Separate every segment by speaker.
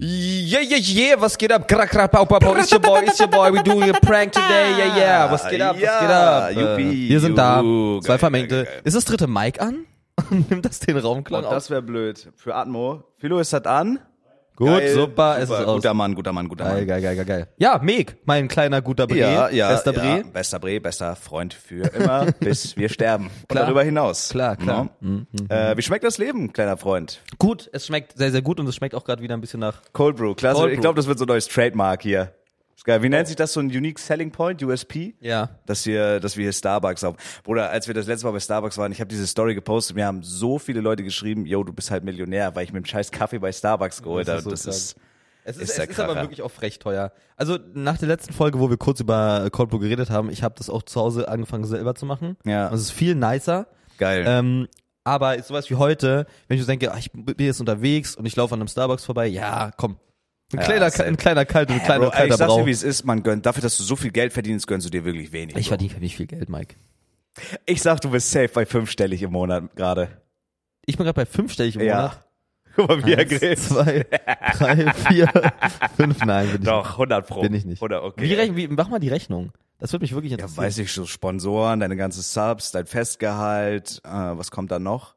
Speaker 1: Yeah, yeah, yeah, was geht ab? Kra, kra, pau, pau, pau. It's your boy, it's your boy. We doing a prank today. Yeah, yeah. Was geht ab?
Speaker 2: Ja,
Speaker 1: was geht ab? Äh,
Speaker 2: juppie,
Speaker 1: Wir sind da.
Speaker 2: juhu,
Speaker 1: Zwei
Speaker 2: geil,
Speaker 1: vermengte.
Speaker 2: geil, geil.
Speaker 1: Ist das dritte Mic an? Nimmt das den Raumklang
Speaker 2: Und
Speaker 1: auf?
Speaker 2: das wäre blöd. Für Atmo. Philo ist das an.
Speaker 1: Gut,
Speaker 2: Geil,
Speaker 1: super, es ist aus.
Speaker 2: Guter Mann, guter Mann, guter
Speaker 1: Geil,
Speaker 2: Mann.
Speaker 1: geil, geil, geil, geil. Ja, Meg, mein kleiner guter Bre, bester Bre.
Speaker 2: Bester Bre, bester Freund für immer, bis wir sterben. Und
Speaker 1: Klar.
Speaker 2: darüber hinaus.
Speaker 1: Klar, klar. Mhm,
Speaker 2: No? Äh, wie schmeckt das Leben, kleiner Freund?
Speaker 1: Gut, es schmeckt sehr, sehr gut und es schmeckt auch gerade wieder ein bisschen nach.
Speaker 2: Cold Brew, klasse.
Speaker 1: Cold Brew. Oh.
Speaker 2: Ich glaube, das wird so ein neues Trademark hier. Ist geil. Wie nennt sich das so ein Unique Selling Point, USP?
Speaker 1: Ja.
Speaker 2: Dass, hier, dass wir hier Starbucks haben. Bruder, als wir das letzte Mal bei Starbucks waren, ich habe diese Story gepostet, mir haben so viele Leute geschrieben, yo, du bist halt Millionär, weil ich mir einen scheiß Kaffee bei Starbucks geholt
Speaker 1: Das
Speaker 2: habe.
Speaker 1: ist so
Speaker 2: Das
Speaker 1: krank.
Speaker 2: ist,
Speaker 1: Es ist,
Speaker 2: Ist der
Speaker 1: es ist aber
Speaker 2: Kracher.
Speaker 1: wirklich auch frech teuer. Also nach der letzten Folge, wo wir kurz über Cold Brew geredet haben, ich habe das auch zu Hause angefangen selber zu machen.
Speaker 2: Ja.
Speaker 1: Das ist viel nicer.
Speaker 2: geil.
Speaker 1: Ähm, aber ist sowas wie heute, wenn ich so denke, ah, ich bin jetzt unterwegs und ich laufe an einem Starbucks vorbei, ja, komm. Ein
Speaker 2: Ja,
Speaker 1: kleiner,
Speaker 2: safe.
Speaker 1: ein kleiner Kalt und ein kleiner,
Speaker 2: Bro, ey, ich
Speaker 1: kalter
Speaker 2: sag's dir,
Speaker 1: Brau.
Speaker 2: wie es ist, man gönnt, dafür, dass du so viel Geld verdienst, gönnst du dir wirklich wenig.
Speaker 1: Ich verdiene nicht viel Geld, Mike.
Speaker 2: Ich sag, du bist safe bei fünfstellig im Monat gerade.
Speaker 1: Ich bin gerade bei fünfstellig im
Speaker 2: Ja.
Speaker 1: Monat.
Speaker 2: Guck mal, wie er grinst.
Speaker 1: zwei, drei, vier, fünf, nein, bin ich
Speaker 2: Doch, 100 pro.
Speaker 1: Bin ich nicht.
Speaker 2: Oder okay.
Speaker 1: nicht. Wie rechnen, wie, mach mal die Rechnung. Das würde mich wirklich
Speaker 2: Ja,
Speaker 1: interessieren.
Speaker 2: weiß ich, so Sponsoren, deine ganzen Subs, dein Festgehalt, äh, was kommt dann noch?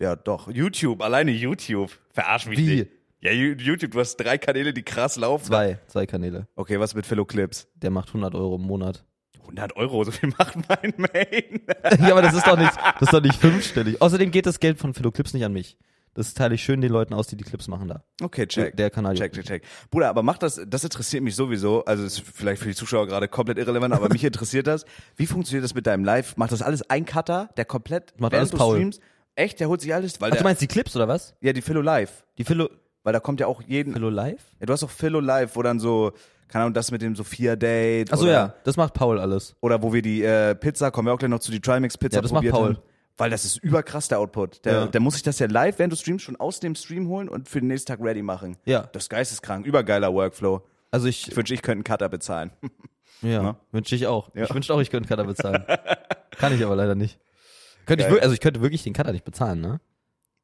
Speaker 2: Ja, doch. YouTube, alleine YouTube. Verarsch mich
Speaker 1: Wie?
Speaker 2: nicht. Ja, Ju- YouTube, du hast drei Kanäle, die krass laufen.
Speaker 1: zwei, zwei Kanäle.
Speaker 2: Okay, was mit Philo Clips?
Speaker 1: Der macht 100 Euro im Monat.
Speaker 2: 100 Euro, so viel macht mein Main.
Speaker 1: ja, aber das ist doch nicht, das ist doch nicht fünfstellig. Außerdem geht das Geld von Philo Clips nicht an mich. Das teile ich schön den Leuten aus, die die Clips machen da.
Speaker 2: Okay, check.
Speaker 1: Äh, Der Kanal.
Speaker 2: Check, check, check. Bruder, aber macht das, das interessiert mich sowieso, also ist vielleicht für die Zuschauer gerade komplett irrelevant, aber mich interessiert das. Wie funktioniert das mit deinem Live? Macht das alles ein Cutter, der komplett
Speaker 1: Macht
Speaker 2: während
Speaker 1: alles
Speaker 2: du
Speaker 1: Paul.
Speaker 2: streamst? Echt, der holt sich alles, weil
Speaker 1: Ach, du
Speaker 2: der,
Speaker 1: meinst die Clips oder was?
Speaker 2: ja, die Philo Live,
Speaker 1: Die Philo,
Speaker 2: weil da kommt ja auch jeden,
Speaker 1: Philo Live?
Speaker 2: Ja, du hast auch Philo Live, wo dann so, keine Ahnung, das mit dem Sophia-Date.
Speaker 1: Achso,
Speaker 2: oder,
Speaker 1: ja, das macht Paul alles.
Speaker 2: Oder wo wir die äh, Pizza, kommen wir auch gleich noch zu, die Trimix-Pizza
Speaker 1: Ja, das macht
Speaker 2: probiert
Speaker 1: Paul.
Speaker 2: haben. Weil das ist überkrass, der Output. Der,
Speaker 1: Ja.
Speaker 2: der muss sich das ja live, während du streamst, schon aus dem Stream holen und für den nächsten Tag ready machen.
Speaker 1: Ja.
Speaker 2: Das ist geisteskrank, übergeiler Workflow.
Speaker 1: Also ich,
Speaker 2: Ich wünsche, ich könnte einen Cutter bezahlen.
Speaker 1: ja,
Speaker 2: ne?
Speaker 1: wünsche ich auch.
Speaker 2: Ja.
Speaker 1: Ich wünsche auch, ich könnte einen Cutter bezahlen. Kann ich aber leider nicht. Könnte ich,
Speaker 2: Geil.
Speaker 1: wir- also ich könnte wirklich den Cutter nicht bezahlen, ne?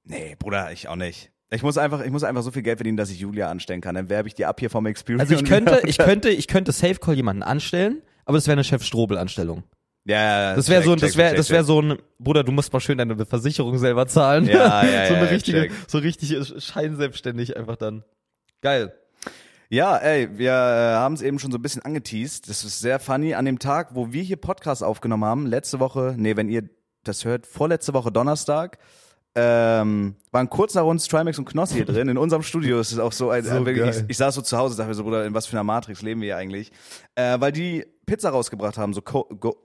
Speaker 2: nee, Bruder, ich auch nicht. Ich muss einfach, ich muss einfach so viel Geld verdienen, dass ich Julia anstellen kann. Dann werbe ich die ab hier vom Experience.
Speaker 1: Also ich
Speaker 2: und-
Speaker 1: könnte, ich könnte, ich könnte Safe Call jemanden anstellen, aber das wäre eine Chef Strobel Anstellung.
Speaker 2: Ja, ja,
Speaker 1: Das wäre
Speaker 2: check,
Speaker 1: so, ein-
Speaker 2: check,
Speaker 1: das wäre,
Speaker 2: check,
Speaker 1: das wäre
Speaker 2: check.
Speaker 1: so ein, Bruder, du musst mal schön deine Versicherung selber zahlen.
Speaker 2: Ja, ja,
Speaker 1: so
Speaker 2: ja,
Speaker 1: eine
Speaker 2: ja,
Speaker 1: richtige,
Speaker 2: check.
Speaker 1: so richtig äh, scheinselbstständig einfach dann. Geil.
Speaker 2: Ja, ey, wir äh, haben es eben schon so ein bisschen angeteased. Das ist sehr funny. An dem Tag, wo wir hier Podcast aufgenommen haben, letzte Woche, nee, wenn ihr das hört, vorletzte Woche Donnerstag, ähm, waren kurz nach uns Trimax und Knossi hier drin. In unserem Studio ist es auch so, ein,
Speaker 1: So
Speaker 2: äh, wirklich,
Speaker 1: geil.
Speaker 2: ich, ich saß so zu Hause und dachte mir so, Bruder, in was für einer Matrix leben wir hier eigentlich? Äh, weil die Pizza rausgebracht haben, so Co Go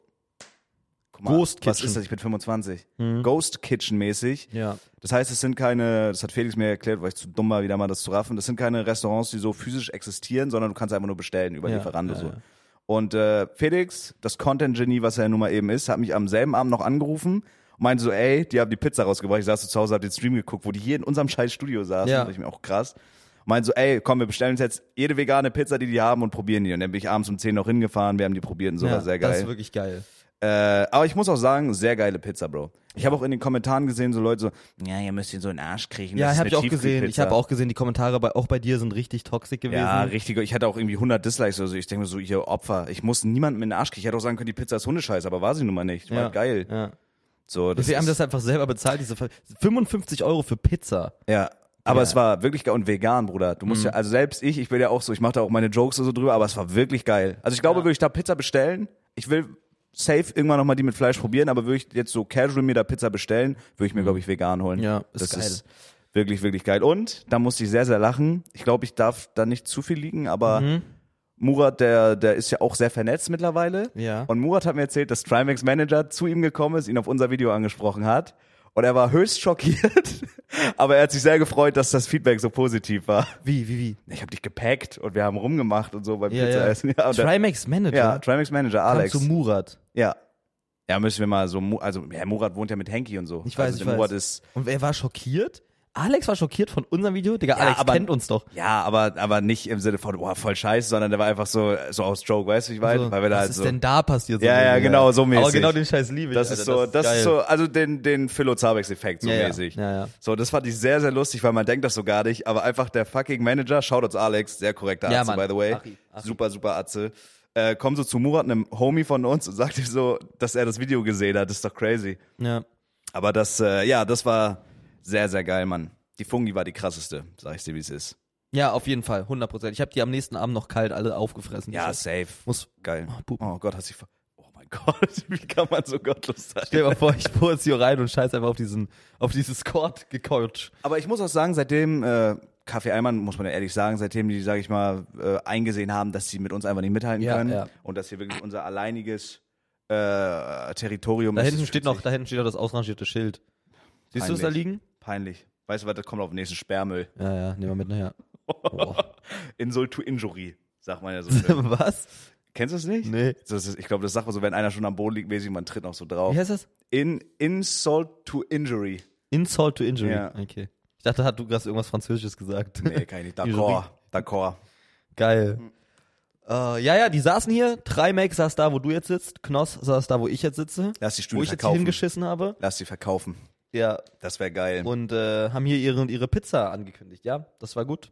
Speaker 2: Guck
Speaker 1: Ghost
Speaker 2: was
Speaker 1: Kitchen. Mhm.
Speaker 2: ist das? Ich bin 25. Ghost Kitchen mäßig.
Speaker 1: Ja.
Speaker 2: Das heißt, es sind keine, das hat Felix mir erklärt, weil ich zu dumm war, wieder mal das zu raffen, das sind keine Restaurants, die so physisch existieren, sondern du kannst einfach nur bestellen über
Speaker 1: Ja,
Speaker 2: Lieferando
Speaker 1: ja,
Speaker 2: so.
Speaker 1: ja.
Speaker 2: Und äh, Felix, das Content-Genie, was er nun mal eben ist, hat mich am selben Abend noch angerufen und meinte so, ey, die haben die Pizza rausgebracht. Ich saß so zu Hause, hab den Stream geguckt, wo die hier in unserem scheiß Studio saßen.
Speaker 1: Ja.
Speaker 2: Ja. ich mir auch krass. Meinte so, ey, komm, wir bestellen uns jetzt jede vegane Pizza, die die haben und probieren die. Und dann bin ich abends um 10 noch hingefahren, wir haben die probiert und so, war sehr
Speaker 1: Das ist
Speaker 2: geil.
Speaker 1: wirklich geil.
Speaker 2: Äh, aber ich muss auch sagen, sehr geile Pizza, Bro. Ich habe auch in den Kommentaren gesehen, so Leute so, ja, ihr müsst ihn so in den Arsch kriechen.
Speaker 1: Ja,
Speaker 2: das ist
Speaker 1: habe ich
Speaker 2: eine
Speaker 1: auch gesehen. Ich
Speaker 2: Tiefkühlpizza."
Speaker 1: habe auch gesehen, die Kommentare bei, auch bei dir sind richtig toxisch gewesen.
Speaker 2: Ja, richtig. Ich hatte auch irgendwie 100 Dislikes oder so. Ich denke mir so, ihr Opfer. Ich muss niemandem in den Arsch kriechen. Ich hätte auch sagen können, die Pizza ist Hundescheiße, aber war sie nun mal nicht. War
Speaker 1: Ja,
Speaker 2: halt geil.
Speaker 1: Ja.
Speaker 2: So, das
Speaker 1: Wir haben
Speaker 2: ist,
Speaker 1: das einfach selber bezahlt, diese Ver- 55 Euro für Pizza.
Speaker 2: ja. Aber
Speaker 1: Ja. Mhm.
Speaker 2: es war wirklich geil und vegan, Bruder. Du musst ja, also selbst ich, ich will ja auch so, ich mache da auch meine Jokes und so drüber, aber es war wirklich geil. Also ich glaube, würde ich da Pizza bestellen, ich will safe irgendwann nochmal die mit Fleisch probieren, aber würde ich jetzt so casual mir da Pizza bestellen, würde ich mir, glaube ich, vegan holen.
Speaker 1: Mhm. Ja, ist
Speaker 2: das
Speaker 1: geil.
Speaker 2: ist wirklich, wirklich geil. Und da musste ich sehr, sehr lachen. Ich glaube, ich darf da nicht zu viel liegen, aber
Speaker 1: Mhm.
Speaker 2: Murat, der, der ist ja auch sehr vernetzt mittlerweile.
Speaker 1: Ja.
Speaker 2: Und Murat hat mir erzählt, dass Trimax Manager zu ihm gekommen ist, ihn auf unser Video angesprochen hat. Und er war höchst schockiert, aber er hat sich sehr gefreut, dass das Feedback so positiv war.
Speaker 1: Wie, wie, wie?
Speaker 2: Ich habe dich gepackt und wir haben rumgemacht und so beim
Speaker 1: Ja, ja.
Speaker 2: Pizzaessen. Ja, und der-
Speaker 1: Trimax Manager
Speaker 2: ja Trimax Manager,
Speaker 1: kam
Speaker 2: Alex.
Speaker 1: zu Murat.
Speaker 2: Ja. Ja, müssen wir mal so, Mu- also ja, Murat wohnt ja mit Henki und so.
Speaker 1: Ich weiß,
Speaker 2: also,
Speaker 1: ich
Speaker 2: der
Speaker 1: weiß.
Speaker 2: Murat ist,
Speaker 1: Und er war schockiert, Alex war schockiert von unserem Video. Digga,
Speaker 2: Ja,
Speaker 1: Alex
Speaker 2: aber-
Speaker 1: kennt uns doch.
Speaker 2: Ja, aber, aber nicht im Sinne von, boah, voll scheiße, sondern der war einfach so, so aus Joke, weißt du, wie ich meine?
Speaker 1: So,
Speaker 2: Weil wir da
Speaker 1: was
Speaker 2: halt
Speaker 1: ist
Speaker 2: so.
Speaker 1: denn da passiert?
Speaker 2: Ja, ja,
Speaker 1: mäßig,
Speaker 2: genau,
Speaker 1: Alter.
Speaker 2: so
Speaker 1: Aber
Speaker 2: mäßig.
Speaker 1: genau den Scheiß liebe ich.
Speaker 2: Das
Speaker 1: Alter,
Speaker 2: ist so, das, ist
Speaker 1: geil.
Speaker 2: so, also den, den Philo Zabex-Effekt, so
Speaker 1: Ja, ja.
Speaker 2: mäßig.
Speaker 1: Ja, ja.
Speaker 2: So, das fand ich sehr, sehr lustig, weil man denkt das so gar nicht, aber einfach der fucking Manager, Shoutouts Alex, sehr korrekter
Speaker 1: Ja,
Speaker 2: Atze,
Speaker 1: Mann.
Speaker 2: by the way.
Speaker 1: Achi, Achi.
Speaker 2: Super, super Atze. Äh, kommt so zu Murat, einem Homie von uns, und sagt ihm so, dass er das Video gesehen hat, das ist doch crazy.
Speaker 1: Ja.
Speaker 2: Aber das, äh, ja, das war sehr, sehr geil, Mann. Die Fungi war die krasseste, sag ich dir, wie es ist.
Speaker 1: ja, auf jeden Fall, 100%. Ich habe die am nächsten Abend noch kalt alle aufgefressen.
Speaker 2: Ja,
Speaker 1: Ich
Speaker 2: safe.
Speaker 1: muss,
Speaker 2: Geil.
Speaker 1: Oh,
Speaker 2: Oh,
Speaker 1: Pup.
Speaker 2: Gott, hat sie. ver- Oh mein Gott, wie kann man so gottlos sein?
Speaker 1: stell dir mal vor, ich bohre jetzt hier rein und scheiß einfach auf diesen, auf dieses Court gecoacht.
Speaker 2: Aber ich muss auch sagen, seitdem äh, Kaffee Eimann, muss man ja ehrlich sagen, seitdem die, sage ich mal, äh, eingesehen haben, dass sie mit uns einfach nicht mithalten
Speaker 1: Ja,
Speaker 2: können
Speaker 1: ja.
Speaker 2: und dass hier wirklich unser alleiniges äh, Territorium
Speaker 1: Da
Speaker 2: ist,
Speaker 1: hinten
Speaker 2: das
Speaker 1: steht
Speaker 2: fühlt
Speaker 1: noch,
Speaker 2: sich
Speaker 1: da hinten steht noch das ausrangierte Schild. Siehst du es da
Speaker 2: Peinlich.
Speaker 1: liegen?
Speaker 2: peinlich. Weißt du was, das kommt auf den nächsten Sperrmüll.
Speaker 1: Ja, ja, nehmen wir mit nachher. Boah.
Speaker 2: Insult to Injury, sagt man ja so. schön.
Speaker 1: Was?
Speaker 2: Kennst du das nicht?
Speaker 1: Nee.
Speaker 2: Das ist, ich glaube, das sagt man so, wenn einer schon am Boden liegt, mäßig, man tritt noch so drauf.
Speaker 1: Wie heißt das?
Speaker 2: In, Insult to Injury.
Speaker 1: Insult to Injury.
Speaker 2: Ja.
Speaker 1: Okay. Ich dachte, hat du gerade irgendwas Französisches gesagt.
Speaker 2: Nee, kann ich nicht. D'accord. Hm. D'accord.
Speaker 1: Geil. Äh, ja, ja, die saßen hier. Trimac saß da, wo du jetzt sitzt. Knoss saß da, wo ich jetzt sitze.
Speaker 2: Lass die Stühle
Speaker 1: wo ich jetzt
Speaker 2: verkaufen.
Speaker 1: hingeschissen habe.
Speaker 2: Lass sie verkaufen.
Speaker 1: Ja.
Speaker 2: Das wäre geil.
Speaker 1: Und äh, haben hier ihre, ihre Pizza angekündigt. Ja, das war gut.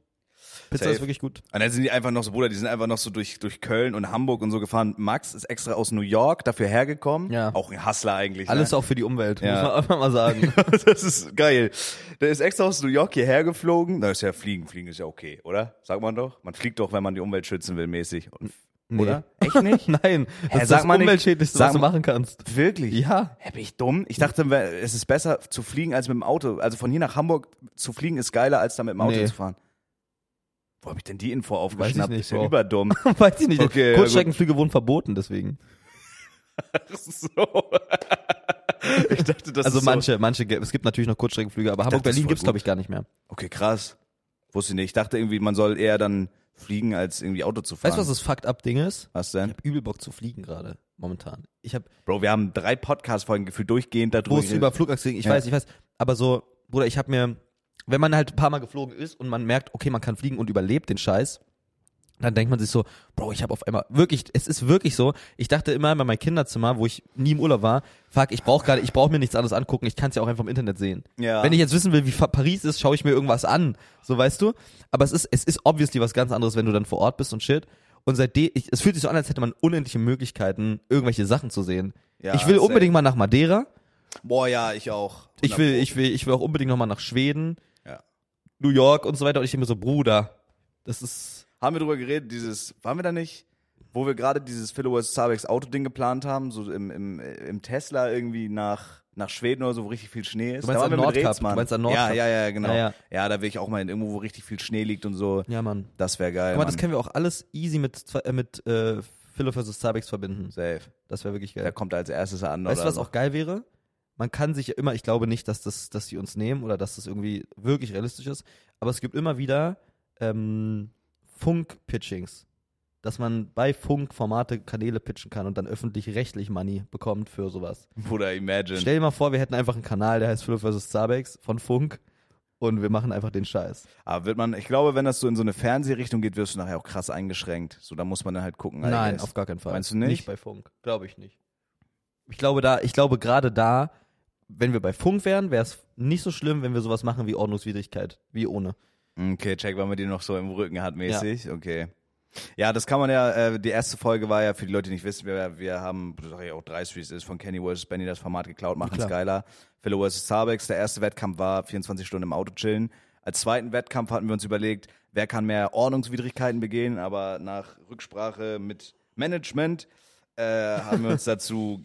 Speaker 1: Pizza
Speaker 2: Safe.
Speaker 1: ist wirklich gut.
Speaker 2: Und dann sind die einfach noch so, Bruder, die sind einfach noch so durch, durch Köln und Hamburg und so gefahren. Max ist extra aus New York dafür hergekommen.
Speaker 1: Ja.
Speaker 2: Auch ein Hustler eigentlich.
Speaker 1: Alles
Speaker 2: ne?
Speaker 1: auch für die Umwelt,
Speaker 2: Ja.
Speaker 1: muss man einfach mal sagen.
Speaker 2: Das ist geil. Der ist extra aus New York hierher geflogen. Na, ist ja fliegen. Fliegen ist ja okay, oder? Sagt man doch. Man fliegt doch, wenn man die Umwelt schützen will, mäßig. Und-
Speaker 1: Nee.
Speaker 2: Oder? Echt nicht?
Speaker 1: Nein, das ist
Speaker 2: sag
Speaker 1: das
Speaker 2: mal nicht-
Speaker 1: Umweltschädlichste,
Speaker 2: sag
Speaker 1: was du
Speaker 2: mal-
Speaker 1: machen kannst.
Speaker 2: Wirklich?
Speaker 1: Ja.
Speaker 2: Hä, bin ich dumm? Ich dachte, we- es ist besser zu fliegen als mit dem Auto. Also von hier nach Hamburg zu fliegen ist geiler, als da mit dem Auto
Speaker 1: Nee.
Speaker 2: zu fahren. Wo habe ich denn die Info aufgeschnappt?
Speaker 1: nicht,
Speaker 2: ist ja
Speaker 1: Bro.
Speaker 2: überdumm.
Speaker 1: Weiß ich nicht.
Speaker 2: Okay, ja, gut.
Speaker 1: Kurzstreckenflüge wurden verboten, deswegen.
Speaker 2: so. Ich dachte, das
Speaker 1: also
Speaker 2: ist
Speaker 1: manche, manche, ge- es gibt natürlich noch Kurzstreckenflüge, aber
Speaker 2: dachte, das
Speaker 1: Hamburg-Berlin
Speaker 2: ist voll
Speaker 1: gibt's
Speaker 2: gut.
Speaker 1: glaube ich, gar nicht mehr.
Speaker 2: So. Okay, krass. Wusste ich nicht. Ich dachte irgendwie, man soll eher dann fliegen, als irgendwie Auto zu fahren.
Speaker 1: Weißt du, was das Fucked-Up-Ding ist?
Speaker 2: was
Speaker 1: Ich
Speaker 2: denn?
Speaker 1: hab übel Bock zu fliegen gerade, momentan. Ich hab,
Speaker 2: Bro, wir haben drei Podcast-Folgen gefühlt durchgehend darüber
Speaker 1: wo es über Flugangst ging, ich
Speaker 2: Ja.
Speaker 1: weiß, ich weiß. Aber so, Bruder, ich hab mir, wenn man halt ein paar Mal geflogen ist und man merkt, okay, man kann fliegen und überlebt den Scheiß, dann denkt man sich so, Bro, ich habe auf einmal wirklich, es ist wirklich so. Ich dachte immer bei meinem Kinderzimmer, wo ich nie im Urlaub war, fuck, ich brauche gerade, ich brauche mir nichts anderes angucken, ich kann es ja auch einfach im Internet sehen.
Speaker 2: Ja.
Speaker 1: Wenn ich jetzt wissen will, wie Fa- Paris ist, schaue ich mir irgendwas an, so weißt du. Aber es ist, es ist obviously was ganz anderes, wenn du dann vor Ort bist und shit. Und seitdem, ich, es fühlt sich so an, als hätte man unendliche Möglichkeiten, irgendwelche Sachen zu sehen.
Speaker 2: Ja,
Speaker 1: ich will
Speaker 2: safe.
Speaker 1: unbedingt mal nach Madeira.
Speaker 2: Boah, ja, ich auch.
Speaker 1: Ich will, ich will, ich will auch unbedingt nochmal nach Schweden,
Speaker 2: Ja.
Speaker 1: New York und so weiter. Und ich denke mir so, Bruder, das ist,
Speaker 2: Haben wir drüber geredet, dieses, waren wir da nicht, wo wir gerade dieses Followers Zabex Auto-Ding geplant haben, so im, im, im Tesla irgendwie nach, nach Schweden oder so, wo richtig viel Schnee ist.
Speaker 1: Du meinst
Speaker 2: da
Speaker 1: an
Speaker 2: waren wir mit
Speaker 1: Nordkap,
Speaker 2: Rezmann.
Speaker 1: du meinst an
Speaker 2: Ja,
Speaker 1: Nordkap.
Speaker 2: ja, ja, genau.
Speaker 1: Ja,
Speaker 2: Ja,
Speaker 1: ja.
Speaker 2: da will ich auch mal hin, irgendwo, wo richtig viel Schnee liegt und so.
Speaker 1: ja, Mann.
Speaker 2: Das wäre geil.
Speaker 1: Aber das
Speaker 2: Mann.
Speaker 1: können wir auch alles easy mit, zwei- äh, mit äh, Philo vs. Zabex verbinden.
Speaker 2: Safe.
Speaker 1: Das wäre wirklich
Speaker 2: Der
Speaker 1: geil.
Speaker 2: kommt als erstes an.
Speaker 1: Weißt du,
Speaker 2: oder
Speaker 1: was
Speaker 2: so.
Speaker 1: auch geil wäre? Man kann sich ja immer, ich glaube nicht, dass das, dass die uns nehmen oder dass das irgendwie wirklich realistisch ist, aber es gibt immer wieder ähm, Funk-Pitchings. Dass man bei Funk Formate, Kanäle pitchen kann und dann öffentlich-rechtlich Money bekommt für sowas.
Speaker 2: Bruder, imagine.
Speaker 1: Stell dir mal vor, wir hätten einfach einen Kanal, der heißt Philo vs. Zabex von Funk und wir machen einfach den Scheiß.
Speaker 2: Aber wird man, ich glaube, wenn das so in so eine Fernsehrichtung geht, wirst du nachher auch krass eingeschränkt. So, da muss man dann halt gucken. I
Speaker 1: Nein,
Speaker 2: guess.
Speaker 1: auf gar keinen Fall.
Speaker 2: Meinst du nicht?
Speaker 1: Nicht bei Funk. Glaube ich nicht. Ich glaube da, ich glaube gerade da, wenn wir bei Funk wären, wäre es nicht so schlimm, wenn wir sowas machen wie Ordnungswidrigkeit, wie ohne.
Speaker 2: Okay, check, weil man den noch so im Rücken hat, mäßig. Okay. Ja, das kann man ja, äh, die erste Folge war ja, für die Leute, die nicht wissen, wir, wir haben, das sag ich auch dreist, wie es ist, von Kenny vs. Benny das Format geklaut, machen es
Speaker 1: Klar.
Speaker 2: geiler. Philo vs. Zabex, der erste Wettkampf war 24 Stunden im Auto chillen. Als zweiten Wettkampf hatten wir uns überlegt, wer kann mehr Ordnungswidrigkeiten begehen, aber nach Rücksprache mit Management äh, haben wir uns dazu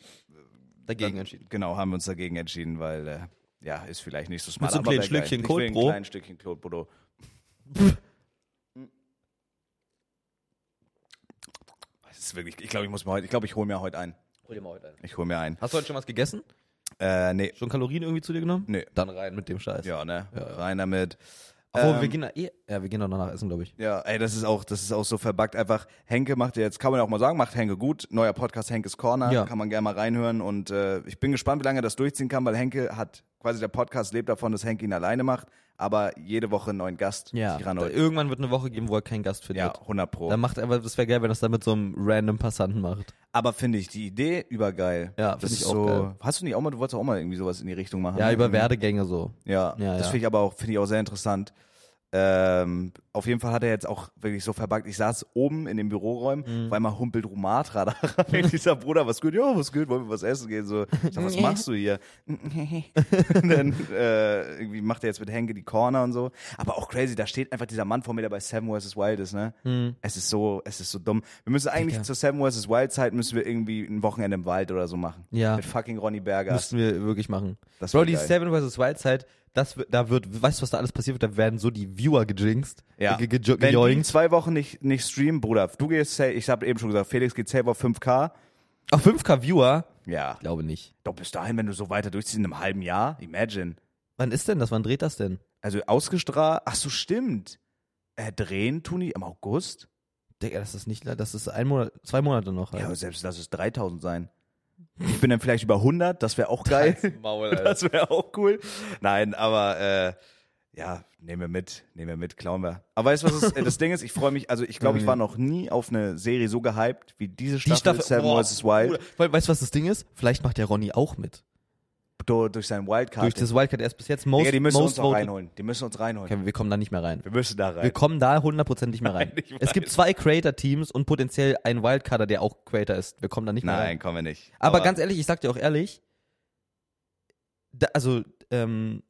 Speaker 1: Dagegen
Speaker 2: dann-
Speaker 1: entschieden.
Speaker 2: Genau, haben wir uns dagegen entschieden, weil äh, ja, ist vielleicht nicht so
Speaker 1: Mit
Speaker 2: smart.
Speaker 1: so einem
Speaker 2: aber
Speaker 1: kleinen
Speaker 2: wär geil.
Speaker 1: Schlückchen
Speaker 2: Ich will
Speaker 1: Cold
Speaker 2: ein
Speaker 1: Brew.
Speaker 2: kleines Stückchen Cold Brew. Mm. Das ist wirklich, ich glaube, ich muss mir heute, ich glaube, ich hole mir heute ein.
Speaker 1: Hol dir mal heute einen.
Speaker 2: Ich hole mir ein.
Speaker 1: Hast du heute schon was gegessen?
Speaker 2: Äh, nee.
Speaker 1: Schon Kalorien irgendwie zu dir genommen?
Speaker 2: Nee.
Speaker 1: Dann rein mit dem Scheiß.
Speaker 2: Ja, ne?
Speaker 1: Ja, ja.
Speaker 2: Rein damit.
Speaker 1: Obwohl,
Speaker 2: Ähm,
Speaker 1: wir gehen da eh, ja, wir gehen da danach essen, glaube ich.
Speaker 2: Ja, ey, das ist auch, das ist auch so verbuggt. Einfach, Henke macht ja jetzt, kann man ja auch mal sagen, macht Henke gut. Neuer Podcast Henkes Corner,
Speaker 1: Ja.
Speaker 2: kann man gerne mal reinhören. Und äh, ich bin gespannt, wie lange er das durchziehen kann, weil Henke hat quasi der Podcast lebt davon, dass Henk ihn alleine macht, aber jede Woche einen neuen Gast.
Speaker 1: Ja.
Speaker 2: Tirano.
Speaker 1: Da- Irgendwann wird eine Woche geben, wo er keinen Gast findet.
Speaker 2: ja 100 Pro.
Speaker 1: Dann macht er, aber das wäre geil, wenn er das dann mit so einem random Passanten macht.
Speaker 2: Aber finde ich die Idee übergeil.
Speaker 1: Ja,
Speaker 2: Das
Speaker 1: finde
Speaker 2: ist
Speaker 1: ich auch
Speaker 2: so,
Speaker 1: geil.
Speaker 2: Hast du nicht auch mal, du wolltest auch mal irgendwie sowas in die Richtung machen? ne?
Speaker 1: Ja, über Werdegänge so.
Speaker 2: Ja,
Speaker 1: Ja,
Speaker 2: das
Speaker 1: ja.
Speaker 2: finde ich aber auch, finde ich auch sehr interessant. Ähm, auf jeden Fall hat er jetzt auch wirklich so verbuggt. Ich saß oben in den Büroräumen,
Speaker 1: Mhm.
Speaker 2: auf einmal humpelt Rumatra da rein. Dieser Bruder, was gut, ja, was gut, wollen wir was essen gehen? So, ich sag, was machst du hier? und dann äh, irgendwie macht er jetzt mit Henke die Corner und so. Aber auch crazy, da steht einfach dieser Mann vor mir, der bei Seven vs. Wild ist, ne? Es ist so, es ist so dumm. Wir müssen eigentlich zur Seven vs. Wild Zeit müssen wir irgendwie ein Wochenende im Wald oder so machen.
Speaker 1: Ja.
Speaker 2: Mit fucking Ronny Berger.
Speaker 1: Müssten wir wirklich machen.
Speaker 2: Das wär
Speaker 1: Bro, die
Speaker 2: geil.
Speaker 1: Seven vs. Wild Zeit, das, wird- da wird, weißt du, was da alles passiert wird? Da werden so die Viewer gejinxt.
Speaker 2: Ja.
Speaker 1: Ge ge ge
Speaker 2: Wenn die
Speaker 1: gejoinkt.
Speaker 2: zwei Wochen nicht, nicht streamen, Bruder, du gehst safe, ich habe eben schon gesagt, Felix geht safe auf 5K.
Speaker 1: Auf 5k Viewer?
Speaker 2: Ja.
Speaker 1: Ich glaube nicht.
Speaker 2: Doch bis dahin, wenn du so weiter durchziehst, in einem halben Jahr, imagine.
Speaker 1: Wann ist denn das? Wann dreht das denn?
Speaker 2: Also ausgestrahlt, ach so, stimmt. Äh, drehen tun die im August?
Speaker 1: Digga, das ist nicht, le- das ist ein Monat, zwei Monate noch.
Speaker 2: Ja,
Speaker 1: Alter.
Speaker 2: aber selbst lass es 3000 sein. Ich bin dann vielleicht über 100, das wäre auch geil.
Speaker 1: Halt's Maul, Alter.
Speaker 2: Das wäre auch cool. Nein, aber äh, ja, nehmen wir mit, nehmen wir mit, klauen wir. Aber weißt du, was ist, äh, das Ding ist? Ich freue mich, also ich glaube, ich war noch nie auf eine Serie so gehypt wie diese
Speaker 1: Mhm. Die
Speaker 2: Staffel,
Speaker 1: Staffel,
Speaker 2: Seven
Speaker 1: boah,
Speaker 2: vs. Wild.
Speaker 1: Bruder. Weil, weißt du, was das Ding ist? Vielleicht macht der Ronny auch mit.
Speaker 2: durch, durch seinen Wildcard.
Speaker 1: Durch das Wildcard erst bis jetzt. Most,
Speaker 2: Digga, die müssen
Speaker 1: most
Speaker 2: uns auch
Speaker 1: voted-
Speaker 2: reinholen. Die müssen uns reinholen.
Speaker 1: Okay, wir kommen da nicht mehr rein.
Speaker 2: Wir müssen da
Speaker 1: Wir
Speaker 2: rein.
Speaker 1: kommen da hundertprozentig nicht mehr rein.
Speaker 2: Nein, ich
Speaker 1: es gibt zwei Creator-Teams und potenziell einen Wildcarder, der auch Creator ist. Wir kommen da nicht mehr rein.
Speaker 2: Nein, kommen wir nicht.
Speaker 1: Aber, ganz ehrlich, ich sag dir auch ehrlich, da, also ähm,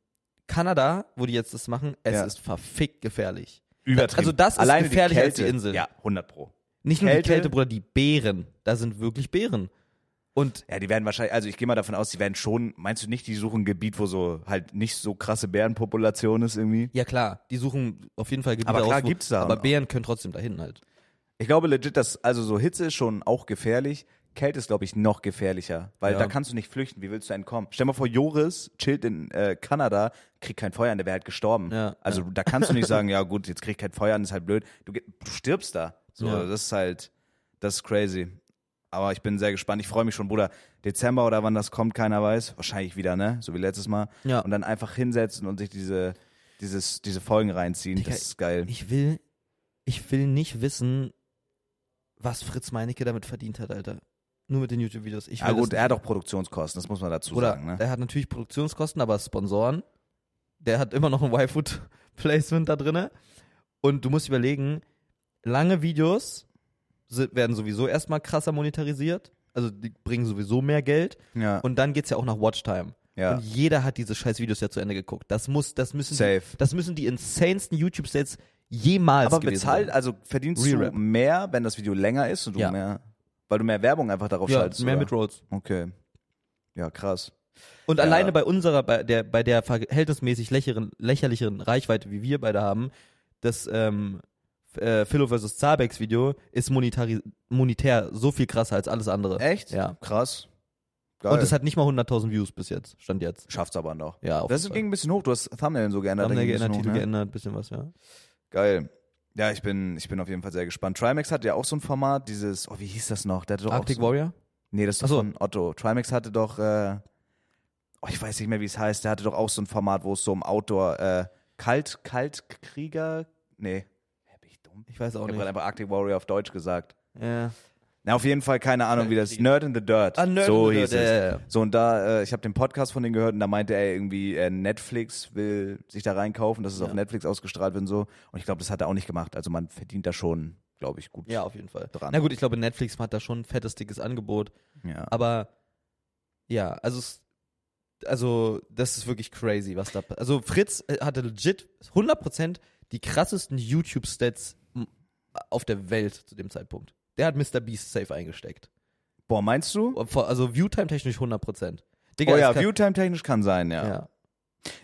Speaker 1: Kanada, wo die jetzt das machen, es
Speaker 2: Ja.
Speaker 1: ist verfickt gefährlich.
Speaker 2: übertrieben.
Speaker 1: also das ist
Speaker 2: Alleine
Speaker 1: gefährlicher
Speaker 2: Kälte.
Speaker 1: als die Insel.
Speaker 2: Ja, 100 pro.
Speaker 1: Nicht nur
Speaker 2: Kälte.
Speaker 1: die Kälte, Bruder, die Bären. Da sind wirklich Bären. Und
Speaker 2: Ja, die werden wahrscheinlich, also ich gehe mal davon aus, die werden schon, meinst du nicht, die suchen ein Gebiet, wo so halt nicht so krasse Bärenpopulation ist irgendwie?
Speaker 1: ja klar, die suchen auf jeden Fall Gebiete
Speaker 2: Aber klar
Speaker 1: aus, wo-
Speaker 2: gibt's da.
Speaker 1: aber Bären können trotzdem dahin halt.
Speaker 2: Ich glaube legit, dass, also so Hitze ist schon auch gefährlich. Kälte ist, glaube ich, noch gefährlicher, weil
Speaker 1: Ja.
Speaker 2: da kannst du nicht flüchten. Wie willst du entkommen? Stell mal vor, Joris chillt in äh, Kanada, kriegt kein Feuer an, der wäre halt gestorben.
Speaker 1: Ja.
Speaker 2: Also da kannst du nicht sagen, ja gut, jetzt krieg ich kein Feuer an, ist halt blöd. Du, ge- du stirbst da. So,
Speaker 1: Ja.
Speaker 2: das ist halt, das ist crazy. Aber ich bin sehr gespannt. Ich freue mich schon, Bruder. Dezember oder wann das kommt, keiner weiß. Wahrscheinlich wieder, ne? So wie letztes Mal.
Speaker 1: Ja.
Speaker 2: Und dann einfach hinsetzen und sich diese, dieses, diese Folgen reinziehen.
Speaker 1: Digga,
Speaker 2: das ist geil.
Speaker 1: Ich will, ich will nicht wissen, was Fritz Meinecke damit verdient hat, Alter. Nur mit den YouTube-Videos. Ich
Speaker 2: Ja
Speaker 1: will
Speaker 2: gut,
Speaker 1: das
Speaker 2: er hat auch Produktionskosten, das muss man dazu
Speaker 1: Oder
Speaker 2: sagen. Ne?
Speaker 1: der hat natürlich Produktionskosten, aber Sponsoren. Der hat immer noch ein Y-Food-Placement da drinne. Und du musst überlegen, lange Videos sind, werden sowieso erstmal krasser monetarisiert. Also die bringen sowieso mehr Geld.
Speaker 2: Ja.
Speaker 1: Und dann geht's ja auch nach Watchtime.
Speaker 2: Ja.
Speaker 1: Und jeder hat diese scheiß Videos ja zu Ende geguckt. Das muss, das müssen,
Speaker 2: Safe.
Speaker 1: Die, das müssen die insanesten YouTube-Sets jemals
Speaker 2: aber
Speaker 1: gewesen
Speaker 2: bezahlt,
Speaker 1: sein.
Speaker 2: also verdienst
Speaker 1: Rerap.
Speaker 2: du mehr, wenn das Video länger ist und du
Speaker 1: Ja.
Speaker 2: mehr, weil du mehr Werbung einfach darauf
Speaker 1: Ja,
Speaker 2: schaltest.
Speaker 1: mehr
Speaker 2: oder?
Speaker 1: mit Rolls.
Speaker 2: Okay. Ja, krass.
Speaker 1: Und
Speaker 2: Ja.
Speaker 1: alleine bei unserer, bei der, bei der verhältnismäßig lächeren, lächerlicheren Reichweite, wie wir beide haben, das ähm, F- äh, Philo vs. Zabex Video ist monetari monetär so viel krasser als alles andere.
Speaker 2: Echt?
Speaker 1: Ja.
Speaker 2: Krass. Geil.
Speaker 1: Und es hat nicht mal 100.000 Views bis jetzt, stand jetzt.
Speaker 2: Schafft's aber noch.
Speaker 1: Ja, auf
Speaker 2: Das
Speaker 1: jeden
Speaker 2: ging ein bisschen hoch, du hast Thumbnail und so geändert.
Speaker 1: Thumbnail
Speaker 2: dann
Speaker 1: geändert,
Speaker 2: ging ein bisschen
Speaker 1: Titel
Speaker 2: hoch, ne?
Speaker 1: geändert, bisschen was, ja.
Speaker 2: Geil. Ja, ich bin, ich bin auf jeden Fall sehr gespannt. Trimax hatte ja auch so ein Format, dieses, oh, wie hieß das noch? Der hatte doch
Speaker 1: Arctic
Speaker 2: auch so,
Speaker 1: Warrior?
Speaker 2: Nee, das ist
Speaker 1: Ach so.
Speaker 2: doch von Otto. Trimax hatte doch, äh, oh, ich weiß nicht mehr, wie es heißt, der hatte doch auch so ein Format, wo es so um Outdoor, äh, Kalt, Kaltkrieger, nee. Hä, bin ich dumm?
Speaker 1: Ich weiß auch
Speaker 2: Ich hab
Speaker 1: nicht.
Speaker 2: grad einfach Arctic Warrior auf Deutsch gesagt.
Speaker 1: Ja.
Speaker 2: Na, auf jeden Fall, keine Ahnung, wie das Nerd in the Dirt.
Speaker 1: Ah, Nerd
Speaker 2: so
Speaker 1: in the
Speaker 2: hieß
Speaker 1: Dirt,
Speaker 2: es.
Speaker 1: ja, ja, ja.
Speaker 2: So, und da, äh, ich habe den Podcast von denen gehört und da meinte er irgendwie, äh, Netflix will sich da reinkaufen, dass es auf
Speaker 1: Ja.
Speaker 2: Netflix ausgestrahlt wird und so. Und ich glaube, das hat er auch nicht gemacht. Also man verdient da schon, glaube ich, gut.
Speaker 1: ja, auf jeden Fall.
Speaker 2: Dran.
Speaker 1: Na gut, ich glaube, Netflix hat da schon ein fettes, dickes Angebot.
Speaker 2: Ja.
Speaker 1: Aber ja, also es, also das ist wirklich crazy, was da passiert. Also Fritz äh, hatte legit 100% die krassesten YouTube Stats m- auf der Welt zu dem Zeitpunkt. Der hat Mr Beast safe eingesteckt.
Speaker 2: Boah, meinst du?
Speaker 1: Und vor- Also Viewtime technisch 100%. Digga,
Speaker 2: Oh
Speaker 1: es
Speaker 2: ja,
Speaker 1: kann-
Speaker 2: Viewtime technisch kann sein, ja. ja.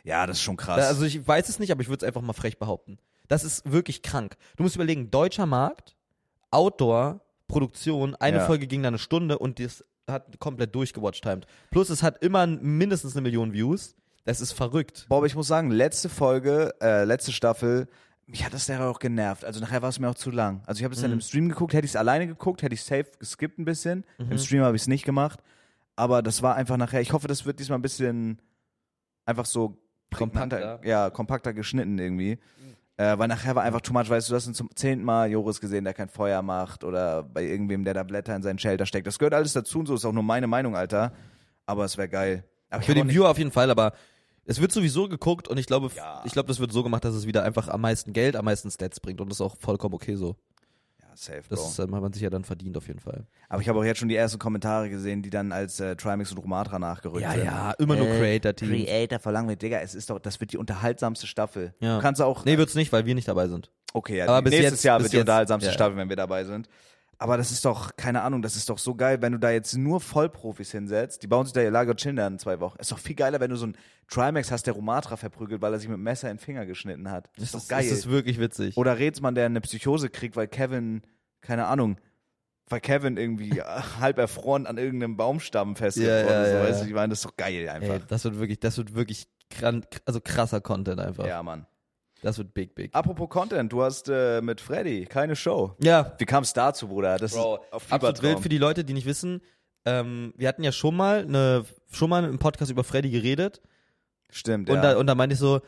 Speaker 1: ja.
Speaker 2: das ist schon krass.
Speaker 1: Also ich weiß es nicht, aber ich würde es einfach mal frech behaupten. Das ist wirklich krank. Du musst überlegen, deutscher Markt, Outdoor, Produktion, eine
Speaker 2: Ja.
Speaker 1: Folge ging da eine Stunde und das hat komplett durchgewatchtimed. Plus es hat immer n- mindestens eine Million Views. Das ist verrückt.
Speaker 2: Bob, ich muss sagen, letzte Folge, äh, letzte Staffel, mich hat das nachher auch genervt. Also nachher war es mir auch zu lang. Also ich habe es dann im Stream geguckt, hätte ich es alleine geguckt, hätte ich safe geskippt ein bisschen. Im Stream habe ich es nicht gemacht. Aber das war einfach nachher, ich hoffe, das wird diesmal ein bisschen Einfach so
Speaker 1: Kompakter.
Speaker 2: prägnanter- Ja, kompakter geschnitten irgendwie. Äh, weil nachher war einfach too much, weißt du, du hast ihn zum zehnten Mal Joris gesehen, der kein Feuer macht oder bei irgendwem, der da Blätter in seinen Shelter steckt. Das gehört alles dazu und so ist auch nur meine Meinung, Alter. Aber es wäre geil. Aber ich
Speaker 1: Für
Speaker 2: hab auch
Speaker 1: den
Speaker 2: nicht-
Speaker 1: Viewer auf jeden Fall, aber es wird sowieso geguckt und ich glaube, f- ich glaube, das wird so gemacht, dass es wieder einfach am meisten Geld, am meisten Stats bringt und das ist auch vollkommen okay so.
Speaker 2: Ja, safe, Bro.
Speaker 1: Das ähm, hat man sich ja dann verdient auf jeden Fall.
Speaker 2: Aber ich habe auch jetzt schon die ersten Kommentare gesehen, die dann als äh, Trimax und äh, Romatra nachgerückt
Speaker 1: Ja,
Speaker 2: sind.
Speaker 1: ja, immer nur Creator-Teams.
Speaker 2: Creator verlangen wir, Digga, es ist doch, das wird die unterhaltsamste Staffel.
Speaker 1: Ja.
Speaker 2: Du kannst auch, äh,
Speaker 1: Nee, wird's nicht, weil wir nicht dabei sind.
Speaker 2: okay, ja,
Speaker 1: aber bis
Speaker 2: nächstes
Speaker 1: jetzt-
Speaker 2: Jahr
Speaker 1: bis
Speaker 2: wird die
Speaker 1: jetzt-
Speaker 2: unterhaltsamste
Speaker 1: ja.
Speaker 2: Staffel, wenn wir dabei sind. Aber das ist doch, keine Ahnung, das ist doch so geil, wenn du da jetzt nur Vollprofis hinsetzt, die bauen sich da ihr Lager und chillen dann in zwei Wochen. Ist doch viel geiler, wenn du so einen Trimax hast, der Romatra verprügelt, weil er sich mit dem Messer in den Finger geschnitten hat. Das ist doch geil.
Speaker 1: Das ist wirklich witzig.
Speaker 2: Oder Rätsmann, der eine Psychose kriegt, weil Kevin, keine Ahnung, weil Kevin irgendwie halb erfroren an irgendeinem Baumstamm
Speaker 1: Ja,
Speaker 2: festgefroren
Speaker 1: ja,
Speaker 2: ist. so,
Speaker 1: ja,
Speaker 2: weißt
Speaker 1: ja.
Speaker 2: du, ich meine, das ist doch geil
Speaker 1: Ey,
Speaker 2: einfach.
Speaker 1: das wird wirklich, das wird wirklich kran, also krasser Content einfach.
Speaker 2: ja, Mann.
Speaker 1: Das wird big, big.
Speaker 2: Apropos Content, du hast äh, mit Freddy keine Show.
Speaker 1: Ja,
Speaker 2: Wie kam es dazu, Bruder? Das
Speaker 1: Bro,
Speaker 2: ist auf
Speaker 1: absolut wild
Speaker 2: Fiebertraum.
Speaker 1: für die Leute, die nicht wissen. Ähm, wir hatten ja schon mal eine, schon mal im Podcast über Freddy geredet
Speaker 2: Stimmt,
Speaker 1: und
Speaker 2: ja.
Speaker 1: da und da meinte ich so,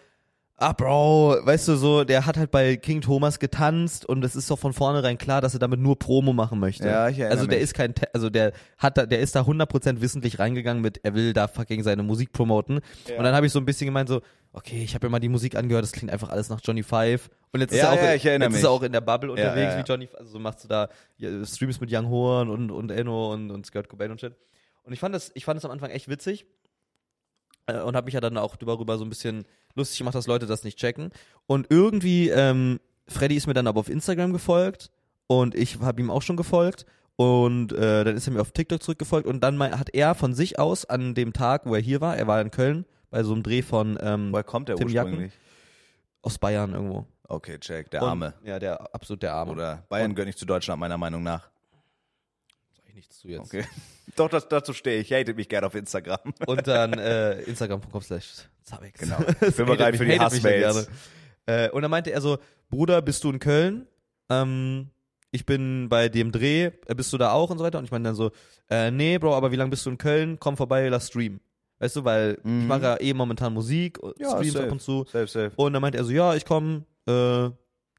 Speaker 1: ah Bro, weißt du so, der hat halt bei King Thomas getanzt und es ist doch von vornherein klar, dass er damit nur Promo machen möchte.
Speaker 2: Ja, ich erinnere
Speaker 1: Also der
Speaker 2: mich.
Speaker 1: ist kein, Ta- also der hat da, der ist da 100% wissentlich reingegangen mit, er will da fucking seine Musik promoten. Und dann habe ich so ein bisschen gemeint so, okay, ich habe mir mal die Musik angehört, das klingt einfach alles nach Johnny Five. Und jetzt ist er
Speaker 2: Ja,
Speaker 1: auch,
Speaker 2: ja, ich
Speaker 1: jetzt
Speaker 2: erinnere
Speaker 1: ist
Speaker 2: mich.
Speaker 1: er auch in der Bubble
Speaker 2: ja,
Speaker 1: unterwegs
Speaker 2: ja.
Speaker 1: wie Johnny. Also so machst du da ja, Streams mit Young Horn und und Enno und und Skirt Cobain und shit. Und ich fand das, ich fand das am Anfang echt witzig äh, und habe mich ja dann auch darüber so ein bisschen lustig gemacht, dass Leute das nicht checken. Und irgendwie, ähm, Freddy ist mir dann aber auf Instagram gefolgt und ich habe ihm auch schon gefolgt. Und äh, dann ist er mir auf TikTok zurückgefolgt und dann mal, hat er von sich aus an dem Tag, wo er hier war, er war in Köln bei so einem Dreh von ähm,
Speaker 2: Woher kommt der
Speaker 1: Tim Jacken.
Speaker 2: ursprünglich?
Speaker 1: aus Bayern irgendwo.
Speaker 2: Okay, check, der
Speaker 1: Und-
Speaker 2: Arme.
Speaker 1: Ja, der absolut der Arme.
Speaker 2: Oder Bayern gehört nicht zu Deutschland, meiner Meinung nach.
Speaker 1: Sag ich nichts zu jetzt.
Speaker 2: Okay. Doch, das, dazu stehe ich. Hatet mich gerne auf Instagram.
Speaker 1: Und dann äh, Instagram.com slash Zabex.
Speaker 2: Genau.
Speaker 1: Das hatet
Speaker 2: Bin bereit
Speaker 1: mich-
Speaker 2: für die
Speaker 1: hatet mich ja
Speaker 2: Hassmails.
Speaker 1: gerne. Äh, und dann meinte er so, Bruder, bist du in Köln? Ähm, ich bin bei dem Dreh, äh, bist du da auch und so weiter? Und ich meine dann so, äh, nee, Bro, aber wie lange bist du in Köln? Komm vorbei, lass streamen. Weißt du, weil ich
Speaker 2: Mhm.
Speaker 1: mache ja eh momentan Musik, und
Speaker 2: Ja,
Speaker 1: Streams
Speaker 2: safe.
Speaker 1: ab und zu.
Speaker 2: Safe, safe.
Speaker 1: Und dann meinte er so, ja, ich komme. Äh,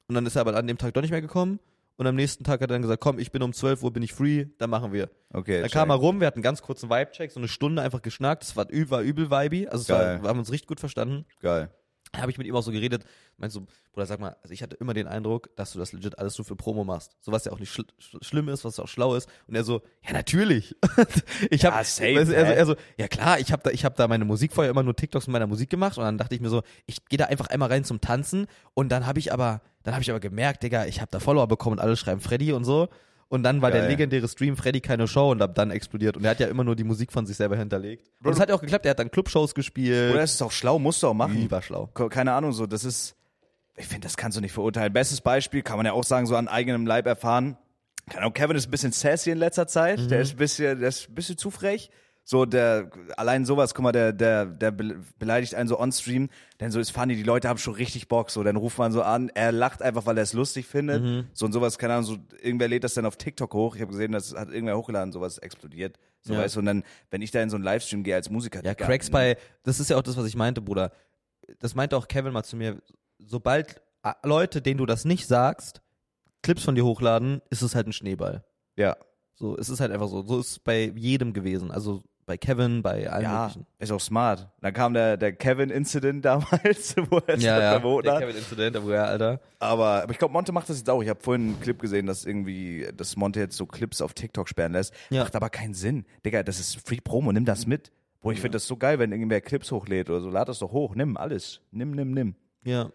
Speaker 1: und dann ist er aber an dem Tag doch nicht mehr gekommen. Und am nächsten Tag hat er dann gesagt, komm, ich bin um 12 Uhr, bin ich free, dann machen wir.
Speaker 2: Okay,
Speaker 1: Dann
Speaker 2: check.
Speaker 1: kam er rum, wir hatten einen ganz kurzen Vibe-Check, so eine Stunde einfach geschnackt. Das war, ü- war übel vibey, also es war,
Speaker 2: Geil.
Speaker 1: wir haben uns richtig gut verstanden.
Speaker 2: Geil.
Speaker 1: Da habe ich mit ihm auch so geredet, meinst so, Bruder, sag mal, also ich hatte immer den Eindruck, dass du das legit alles nur für Promo machst. So was ja auch nicht schl sch schlimm ist, was auch schlau ist. Und er so, ja, natürlich. ich habe,
Speaker 2: Ja, safe,
Speaker 1: er, so,
Speaker 2: hä?
Speaker 1: er so, ja klar, ich habe da, ich hab da meine Musik vorher immer nur TikToks mit meiner Musik gemacht. Und dann dachte ich mir so, ich gehe da einfach einmal rein zum Tanzen. Und dann habe ich aber, dann habe ich aber gemerkt, Digga, ich habe da Follower bekommen und alle schreiben Freddy und so. Und dann war der
Speaker 2: Geil.
Speaker 1: legendäre Stream Freddy keine Show und ab dann explodiert. Und er hat ja immer nur die Musik von sich selber hinterlegt. Und
Speaker 2: Bro,
Speaker 1: es hat ja auch geklappt, er hat dann Clubshows
Speaker 2: Oder
Speaker 1: gespielt.
Speaker 2: es ist auch schlau, musst du auch machen.
Speaker 1: Lieber schlau.
Speaker 2: Ko- keine Ahnung, so, das ist, ich finde, das kannst du nicht verurteilen. Bestes Beispiel kann man ja auch sagen, so an eigenem Leib erfahren. Keine Ahnung, Kevin ist ein bisschen sassy in letzter Zeit,
Speaker 1: Mhm.
Speaker 2: der ist ein bisschen, der ist ein bisschen zu frech. So, der, allein sowas, guck mal, der, der, der be- beleidigt einen so on-stream, denn so ist funny, die Leute haben schon richtig Bock, so, dann ruft man so an, er lacht einfach, weil er es lustig findet,
Speaker 1: Mhm.
Speaker 2: so und sowas, keine Ahnung, so, irgendwer lädt das dann auf TikTok hoch, ich habe gesehen, das hat irgendwer hochgeladen, sowas explodiert, so,
Speaker 1: Ja.
Speaker 2: weißt du, und dann, wenn ich da in so einen Livestream gehe als Musiker,
Speaker 1: Ja,
Speaker 2: Digga,
Speaker 1: Cracks bei, das ist ja auch das, was ich meinte, Bruder. Das meinte auch Kevin mal zu mir. Sobald äh, Leute, denen du das nicht sagst, Clips von dir hochladen, ist es halt ein Schneeball.
Speaker 2: ja,
Speaker 1: So, es ist halt einfach so. So ist es bei jedem gewesen. Also bei Kevin, bei allen
Speaker 2: Ja,
Speaker 1: möglichen.
Speaker 2: ist auch smart. Dann kam der, der Kevin-Incident damals, wo er es verboten
Speaker 1: Der
Speaker 2: hat.
Speaker 1: Kevin-Incident, aber ja, Alter.
Speaker 2: Aber, aber ich glaube, Monte macht das jetzt auch. Ich habe vorhin einen Clip gesehen, dass irgendwie, dass Monte jetzt so Clips auf TikTok sperren lässt.
Speaker 1: Ja.
Speaker 2: Macht aber keinen Sinn. Digga, das ist Free Promo, nimm das mit. Boah, ich finde das so geil, wenn irgendwer Clips hochlädt oder so. Lad das doch hoch, nimm alles. Nimm, nimm, nimm.
Speaker 1: Ja.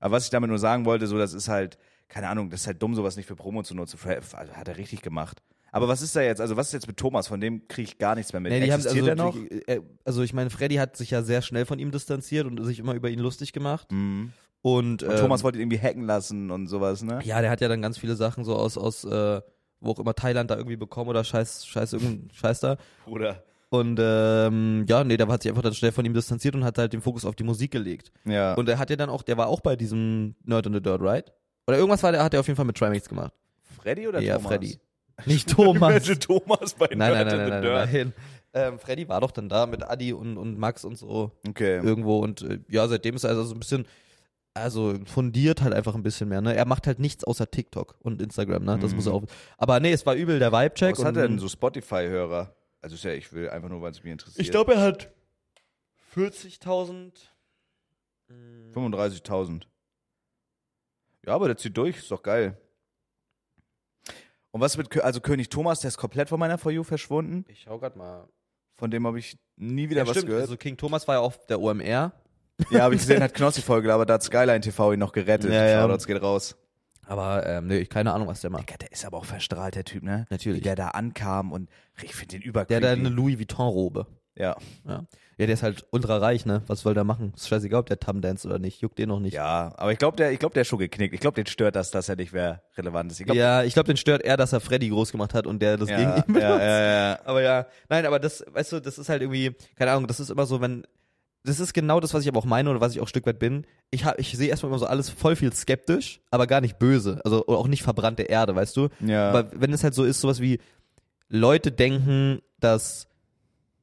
Speaker 2: Aber was ich damit nur sagen wollte, so, das ist halt, keine Ahnung, das ist halt dumm, sowas nicht für Promo zu nutzen. Fra- Also, hat er richtig gemacht. Aber was ist da jetzt? Also, was ist jetzt mit Thomas? Von dem kriege ich gar nichts mehr mit.
Speaker 1: Nee, die haben, also,
Speaker 2: Äh, Existiert der noch?
Speaker 1: äh, also ich meine, Freddy hat sich ja sehr schnell von ihm distanziert und sich immer über ihn lustig gemacht. Und,
Speaker 2: Mhm. Und
Speaker 1: ähm,
Speaker 2: Thomas wollte ihn irgendwie hacken lassen und sowas, ne?
Speaker 1: Ja, der hat ja dann ganz viele Sachen so aus, aus äh, wo auch immer Thailand da irgendwie bekommen oder Scheiß, Scheiß, irgendein Scheiß da.
Speaker 2: Bruder.
Speaker 1: Und ähm, ja, nee, der hat sich einfach dann schnell von ihm distanziert und hat halt den Fokus auf die Musik gelegt.
Speaker 2: Ja.
Speaker 1: Und er hat ja dann auch, der war auch bei diesem Nerd on the Dirt, right? Oder irgendwas war der, hat er auf jeden Fall mit Trimax gemacht.
Speaker 2: Freddy oder
Speaker 1: ja,
Speaker 2: Thomas?
Speaker 1: Freddy. Nicht Thomas.
Speaker 2: Thomas bei
Speaker 1: nein, nein, nein, nein, nein, nein. Ähm, Freddy war doch dann da mit Adi und, und Max und so
Speaker 2: Okay.
Speaker 1: irgendwo und äh, ja, seitdem ist er also so ein bisschen, also fundiert halt einfach ein bisschen mehr, ne? Er macht halt nichts außer TikTok und Instagram, ne? Das muss er auch. Aber nee, es war übel der Vibe-Check.
Speaker 2: Mhm. Was
Speaker 1: und-
Speaker 2: hat er denn so Spotify-Hörer? Also ist ja, ich will einfach nur, weil es mich interessiert.
Speaker 1: Ich glaube, er hat 40.000.
Speaker 2: Hm, 35.000. Ja, aber der zieht durch, ist doch geil. Und was mit, Kö- also König Thomas, der ist komplett von meiner For You verschwunden.
Speaker 1: Ich schau grad mal.
Speaker 2: Von dem habe ich nie wieder
Speaker 1: Ja,
Speaker 2: was
Speaker 1: stimmt.
Speaker 2: gehört.
Speaker 1: Also King Thomas war ja auf der OMR.
Speaker 2: ja, habe ich gesehen, hat Knossi-Folge, aber da hat Skyline TV ihn noch gerettet.
Speaker 1: Ja, ja.
Speaker 2: Shoutouts geht raus.
Speaker 1: Aber ähm, nee, ich keine Ahnung, was der macht.
Speaker 2: Der ist aber auch verstrahlt, der Typ, ne?
Speaker 1: Natürlich.
Speaker 2: Wie der da ankam und ich finde den über
Speaker 1: Der hat eine Louis Vuitton-Robe.
Speaker 2: Ja.
Speaker 1: Ja. ja, der ist halt ultra reich, ne? Was soll der machen? Ist scheißegal, ob der Tam dance oder nicht. Juckt den noch nicht.
Speaker 2: Ja, aber ich glaube, der, ich glaub, der ist schon geknickt. Ich glaube, den stört das, dass er nicht mehr relevant ist. Ich glaub,
Speaker 1: Ja, ich glaube, den stört eher, dass er Freddy groß gemacht hat und der das gegen ihn benutzt.
Speaker 2: ja, ja, ja.
Speaker 1: Aber ja, nein, aber das, weißt du, das ist halt irgendwie, keine Ahnung, das ist immer so, wenn, das ist genau das, was ich aber auch meine oder was ich auch ein Stück weit bin. Ich, hab- ich sehe erstmal immer so alles voll viel skeptisch, aber gar nicht böse. Also oder auch nicht verbrannte Erde, weißt du?
Speaker 2: Ja.
Speaker 1: Aber wenn es halt so ist, sowas wie Leute denken, dass,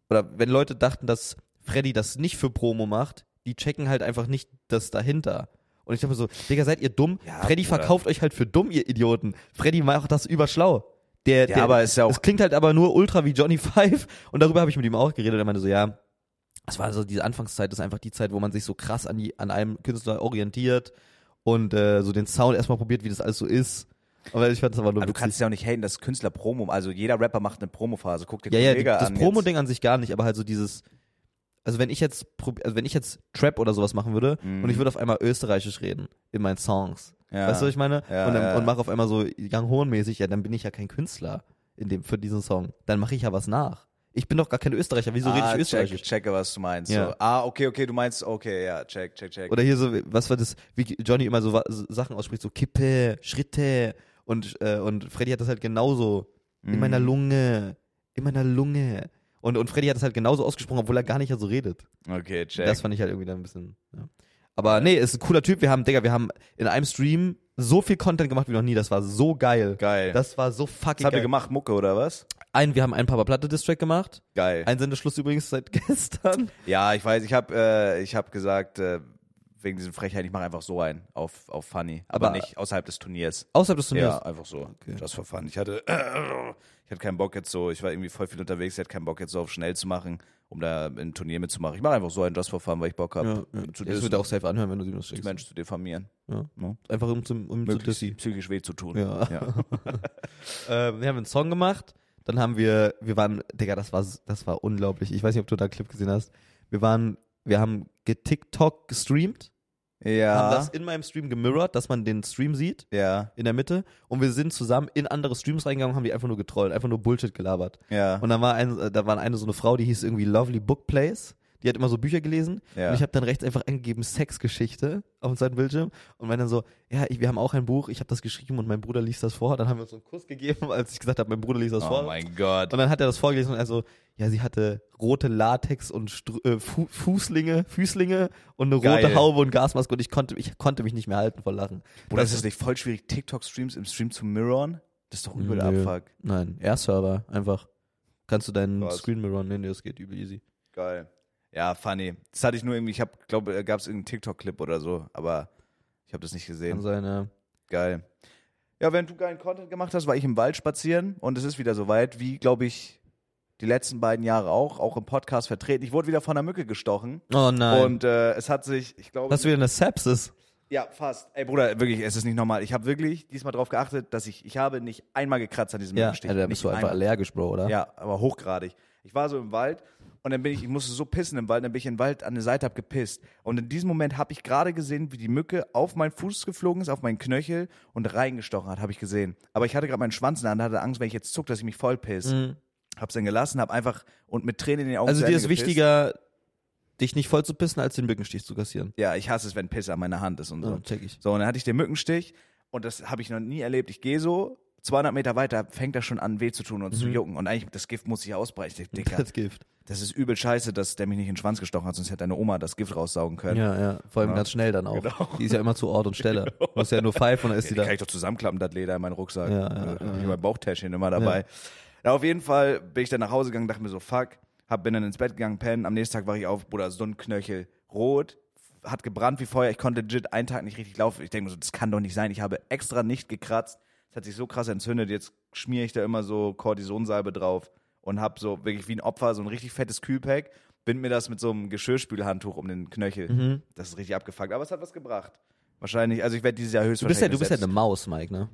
Speaker 1: oder wenn Leute dachten, dass Freddy das nicht für Promo macht, die checken halt einfach nicht das dahinter. Und ich dachte mir so, Digga, seid ihr dumm?
Speaker 2: Ja,
Speaker 1: Freddy
Speaker 2: Bruder.
Speaker 1: verkauft euch halt für dumm, ihr Idioten. Freddy macht das überschlau. Der,
Speaker 2: Ja,
Speaker 1: der,
Speaker 2: aber ist ja auch
Speaker 1: es klingt halt aber nur ultra wie Johnny Five. Und darüber habe ich mit ihm auch geredet. Er meinte so, ja, das war so diese Anfangszeit, das ist einfach die Zeit, wo man sich so krass an, die, an einem Künstler orientiert und äh, so den Sound erstmal probiert, wie das alles so ist. Aber ich fand es aber nur
Speaker 2: Aber du
Speaker 1: witzig.
Speaker 2: kannst ja auch nicht haten, das Künstler Promo, also jeder Rapper macht eine Promophase. Guck dir
Speaker 1: ja, ja, die,
Speaker 2: Kollege
Speaker 1: das
Speaker 2: an.
Speaker 1: Promo-Ding an sich gar nicht, aber halt so dieses, also wenn ich jetzt, prob- also wenn ich jetzt Trap oder sowas machen würde
Speaker 2: Mhm.
Speaker 1: und ich würde auf einmal österreichisch reden in meinen Songs,
Speaker 2: jetzt. Ja.
Speaker 1: weißt du, was ich meine?
Speaker 2: Ja,
Speaker 1: und, dann-
Speaker 2: ja.
Speaker 1: und mache auf einmal so Young Horn-mäßig, ja, dann bin ich ja kein Künstler in dem, für diesen Song. Dann mache ich ja was nach. Ich bin doch gar kein Österreicher, wieso rede ich
Speaker 2: ah, check,
Speaker 1: österreichisch?
Speaker 2: checke, was du meinst.
Speaker 1: Ja.
Speaker 2: So. Ah, okay, okay, du meinst, okay, ja, check, check, check.
Speaker 1: Oder hier so, was war das, wie Johnny immer so wa- so Sachen ausspricht, so Kippe, Schritte und, äh, und Freddy hat das halt genauso in
Speaker 2: Mhm.
Speaker 1: meiner Lunge, in meiner Lunge. Und, und Freddy hat das halt genauso ausgesprochen, obwohl er gar nicht so redet.
Speaker 2: okay, check.
Speaker 1: Das fand ich halt irgendwie dann ein bisschen. Ja. Aber nee, ist ein cooler Typ. Wir haben, Digga, wir haben in einem Stream so viel Content gemacht wie noch nie. Das war so geil.
Speaker 2: Geil.
Speaker 1: Das war so
Speaker 2: was
Speaker 1: fucking
Speaker 2: habt ihr
Speaker 1: geil.
Speaker 2: gemacht? Mucke oder was?
Speaker 1: Ein, wir haben einen Papa Platte Distrack gemacht.
Speaker 2: Geil.
Speaker 1: Einsendeschluss übrigens seit gestern.
Speaker 2: Ja, ich weiß, ich habe äh, ich hab gesagt, äh, wegen diesen Frechheit, ich mache einfach so ein auf, auf Funny. Aber,
Speaker 1: Aber-
Speaker 2: nicht außerhalb des Turniers.
Speaker 1: Außerhalb des Turniers.
Speaker 2: Ja, einfach so. Das war fun. Ich hatte, ich hatte keinen Bock jetzt so, ich war irgendwie voll viel unterwegs, ich hatte keinen Bock jetzt so auf schnell zu machen, um da ein Turnier mitzumachen. Ich mache einfach so einen Just for Fun, weil ich Bock habe,
Speaker 1: Ja, ja.
Speaker 2: zu
Speaker 1: Das wird
Speaker 2: dissen,
Speaker 1: er auch safe anhören, wenn du sie das
Speaker 2: die
Speaker 1: schickst.
Speaker 2: Menschen zu diffamieren.
Speaker 1: Ja.
Speaker 2: Ne?
Speaker 1: Einfach um, zum, um zu
Speaker 2: Möglichst
Speaker 1: Dissi.
Speaker 2: psychisch weh zu tun.
Speaker 1: Ja.
Speaker 2: Ja.
Speaker 1: Ähm, wir haben einen Song gemacht, dann haben wir, wir waren, Digga, das war, das war unglaublich. Ich weiß nicht, ob du da einen Clip gesehen hast. Wir waren, wir haben getiktok gestreamt, haben das
Speaker 2: ja.
Speaker 1: in meinem Stream gemirrored, dass man den Stream sieht
Speaker 2: Ja,
Speaker 1: in der Mitte und wir sind zusammen in andere Streams reingegangen und haben die einfach nur getrollt, einfach nur Bullshit gelabert.
Speaker 2: ja.
Speaker 1: Und dann war ein, äh, da war eine so eine Frau, die hieß irgendwie Lovely Book Place. Die hat immer so Bücher gelesen
Speaker 2: Ja.
Speaker 1: und ich habe dann rechts einfach angegeben Sexgeschichte auf seinem Bildschirm und meinte dann so, ja, ich, wir haben auch ein Buch, ich habe das geschrieben und mein Bruder liest das vor. Dann haben wir uns so einen Kuss gegeben, als ich gesagt habe, mein Bruder liest das
Speaker 2: oh
Speaker 1: vor.
Speaker 2: mein Gott.
Speaker 1: Und dann hat er das vorgelesen und also, ja, sie hatte rote Latex und Stru äh, Fu Fußlinge, Füßlinge und eine
Speaker 2: Geil.
Speaker 1: rote Haube und Gasmaske und ich konnte, ich konnte mich nicht mehr halten vor Lachen.
Speaker 2: Bruder, ist das nicht voll schwierig, TikTok-Streams im Stream zu mirrorn? Das ist doch übel der
Speaker 1: Nö.
Speaker 2: Abfuck.
Speaker 1: Nein, Air-Server einfach. Kannst du deinen
Speaker 2: Krass.
Speaker 1: Screen mirror nehmen, das geht übel easy.
Speaker 2: Geil. Ja, funny. Das hatte ich nur irgendwie, ich habe, glaube, gab es irgendeinen TikTok-Clip oder so, aber ich habe das nicht gesehen.
Speaker 1: Kann sein, ja.
Speaker 2: Geil. Ja, wenn du geilen Content gemacht hast, war ich im Wald spazieren und es ist wieder soweit, wie, glaube ich, die letzten beiden Jahre auch, auch im Podcast vertreten. Ich wurde wieder von einer Mücke gestochen.
Speaker 1: Oh nein.
Speaker 2: Und äh, es hat sich, ich glaube,
Speaker 1: Hast du wieder eine Sepsis?
Speaker 2: ja, fast. Ey, Bruder, wirklich, es ist nicht normal. Ich habe wirklich diesmal darauf geachtet, dass ich, ich habe nicht einmal gekratzt an diesem
Speaker 1: Ja,
Speaker 2: Mückenstich.
Speaker 1: Alter, da bist
Speaker 2: Nicht
Speaker 1: du einfach
Speaker 2: einmal.
Speaker 1: allergisch, Bro, oder?
Speaker 2: Ja, aber hochgradig. Ich war so im Wald und dann bin ich, ich musste so pissen im Wald, dann bin ich im Wald an der Seite hab gepisst. Und in diesem Moment habe ich gerade gesehen, wie die Mücke auf meinen Fuß geflogen ist, auf meinen Knöchel und reingestochen hat, habe ich gesehen. Aber ich hatte gerade meinen Schwanz in der Hand, hatte Angst, wenn ich jetzt zuck, dass ich mich voll piss. Hab's dann gelassen, hab einfach und mit Tränen in den Augen
Speaker 1: Mhm. Also
Speaker 2: zu
Speaker 1: dir
Speaker 2: Ende
Speaker 1: ist
Speaker 2: gepisst.
Speaker 1: wichtiger, dich nicht voll zu pissen, als den Mückenstich zu kassieren.
Speaker 2: Ja, ich hasse es, wenn Pisse an meiner Hand ist und so.
Speaker 1: Ja, check ich.
Speaker 2: So, und dann hatte ich den Mückenstich und das habe ich noch nie erlebt. Ich gehe so 200 Meter weiter, fängt das schon an, weh zu tun und zu jucken. Und eigentlich, das Gift muss ich ausbrechen. Ich denk, Dicker,
Speaker 1: Mhm. Das Gift.
Speaker 2: Das ist übel scheiße, dass der mich nicht in den Schwanz gestochen hat, sonst hätte deine Oma das Gift raussaugen können.
Speaker 1: Ja, ja. Vor allem ganz schnell dann auch.
Speaker 2: Genau.
Speaker 1: Die ist ja immer zu Ort und Stelle. Du musst ja nur pfeifen und dann ist
Speaker 2: Die
Speaker 1: die da.
Speaker 2: kann ich doch zusammenklappen, das Leder in meinen Rucksack. Äh,
Speaker 1: Ja, ja,
Speaker 2: Da hab ich mein Bauchtäschchen immer dabei. Na, auf jeden Fall bin ich dann nach Hause gegangen, dachte mir so, fuck, hab, bin dann ins Bett gegangen, pennen. Am nächsten Tag war ich auf, Bruder, so ein Knöchel rot, f- hat gebrannt wie Feuer. Ich konnte legit einen Tag nicht richtig laufen. Ich denke mir so, das kann doch nicht sein. Ich habe extra nicht gekratzt. Es hat sich so krass entzündet. Jetzt schmiere ich da immer so Kortisonsalbe drauf und hab so wirklich wie ein Opfer so ein richtig fettes Kühlpack. Bind mir das mit so einem Geschirrspülhandtuch um den Knöchel.
Speaker 1: Mhm.
Speaker 2: Das ist richtig abgefuckt. Aber es hat was gebracht. Wahrscheinlich, also ich werde dieses Jahr
Speaker 1: Du bist
Speaker 2: höchstwahrscheinlich.
Speaker 1: ja, du bist ja
Speaker 2: selbst-
Speaker 1: eine Maus, Mike, ne?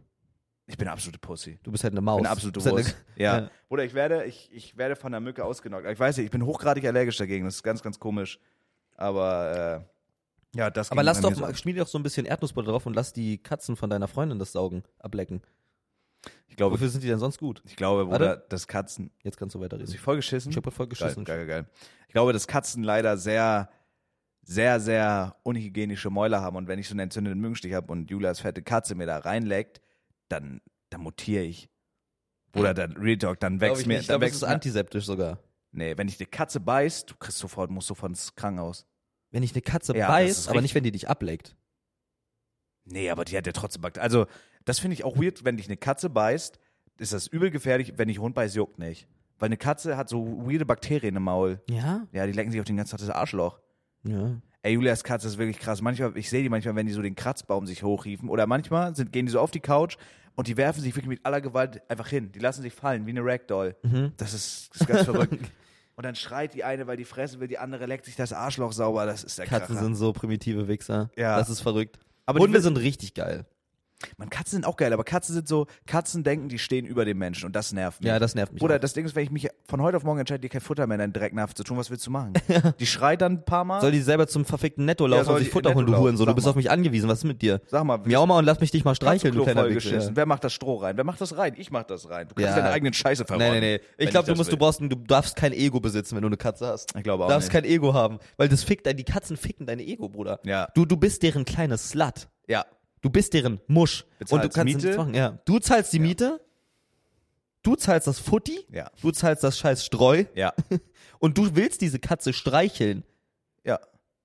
Speaker 2: Ich bin eine absolute Pussy.
Speaker 1: Du bist halt eine Maus.
Speaker 2: Ich bin eine absolute
Speaker 1: Du bist halt
Speaker 2: Wurst. Ja.
Speaker 1: ja.
Speaker 2: Oder ich werde, ich, ich werde von der Mücke ausgenockt. Ich weiß nicht, ich bin hochgradig allergisch dagegen. Das ist ganz, ganz komisch. Aber äh, ja, das
Speaker 1: Aber
Speaker 2: ging
Speaker 1: lass
Speaker 2: bei
Speaker 1: doch,
Speaker 2: mir so
Speaker 1: mal-
Speaker 2: ab.
Speaker 1: schmier doch so ein bisschen Erdnussbutter drauf und lass die Katzen von deiner Freundin das Saugen ablecken.
Speaker 2: Ich glaube,
Speaker 1: Wofür sind die denn sonst gut?
Speaker 2: ich glaube, Bruder,
Speaker 1: Warte.
Speaker 2: das Katzen.
Speaker 1: Jetzt kannst du
Speaker 2: Ist
Speaker 1: weiterreden.
Speaker 2: sie voll geschissen?
Speaker 1: Ich hab grad voll geschissen.
Speaker 2: Geil, geil, geil. Ich glaube, dass Katzen leider sehr, sehr, sehr unhygienische Mäuler haben. Und wenn ich so einen entzündeten Mückenstich habe und Julias fette Katze mir da reinleckt, dann, dann mutiere ich. Oder dann Real Talk, dann
Speaker 1: Glaub
Speaker 2: wächst
Speaker 1: ich
Speaker 2: mir.
Speaker 1: nicht. Ich
Speaker 2: dann
Speaker 1: glaube, es
Speaker 2: wächst
Speaker 1: ist
Speaker 2: mir-
Speaker 1: antiseptisch sogar.
Speaker 2: Nee, wenn ich eine Katze beißt, du kriegst sofort, musst sofort ins Krankenhaus.
Speaker 1: Wenn ich eine Katze
Speaker 2: Ja, das ist
Speaker 1: beißt, aber
Speaker 2: richtig.
Speaker 1: nicht, wenn die dich ableckt.
Speaker 2: Nee, aber die hat ja trotzdem Bakterien. Also, das finde ich auch weird, wenn dich eine Katze beißt, ist das übel gefährlich. Wenn dich ein Hund beißt, juckt nicht. Weil eine Katze hat so weirde Bakterien im Maul.
Speaker 1: Ja?
Speaker 2: Ja, die lecken sich auf den ganzen Tag das Arschloch.
Speaker 1: Ja.
Speaker 2: Ey, Julias Katze ist wirklich krass. Manchmal, ich sehe die manchmal, wenn die so den Kratzbaum sich hochriefen. Oder manchmal sind, gehen die so auf die Couch und die werfen sich wirklich mit aller Gewalt einfach hin. Die lassen sich fallen, wie eine Ragdoll.
Speaker 1: Mhm.
Speaker 2: Das, ist, das ist ganz verrückt. Und dann schreit die eine, weil die fressen will, die andere leckt sich das Arschloch sauber. Das ist der
Speaker 1: Katzen
Speaker 2: Kracher.
Speaker 1: sind so primitive Wichser.
Speaker 2: Ja.
Speaker 1: Das ist verrückt.
Speaker 2: Aber
Speaker 1: Aber
Speaker 2: die
Speaker 1: Hunde
Speaker 2: will-
Speaker 1: sind richtig geil.
Speaker 2: Man, Katzen sind auch geil, aber Katzen sind so, Katzen denken, die stehen über dem Menschen und das nervt mich.
Speaker 1: Ja, das nervt mich
Speaker 2: Oder
Speaker 1: auch.
Speaker 2: das Ding ist, wenn ich mich von heute auf morgen entscheide, dir kein Futter mehr in deinen Drecknapf zu tun, was willst du machen? die schreit dann ein paar Mal.
Speaker 1: Soll die selber zum verfickten Netto laufen
Speaker 2: soll
Speaker 1: und sich
Speaker 2: die
Speaker 1: Futter holen,
Speaker 2: Netto
Speaker 1: du
Speaker 2: laufen,
Speaker 1: Hurensohn?
Speaker 2: sag
Speaker 1: Du bist
Speaker 2: mal.
Speaker 1: auf mich angewiesen. Was ist mit dir?
Speaker 2: Sag mal,
Speaker 1: Miau mal und lass mich dich mal streicheln, du
Speaker 2: Klo
Speaker 1: kleiner
Speaker 2: voll
Speaker 1: Wichser.
Speaker 2: geschissen.
Speaker 1: Ja.
Speaker 2: Wer macht das Stroh rein? Wer macht das rein? Ich mach das rein. Du kannst
Speaker 1: Ja.
Speaker 2: deine eigenen Scheiße verrotten.
Speaker 1: Nee, nee, nee.
Speaker 2: wenn
Speaker 1: Ich glaube, du
Speaker 2: das
Speaker 1: musst, du
Speaker 2: will.
Speaker 1: brauchst, ein- du darfst kein Ego besitzen, wenn du eine Katze hast.
Speaker 2: Ich glaube auch
Speaker 1: Du darfst
Speaker 2: nicht.
Speaker 1: kein Ego haben, weil das fickt dein, die Katzen ficken deine Ego, Bruder.
Speaker 2: Ja.
Speaker 1: Du, du bist deren kleines Slut.
Speaker 2: Ja.
Speaker 1: Du bist deren Musch.
Speaker 2: Bezahlst
Speaker 1: und du kannst
Speaker 2: Miete.
Speaker 1: nichts machen. Ja. Du zahlst die Miete. Du zahlst das Futti.
Speaker 2: Ja.
Speaker 1: Du zahlst das scheiß Streu.
Speaker 2: Ja.
Speaker 1: Und du willst diese Katze streicheln.
Speaker 2: Ja.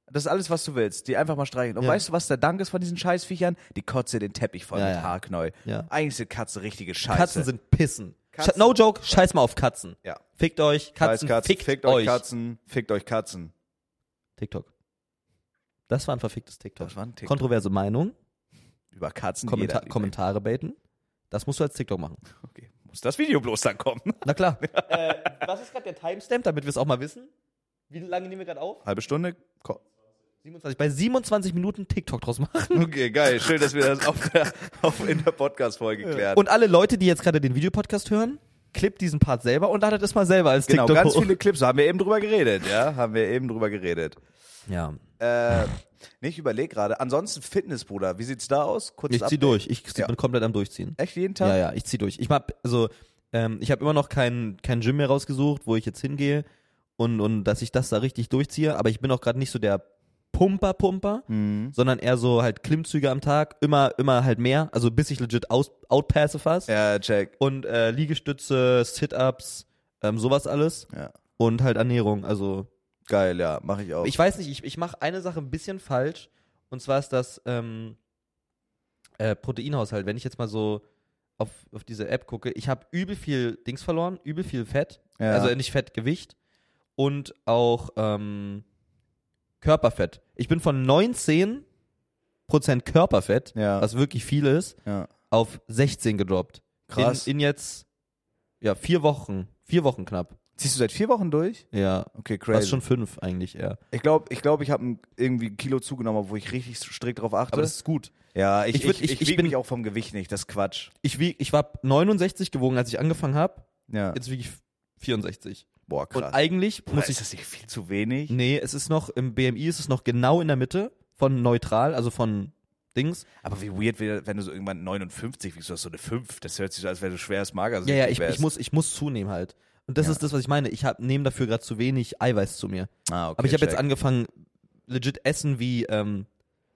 Speaker 2: Das ist alles, was du willst. Die einfach mal streicheln. Und
Speaker 1: Ja.
Speaker 2: weißt du, was der Dank ist von diesen Scheißviechern? Die kotze den Teppich voll
Speaker 1: Ja,
Speaker 2: mit
Speaker 1: ja.
Speaker 2: Haarknäuel.
Speaker 1: Ja.
Speaker 2: Eigentlich sind Katzen richtige Scheiße.
Speaker 1: Katzen sind Pissen.
Speaker 2: Katzen-
Speaker 1: Sch- No joke, scheiß mal auf Katzen.
Speaker 2: Ja.
Speaker 1: Fickt euch, Katzen,
Speaker 2: Scheiß Katzen,
Speaker 1: fickt,
Speaker 2: fickt
Speaker 1: euch.
Speaker 2: Katzen, fickt euch Katzen.
Speaker 1: TikTok. Das war ein verficktes TikTok.
Speaker 2: Das war ein TikTok.
Speaker 1: Kontroverse Meinung,
Speaker 2: Über Katzen.
Speaker 1: Kommenta
Speaker 2: jeder,
Speaker 1: Kommentare baiten. Das musst du als TikTok machen.
Speaker 2: Okay. Muss das Video bloß dann kommen.
Speaker 1: Na klar. äh, was ist gerade der Timestamp, damit wir es auch mal wissen? Wie lange nehmen wir gerade auf?
Speaker 2: Halbe Stunde. Ko-
Speaker 1: 27. Bei 27 Minuten TikTok draus machen.
Speaker 2: Okay, geil. Schön, dass wir das auf der, auf in der Podcast-Folge klären.
Speaker 1: Und alle Leute, die jetzt gerade den Videopodcast hören, klippt diesen Part selber und ladet es mal selber als
Speaker 2: genau,
Speaker 1: TikTok
Speaker 2: ganz
Speaker 1: hoch.
Speaker 2: viele Clips. Haben wir eben drüber geredet, ja? Haben wir eben drüber geredet.
Speaker 1: Ja.
Speaker 2: Äh, nee, ich überlege gerade. Ansonsten Fitness, Bruder. Wie sieht's da aus? Kurzes
Speaker 1: Ich zieh
Speaker 2: Update.
Speaker 1: durch. Ich zieh-
Speaker 2: Ja.
Speaker 1: bin komplett am Durchziehen.
Speaker 2: Echt jeden Tag?
Speaker 1: Ja, ja, ich zieh durch. Ich hab, also, ähm, ich habe immer noch kein, kein Gym mehr rausgesucht, wo ich jetzt hingehe und, und dass ich das da richtig durchziehe, aber ich bin auch gerade nicht so der Pumper-Pumper,
Speaker 2: Mhm.
Speaker 1: sondern eher so halt Klimmzüge am Tag, immer, immer halt mehr, also bis ich legit aus, outpasse fast.
Speaker 2: Ja, check.
Speaker 1: Und äh, Liegestütze, Sit-Ups, ähm, sowas alles.
Speaker 2: Ja.
Speaker 1: Und halt Ernährung. Also,
Speaker 2: Geil, ja. Mache ich auch.
Speaker 1: ich weiß nicht, ich, ich mache eine Sache ein bisschen falsch. Und zwar ist das ähm, äh, Proteinhaushalt. Wenn ich jetzt mal so auf, auf diese App gucke, ich habe übel viel Dings verloren, übel viel Fett.
Speaker 2: Ja.
Speaker 1: Also äh, nicht Fett, Gewicht. Und auch ähm, Körperfett. Ich bin von 19% Körperfett,
Speaker 2: Ja.
Speaker 1: was wirklich viel ist,
Speaker 2: ja.
Speaker 1: auf 16 gedroppt.
Speaker 2: Krass.
Speaker 1: In, in jetzt, ja, vier Wochen. Vier Wochen knapp.
Speaker 2: Ziehst du seit vier Wochen durch?
Speaker 1: Ja.
Speaker 2: Okay, crazy.
Speaker 1: Fast Also schon fünf eigentlich eher.
Speaker 2: Ich glaube, ich, glaub, ich habe irgendwie ein Kilo zugenommen, wo ich richtig strikt drauf achte.
Speaker 1: Aber das ist gut.
Speaker 2: ja, ich,
Speaker 1: Ich würd-
Speaker 2: ich, ich,
Speaker 1: ich- ich
Speaker 2: wieg
Speaker 1: bin-
Speaker 2: mich auch vom Gewicht nicht. Das ist Quatsch.
Speaker 1: Ich, wieg, ich war 69 gewogen, als ich angefangen habe.
Speaker 2: Ja.
Speaker 1: Jetzt wiege ich 64.
Speaker 2: Boah, krass.
Speaker 1: Und eigentlich muss
Speaker 2: Muss
Speaker 1: ich. Mhm.
Speaker 2: ist das nicht viel zu wenig?
Speaker 1: Nee, es ist noch, im BMI ist es noch genau in der Mitte von neutral, also von Dings.
Speaker 2: Aber wie weird, wär- wenn du so irgendwann 59 wiegst, du hast so eine 5. Das hört sich so, als wäre du schweres Mager. Also
Speaker 1: Ja, ja, ich, ich, muss, ich muss zunehmen halt. Und das
Speaker 2: Ja.
Speaker 1: ist das, was ich meine. Ich nehme dafür gerade zu wenig Eiweiß zu mir.
Speaker 2: Ah, okay,
Speaker 1: Aber ich habe jetzt
Speaker 2: check.
Speaker 1: angefangen, legit Essen wie, ähm,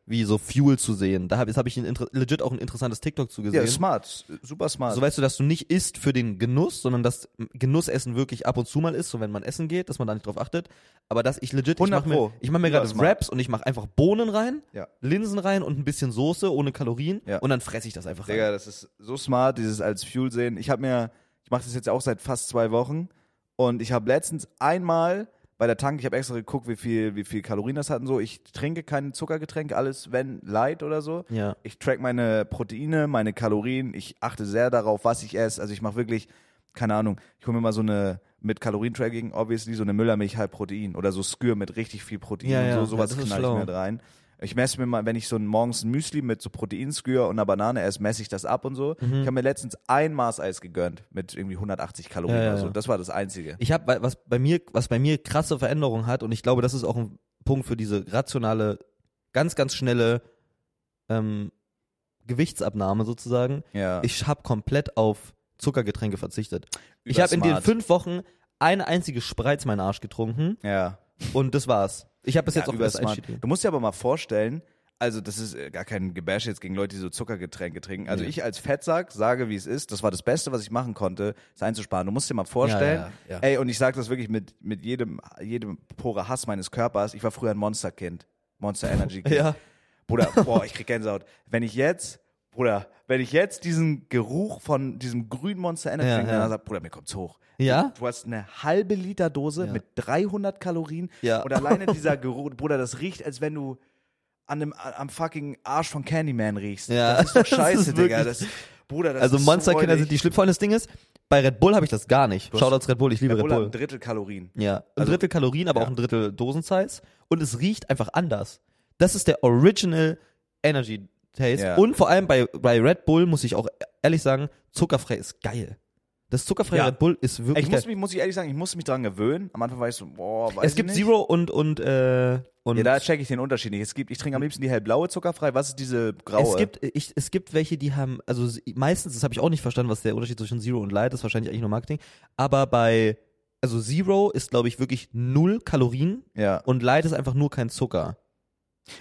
Speaker 1: wie so Fuel zu sehen. Da habe hab ich ein, inter- legit auch ein interessantes TikTok zu gesehen.
Speaker 2: Ja, smart. Super smart.
Speaker 1: So weißt du, dass du nicht isst für den Genuss, sondern dass Genussessen wirklich ab und zu mal ist, so wenn man essen geht, dass man da nicht drauf achtet. Aber dass ich legit, ich
Speaker 2: 100
Speaker 1: mache mir,
Speaker 2: Pro.
Speaker 1: ich mach mir gerade
Speaker 2: Übersmart.
Speaker 1: Wraps und ich mache einfach Bohnen rein,
Speaker 2: Ja.
Speaker 1: Linsen rein und ein bisschen Soße ohne Kalorien
Speaker 2: Ja.
Speaker 1: und dann fresse ich das einfach rein.
Speaker 2: Digga, das ist so smart, dieses als Fuel sehen. Ich habe mir, ich mache das jetzt auch seit fast zwei Wochen Und ich habe letztens einmal bei der Tank, ich habe extra geguckt, wie viel, wie viel Kalorien das hat und so. Ich trinke kein Zuckergetränk, alles wenn light oder so.
Speaker 1: Ja.
Speaker 2: Ich track meine Proteine, meine Kalorien. Ich achte sehr darauf, was ich esse. Also ich mache wirklich, keine Ahnung, ich hole mir mal so eine mit Kalorientracking, obviously, so eine Müllermilch halb Protein oder so Skür mit richtig viel Protein
Speaker 1: Ja,
Speaker 2: und
Speaker 1: ja.
Speaker 2: so, sowas
Speaker 1: Ja, das ist
Speaker 2: knall ich
Speaker 1: schlau.
Speaker 2: mir rein. Ich messe mir mal, wenn ich so ein morgens ein Müsli mit so Proteinskür und einer Banane esse, messe ich das ab und
Speaker 1: Mhm.
Speaker 2: so. Ich habe mir letztens ein Maß Eis gegönnt mit irgendwie 180 Kalorien
Speaker 1: Ja, ja,
Speaker 2: oder so.
Speaker 1: ja.
Speaker 2: Das war das Einzige.
Speaker 1: Ich habe was bei mir, was bei mir krasse Veränderungen hat und ich glaube, das ist auch ein Punkt für diese rationale, ganz ganz schnelle ähm, Gewichtsabnahme sozusagen.
Speaker 2: Ja.
Speaker 1: Ich habe komplett auf Zuckergetränke verzichtet. ich
Speaker 2: Übersmart.
Speaker 1: habe in den fünf Wochen eine einzige Spreiz meinen Arsch getrunken
Speaker 2: Ja.
Speaker 1: und das war's. Ich habe bis jetzt auch erst
Speaker 2: übersmart.
Speaker 1: einschieden.
Speaker 2: Du musst dir aber mal vorstellen, also das ist äh, gar kein Gebäsch jetzt gegen Leute, die so Zuckergetränke trinken. Also
Speaker 1: Nee.
Speaker 2: ich als Fettsack sage, wie es ist. Das war das Beste, was ich machen konnte, es einzusparen. Du musst dir mal vorstellen,
Speaker 1: ja, ja.
Speaker 2: ey, und ich sage das wirklich mit, mit jedem, jedem Pore Hass meines Körpers. Ich war früher ein Monsterkind. Monster Energy Kind.
Speaker 1: Ja.
Speaker 2: Bruder, boah, ich krieg Gänsehaut. Wenn ich jetzt, Bruder, wenn ich jetzt diesen Geruch von diesem grünen Monster Energy
Speaker 1: Ja,
Speaker 2: trinke,
Speaker 1: ja.
Speaker 2: dann sag, Bruder, mir kommt's hoch.
Speaker 1: Ja?
Speaker 2: Du hast eine halbe Liter Dose
Speaker 1: Ja.
Speaker 2: mit 300 Kalorien
Speaker 1: Ja.
Speaker 2: und alleine dieser Geruch, Bruder, das riecht, als wenn du an dem, am fucking Arsch von Candyman riechst.
Speaker 1: Ja,
Speaker 2: Das ist doch
Speaker 1: das
Speaker 2: scheiße,
Speaker 1: ist
Speaker 2: Digga.
Speaker 1: wirklich-
Speaker 2: Das, Bruder, das
Speaker 1: Also
Speaker 2: ist
Speaker 1: Monsterkinder
Speaker 2: so
Speaker 1: sind die schlimm. Vor allem das Ding ist, bei Red Bull habe ich das gar nicht.
Speaker 2: hast-
Speaker 1: Shoutouts Red Bull, ich liebe
Speaker 2: Red Bull hat ein
Speaker 1: Red Bull.
Speaker 2: Drittel Kalorien.
Speaker 1: Ja, ein
Speaker 2: Also-
Speaker 1: Drittel Kalorien, aber
Speaker 2: Ja.
Speaker 1: auch ein Drittel Dosensize. Und es riecht einfach anders. Das ist der Original Energy Taste.
Speaker 2: Ja.
Speaker 1: Und vor allem bei, bei Red Bull muss ich auch ehrlich sagen, zuckerfrei ist geil. Das zuckerfreie
Speaker 2: Ja.
Speaker 1: Red Bull ist wirklich
Speaker 2: Ich muss,
Speaker 1: geil.
Speaker 2: mich, muss ich ehrlich sagen, ich muss mich dran gewöhnen. Am Anfang war ich so, boah, weiß
Speaker 1: Es gibt
Speaker 2: ich nicht.
Speaker 1: Zero und und äh, und
Speaker 2: Ja, da checke ich den Unterschied nicht. Es gibt, ich trinke am liebsten die hellblaue zuckerfrei. Was ist diese graue?
Speaker 1: es gibt ich, es gibt welche, die haben also sie- meistens, das habe ich auch nicht verstanden, was der Unterschied zwischen Zero und Light ist, wahrscheinlich eigentlich nur Marketing, aber bei also Zero ist glaube ich wirklich null Kalorien
Speaker 2: ja.
Speaker 1: und Light ist einfach nur kein Zucker.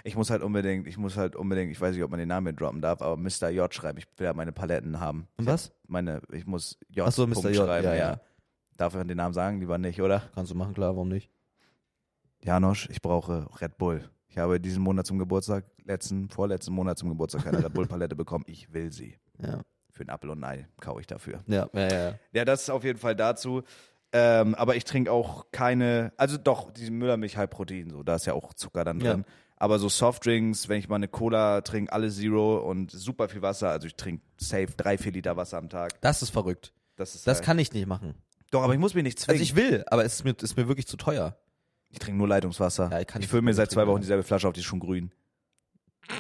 Speaker 2: Ich muss halt unbedingt, ich muss halt unbedingt, ich weiß nicht, ob man den Namen hier droppen darf, aber Mr. J schreiben. Ich will ja meine Paletten haben.
Speaker 1: Und was?
Speaker 2: Meine, ich muss J.
Speaker 1: Ach so, Mr.
Speaker 2: Punkt
Speaker 1: J,
Speaker 2: schreiben,
Speaker 1: ja,
Speaker 2: ja.
Speaker 1: ja.
Speaker 2: Darf ich den Namen sagen? Lieber nicht, oder?
Speaker 1: Kannst du machen, klar, warum nicht?
Speaker 2: Janosch, ich brauche Red Bull. Ich habe diesen Monat zum Geburtstag, letzten, vorletzten Monat zum Geburtstag keine Red Bull-Palette bekommen. Ich will sie.
Speaker 1: Ja.
Speaker 2: Für einen Apfel und ein Ei kaue ich dafür.
Speaker 1: Ja, ja, ja.
Speaker 2: Ja, das ist auf jeden Fall dazu. Ähm, aber ich trinke auch keine, also doch, diese Müllermilch Halbprotein, so, da ist ja auch Zucker dann
Speaker 1: Ja.
Speaker 2: drin. Aber so Softdrinks, wenn ich mal eine Cola trinke, alle Zero und super viel Wasser. Also ich trinke safe drei, vier Liter Wasser am Tag.
Speaker 1: Das ist verrückt.
Speaker 2: Das ist halt
Speaker 1: Das
Speaker 2: geil.
Speaker 1: kann ich nicht machen.
Speaker 2: Doch, aber ich muss mich nicht zwingen.
Speaker 1: Also ich will, aber es ist mir, ist mir wirklich zu teuer.
Speaker 2: ich trinke nur Leitungswasser.
Speaker 1: Ja, ich
Speaker 2: ich
Speaker 1: kann nicht
Speaker 2: fülle mir
Speaker 1: so viel
Speaker 2: seit zwei
Speaker 1: trinken,
Speaker 2: Wochen
Speaker 1: ja.
Speaker 2: dieselbe Flasche auf, die ist schon grün.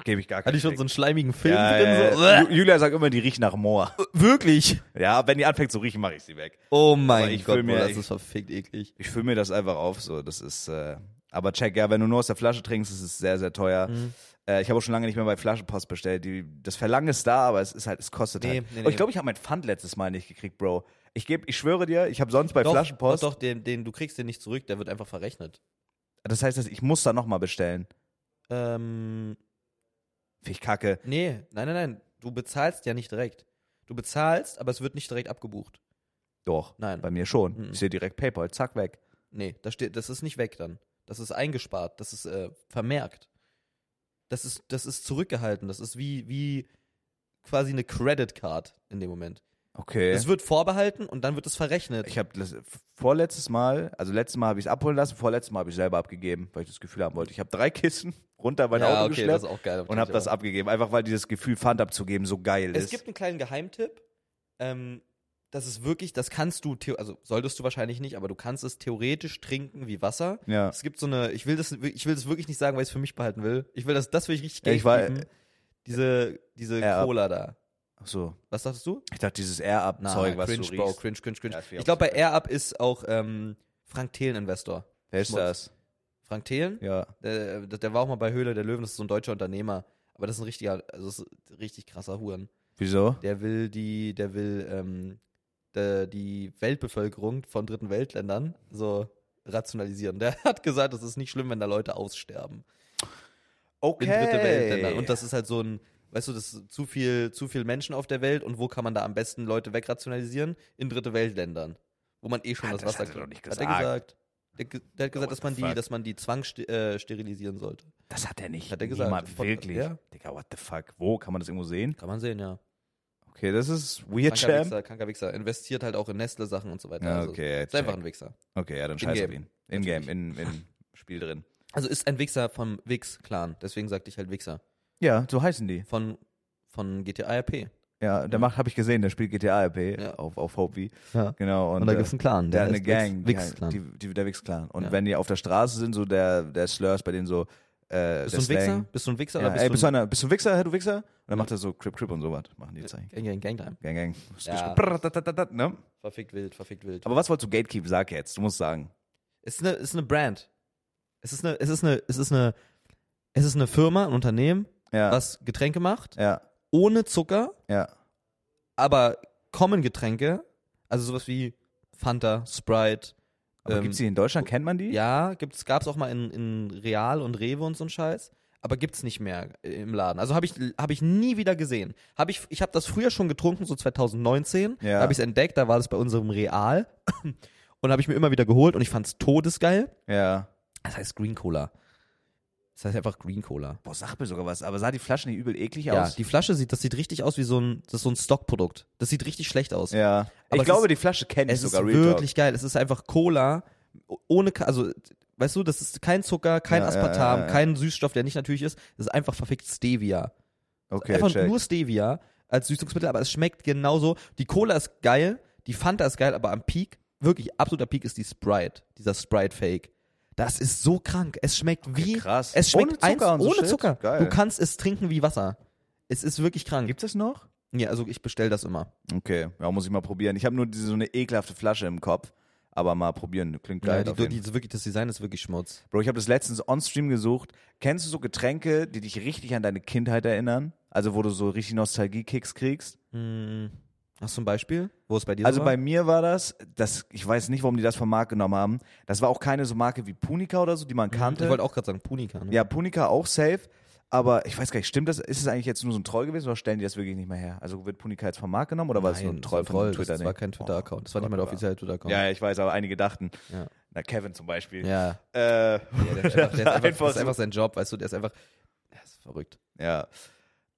Speaker 2: Gebe ich gar keinen.
Speaker 1: Hatte ich schon so einen schleimigen Film
Speaker 2: ja,
Speaker 1: drin?
Speaker 2: ja,
Speaker 1: So,
Speaker 2: ja. Ju- Julia sagt immer, die riecht nach Moor.
Speaker 1: wirklich?
Speaker 2: Ja, wenn die anfängt zu riechen, mache ich sie weg.
Speaker 1: Oh mein
Speaker 2: Aber ich
Speaker 1: Gott,
Speaker 2: fühl mir-
Speaker 1: Bro, das
Speaker 2: ich-
Speaker 1: ist verfickt eklig.
Speaker 2: Ich fülle mir das einfach auf, so, das ist, äh, aber check, ja, wenn du nur aus der Flasche trinkst, ist es sehr, sehr
Speaker 1: Mhm.
Speaker 2: teuer. Äh, ich habe auch schon lange nicht mehr bei Flaschenpost bestellt, die, das Verlangen ist da, aber es ist halt, es kostet
Speaker 1: Nee,
Speaker 2: halt.
Speaker 1: nee,
Speaker 2: Und
Speaker 1: nee.
Speaker 2: ich glaube, ich habe mein Pfand letztes Mal nicht gekriegt, Bro. Ich gebe, ich schwöre dir, ich habe sonst bei Flaschenpost,
Speaker 1: Doch, doch den, den, du kriegst den nicht zurück, der wird einfach verrechnet.
Speaker 2: das heißt, dass ich muss da nochmal bestellen.
Speaker 1: Ähm,
Speaker 2: Finde ich kacke.
Speaker 1: nee, nein, nein, nein. Du bezahlst ja nicht direkt. Du bezahlst, aber es wird nicht direkt abgebucht.
Speaker 2: Doch,
Speaker 1: Nein.
Speaker 2: bei mir schon.
Speaker 1: Mhm.
Speaker 2: Ich sehe direkt Paypal, zack, weg.
Speaker 1: Nee, das, steht, das ist nicht weg dann. Das ist eingespart, das ist äh, vermerkt. Das ist, das ist zurückgehalten. Das ist wie, wie quasi eine Credit Card in dem Moment.
Speaker 2: Okay.
Speaker 1: Es wird vorbehalten und dann wird es verrechnet.
Speaker 2: Ich habe das vorletztes Mal, also letztes Mal habe ich es abholen lassen, vorletztes Mal habe ich selber abgegeben, weil ich das Gefühl haben wollte. Ich habe drei Kissen runter mein Auto geschleppt.
Speaker 1: das ist auch geil.
Speaker 2: und habe das abgegeben, einfach weil dieses Gefühl Pfand abzugeben so geil
Speaker 1: Es
Speaker 2: ist.
Speaker 1: gibt einen kleinen Geheimtipp. Ähm, das ist wirklich, das kannst du, theo- also solltest du wahrscheinlich nicht, aber du kannst es theoretisch trinken wie Wasser.
Speaker 2: ja.
Speaker 1: Es gibt so eine, ich will das, ich will das wirklich nicht sagen, weil ich es für mich behalten will. Ich will das, das will ich richtig
Speaker 2: Ja, ich war-
Speaker 1: gatekeepen. Diese, diese
Speaker 2: Ja, ab-
Speaker 1: Cola da.
Speaker 2: Ach so,
Speaker 1: Was sagtest du?
Speaker 2: ich dachte dieses Air Up Zeug, was
Speaker 1: cringe,
Speaker 2: du
Speaker 1: Bro,
Speaker 2: riechst.
Speaker 1: cringe, cringe, cringe.
Speaker 2: Ja, das will ich
Speaker 1: ich
Speaker 2: auch
Speaker 1: glaube, bei
Speaker 2: nicht.
Speaker 1: Air Up ist auch ähm, Frank Thelen Investor.
Speaker 2: Wer ist
Speaker 1: Schmutz.
Speaker 2: das?
Speaker 1: Frank Thelen?
Speaker 2: Ja.
Speaker 1: Der, der war auch mal bei Höhle der Löwen, das ist so ein deutscher Unternehmer. Aber das ist ein richtiger, also das ist ein richtig krasser Huren.
Speaker 2: Wieso?
Speaker 1: Der will die, der will ähm, der, die Weltbevölkerung von dritten Weltländern so rationalisieren. Der hat gesagt, es ist nicht schlimm, wenn da Leute aussterben
Speaker 2: Okay.
Speaker 1: in dritte Weltländern. Und das ist halt so ein, weißt du, das ist zu viel, zu viel Menschen auf der Welt und wo kann man da am besten Leute wegrationalisieren? In dritte Weltländern. Wo man eh schon
Speaker 2: Hat-
Speaker 1: das
Speaker 2: Ah, das
Speaker 1: Wasser
Speaker 2: hat er doch nicht
Speaker 1: Hat er gesagt. Der, ge- der hat gesagt,
Speaker 2: what
Speaker 1: dass
Speaker 2: the
Speaker 1: man die,
Speaker 2: fuck?
Speaker 1: dass man die zwangssterilisieren äh, sterilisieren sollte.
Speaker 2: das hat er nicht.
Speaker 1: Hat er gesagt,
Speaker 2: Niemand,
Speaker 1: im Podcast,
Speaker 2: wirklich.
Speaker 1: ja.
Speaker 2: Digga, what the fuck? Wo kann man das irgendwo sehen?
Speaker 1: Kann man sehen, ja.
Speaker 2: Okay, das ist
Speaker 1: Kranker
Speaker 2: Weird Champ.
Speaker 1: Wichser, kranker Wichser. Investiert halt auch in Nestle-Sachen und so weiter.
Speaker 2: Ja,
Speaker 1: also,
Speaker 2: okay,
Speaker 1: ist einfach
Speaker 2: check.
Speaker 1: ein Wichser.
Speaker 2: Okay, ja, dann scheiß auf
Speaker 1: Game.
Speaker 2: ihn. In Game, in, in Spiel drin.
Speaker 1: Also ist ein Wichser vom Wix-Clan. Deswegen sagte ich halt Wichser.
Speaker 2: Ja, so heißen die.
Speaker 1: Von, von GTA RP.
Speaker 2: Ja, der macht, habe ich gesehen, der spielt GTA RP
Speaker 1: Ja.
Speaker 2: auf, auf Hope V.
Speaker 1: Ja.
Speaker 2: Genau. Und,
Speaker 1: Und da
Speaker 2: äh,
Speaker 1: gibt's einen Clan.
Speaker 2: Der
Speaker 1: Der
Speaker 2: hat eine
Speaker 1: heißt Wix-
Speaker 2: Gang.
Speaker 1: Wix-Clan.
Speaker 2: Die, die, der Wix-Clan. Und
Speaker 1: Ja.
Speaker 2: wenn die auf der Straße sind, so der, der Slurs bei denen so,
Speaker 1: Bist du
Speaker 2: äh, der
Speaker 1: ein Wichser?
Speaker 2: Slang.
Speaker 1: Bist du ein Wichser?
Speaker 2: Ja,
Speaker 1: oder bist
Speaker 2: ey,
Speaker 1: du
Speaker 2: bist du
Speaker 1: ein
Speaker 2: einer, bist du ein Wichser, hä, du Wichser? Und dann macht er so Crip Crip und sowas, machen die Zeichen.
Speaker 1: Gang, Gang, Gang, Gang.
Speaker 2: Gang, Gang.
Speaker 1: Ja.
Speaker 2: Brrr, dat, dat, dat, dat, ne?
Speaker 1: Verfickt wild, verfickt wild.
Speaker 2: Aber was wolltest du Gatekeep? Sag jetzt, du musst sagen.
Speaker 1: Es ist eine, es ist eine Brand. Es ist eine, es ist eine, es ist eine, es ist eine Firma, ein Unternehmen,
Speaker 2: Ja.
Speaker 1: was Getränke macht,
Speaker 2: Ja,
Speaker 1: ohne Zucker,
Speaker 2: ja.
Speaker 1: aber kommen Getränke, also sowas wie Fanta, Sprite.
Speaker 2: Aber
Speaker 1: ähm,
Speaker 2: gibt's die in Deutschland? Kennt man die?
Speaker 1: Ja, gibt's, gab's auch mal in, in Real und Rewe und so'n Scheiß. Aber gibt's nicht mehr im Laden. Also habe ich habe ich nie wieder gesehen. Habe ich ich habe das früher schon getrunken so 2019.
Speaker 2: Ja.
Speaker 1: Da habe ich es entdeckt. Da war das bei unserem Real und habe ich mir immer wieder geholt und ich fand's todesgeil.
Speaker 2: Ja.
Speaker 1: Das heißt Green Cola. Das heißt einfach Green Cola.
Speaker 2: Boah, sag mir sogar was. Aber sah die Flasche nicht übel eklig
Speaker 1: Ja,
Speaker 2: aus?
Speaker 1: die Flasche sieht, das sieht richtig aus wie so ein, das ist so ein Stockprodukt. Das sieht richtig schlecht aus.
Speaker 2: ja.
Speaker 1: Aber
Speaker 2: ich
Speaker 1: es
Speaker 2: glaube,
Speaker 1: ist-
Speaker 2: die Flasche kennt ich
Speaker 1: Es ist
Speaker 2: sogar Real Talk.
Speaker 1: wirklich geil. Es ist einfach Cola ohne, Ka- also weißt du, das ist kein Zucker, kein
Speaker 2: Ja, ja,
Speaker 1: Aspartam,
Speaker 2: ja, ja.
Speaker 1: kein Süßstoff, der nicht natürlich ist. Das ist einfach verfickt Stevia.
Speaker 2: Okay,
Speaker 1: einfach
Speaker 2: check.
Speaker 1: nur Stevia als Süßungsmittel, aber es schmeckt genauso. Die Cola ist geil, die Fanta ist geil, aber am Peak, wirklich absoluter Peak ist die Sprite, dieser Sprite Fake. Das ist so krank. Es schmeckt wie
Speaker 2: krass.
Speaker 1: es schmeckt
Speaker 2: Ohne Zucker
Speaker 1: eins,
Speaker 2: und so
Speaker 1: ohne
Speaker 2: Shit?
Speaker 1: Zucker.
Speaker 2: Geil.
Speaker 1: Du kannst es trinken wie Wasser. Es ist wirklich krank.
Speaker 2: Gibt's das noch?
Speaker 1: Ja, also ich bestell das immer.
Speaker 2: Okay, ja, muss ich mal probieren. Ich habe nur diese, so eine ekelhafte Flasche im Kopf. Aber mal probieren, klingt
Speaker 1: Ja,
Speaker 2: geil.
Speaker 1: die,
Speaker 2: auf jeden
Speaker 1: die, die, wirklich, das Design ist wirklich Schmutz.
Speaker 2: Bro, ich habe das letztens on-stream gesucht. Kennst du so Getränke, die dich richtig an deine Kindheit erinnern? Also wo du so richtig Nostalgie-Kicks kriegst?
Speaker 1: Hm. Hast du ein Beispiel, wo es bei dir
Speaker 2: Also
Speaker 1: so
Speaker 2: bei
Speaker 1: war?
Speaker 2: mir war das, das, ich weiß nicht, warum die das vom Markt genommen haben. Das war auch keine so Marke wie Punica oder so, die man kannte.
Speaker 1: Mhm, Ich wollte auch gerade sagen, Punika. Ne?
Speaker 2: ja, Punica auch safe. Aber ich weiß gar nicht, stimmt das? Ist es eigentlich jetzt nur so ein Troll gewesen oder stellen die das wirklich nicht mehr her? Also wird Punica jetzt vom Markt genommen oder war es nur ein
Speaker 1: das
Speaker 2: Troll
Speaker 1: war
Speaker 2: von
Speaker 1: das-
Speaker 2: Twitter?
Speaker 1: Das war kein Twitter-Account. Das war nicht mal der
Speaker 2: Gott,
Speaker 1: offizielle Twitter-Account.
Speaker 2: Ja, ja, ich weiß, aber einige dachten.
Speaker 1: Ja.
Speaker 2: Na, Kevin zum Beispiel.
Speaker 1: ja.
Speaker 2: Äh,
Speaker 1: Ja, der, ist einfach, der ist einfach,
Speaker 2: Einfach
Speaker 1: das ist
Speaker 2: so.
Speaker 1: einfach sein Job, weißt du, der ist einfach. Der ist verrückt.
Speaker 2: Ja.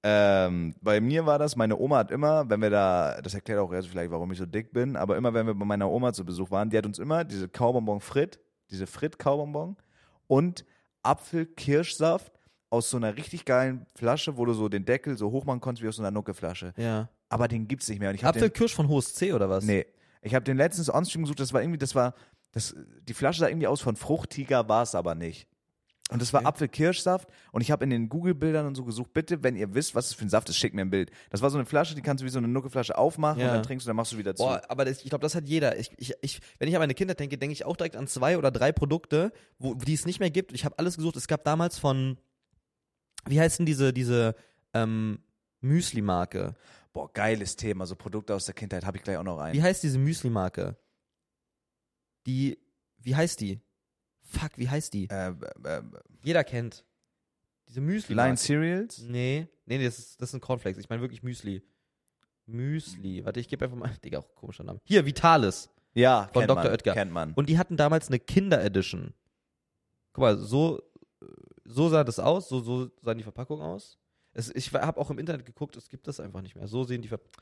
Speaker 2: Ähm, bei mir war das, meine Oma hat immer, wenn wir da, das erklärt auch erst vielleicht, warum ich so dick bin, aber immer, wenn wir bei meiner Oma zu Besuch waren, die hat uns immer diese Kaubonbon Frit, diese Frit-Kaubonbon und Apfel-Kirschsaft aus so einer richtig geilen Flasche, wo du so den Deckel so hoch machen konntest wie aus so einer Nucke-Flasche.
Speaker 1: Ja.
Speaker 2: Aber den gibt's nicht mehr. Und ich hab den-
Speaker 1: Apfelkirsch von Hohes C oder was?
Speaker 2: Nee. Ich habe den letztens on-stream gesucht, das war irgendwie, das war, das, die Flasche sah irgendwie aus von Fruchtiger, war es aber nicht. Und das war Apfelkirschsaft und ich habe in den Google-Bildern und so gesucht, bitte, wenn ihr wisst, was es für ein Saft ist, schickt mir ein Bild. Das war so eine Flasche, die kannst du wie so eine Nuckeflasche aufmachen und
Speaker 1: Ja.
Speaker 2: dann trinkst du, dann machst du wieder zu.
Speaker 1: Boah, aber das, ich glaube, das hat jeder. Ich, ich, ich, wenn ich an meine Kinder denke, denke ich auch direkt an zwei oder drei Produkte, wo, die es nicht mehr gibt. Ich habe alles gesucht. Es gab damals von, wie heißen diese, diese ähm, Müsli-Marke?
Speaker 2: Boah, geiles Thema, so Produkte aus der Kindheit, habe ich gleich auch noch einen.
Speaker 1: Wie heißt diese Müsli-Marke? Die, wie heißt die? Fuck, wie heißt die?
Speaker 2: Äh, äh,
Speaker 1: Jeder kennt. Diese
Speaker 2: Line
Speaker 1: Müsli-Marke.
Speaker 2: Cereals?
Speaker 1: Nee, nee, nee, das, ist, das sind Cornflakes. Ich meine wirklich Müsli. Müsli. Warte, ich gebe einfach mal. Digga, auch komischer Name. Hier, Vitalis.
Speaker 2: Ja,
Speaker 1: Von
Speaker 2: kennt
Speaker 1: Dr.
Speaker 2: man,
Speaker 1: Oetker.
Speaker 2: Kennt man.
Speaker 1: Und die hatten damals eine Kinder-Edition. Guck mal, so, so sah das aus, so, so sahen die Verpackungen aus. Es, ich habe auch im Internet geguckt, es gibt das einfach nicht mehr. So sehen die Verpackungen.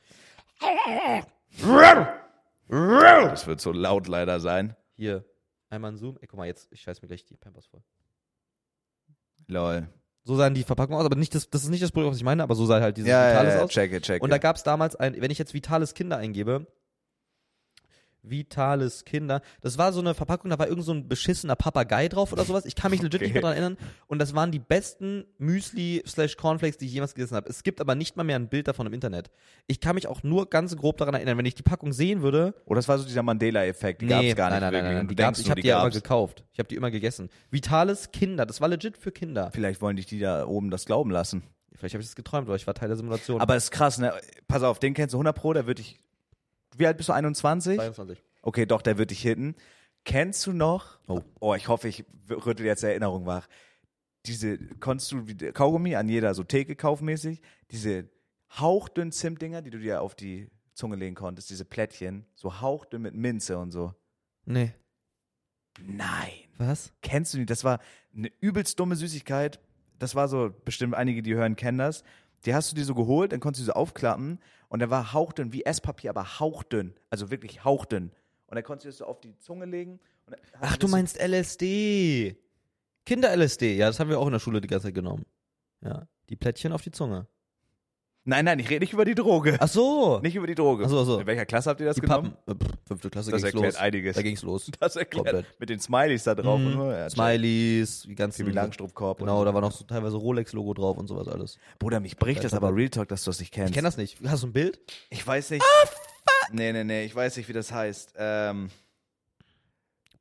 Speaker 2: das wird so laut leider sein.
Speaker 1: Hier, einmal ein Zoom. Ey, guck mal, jetzt, ich scheiß mir gleich die Pampers voll.
Speaker 2: Lol.
Speaker 1: So sahen die Verpackungen aus, aber nicht das, das ist nicht das Produkt, was ich meine, aber so sah halt dieses
Speaker 2: Ja, ja,
Speaker 1: Vitalis
Speaker 2: ja,
Speaker 1: aus.
Speaker 2: check it, check
Speaker 1: Und da
Speaker 2: it.
Speaker 1: gab es damals ein, wenn ich jetzt Vitales Kinder eingebe, Vitales Kinder, das war so eine Verpackung, da war irgend so ein beschissener Papagei drauf oder sowas. Ich kann mich legit
Speaker 2: Okay.
Speaker 1: nicht mehr dran erinnern. Und das waren die besten Müsli-Cornflakes, die ich jemals gegessen habe. Es gibt aber nicht mal mehr ein Bild davon im Internet. Ich kann mich auch nur ganz grob daran erinnern, wenn ich die Packung sehen würde.
Speaker 2: Oder Oh, das war so dieser Mandela-Effekt, die gab's gar
Speaker 1: nein, nein,
Speaker 2: nicht wirklich.
Speaker 1: nein, nein,
Speaker 2: Und
Speaker 1: die
Speaker 2: du denkst
Speaker 1: gab's, ich
Speaker 2: nur,
Speaker 1: habe die ja immer
Speaker 2: gab's.
Speaker 1: gekauft. Ich habe die immer gegessen. Vitales Kinder, das war legit für Kinder.
Speaker 2: Vielleicht wollen dich die da oben das glauben lassen.
Speaker 1: Vielleicht habe ich das geträumt, weil ich war Teil der Simulation.
Speaker 2: Aber ist krass, ne? Pass auf, den kennst du 100 Pro, der wird dich. Wie alt bist du? 21?
Speaker 1: 22.
Speaker 2: Okay, doch, der wird dich hitten. Kennst du noch?
Speaker 1: Oh.
Speaker 2: ich hoffe, ich rüttel jetzt Erinnerung wach. Diese, konntest du wie- Kaugummi an jeder so Theke kaufmäßig, diese hauchdünnen Zimtdinger, die du dir auf die Zunge legen konntest, diese Plättchen, so hauchdünn mit Minze und so.
Speaker 1: Nee.
Speaker 2: Nein.
Speaker 1: Was?
Speaker 2: Kennst du die? Das war eine übelst dumme Süßigkeit. Das war so, bestimmt einige, die hören, kennen das. Die hast du dir so geholt, dann konntest du sie so aufklappen und der war hauchdünn, wie Esspapier, aber hauchdünn. Also wirklich hauchdünn. Und dann konntest du das so auf die Zunge legen. Und dann hat
Speaker 1: Ach,
Speaker 2: ein
Speaker 1: du
Speaker 2: bisschen-
Speaker 1: meinst LSD. Kinder-LSD. Ja, das haben wir auch in der Schule die ganze Zeit genommen. Ja. Die Plättchen auf die Zunge.
Speaker 2: Nein, nein, ich rede nicht über die Droge.
Speaker 1: Ach so.
Speaker 2: Nicht über die Droge.
Speaker 1: Ach so, ach so.
Speaker 2: In welcher Klasse habt ihr das
Speaker 1: die
Speaker 2: genommen?
Speaker 1: Pappen. Äh, pff, fünfte Klasse
Speaker 2: Das
Speaker 1: ging's
Speaker 2: erklärt
Speaker 1: los.
Speaker 2: einiges.
Speaker 1: Da ging's los.
Speaker 2: Das erklärt.
Speaker 1: Komplett.
Speaker 2: Mit den Smileys da drauf.
Speaker 1: Mhm.
Speaker 2: Und, ja,
Speaker 1: Smileys, die ganzen.
Speaker 2: Pippi Langstrumpf-Korb und
Speaker 1: Genau,
Speaker 2: so.
Speaker 1: da war noch so teilweise Rolex-Logo drauf und sowas alles.
Speaker 2: Bruder, mich bricht das aber Real Talk, dass du das nicht kennst.
Speaker 1: Ich kenne das Ah, nicht. Hast du ein Bild?
Speaker 2: Ich weiß nicht. Nee, nee, nee, ich weiß nicht, wie das heißt. Ähm,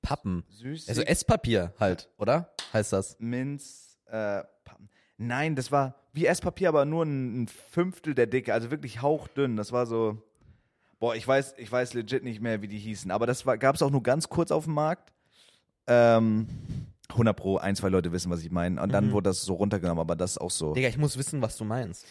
Speaker 1: Pappen.
Speaker 2: süß.
Speaker 1: Also Esspapier halt, oder? Heißt das?
Speaker 2: Minz, äh, Pappen. Nein, das war wie Esspapier, aber nur ein, ein Fünftel der Dicke, also wirklich hauchdünn. Das war so. Boah, ich weiß, ich weiß legit nicht mehr, wie die hießen, aber das gab es auch nur ganz kurz auf dem Markt. Ähm, 100 Pro, ein, zwei Leute wissen, was ich meine. Und
Speaker 1: Mhm.
Speaker 2: dann wurde das so runtergenommen, aber das ist auch so.
Speaker 1: Digga, ich muss wissen, was du meinst.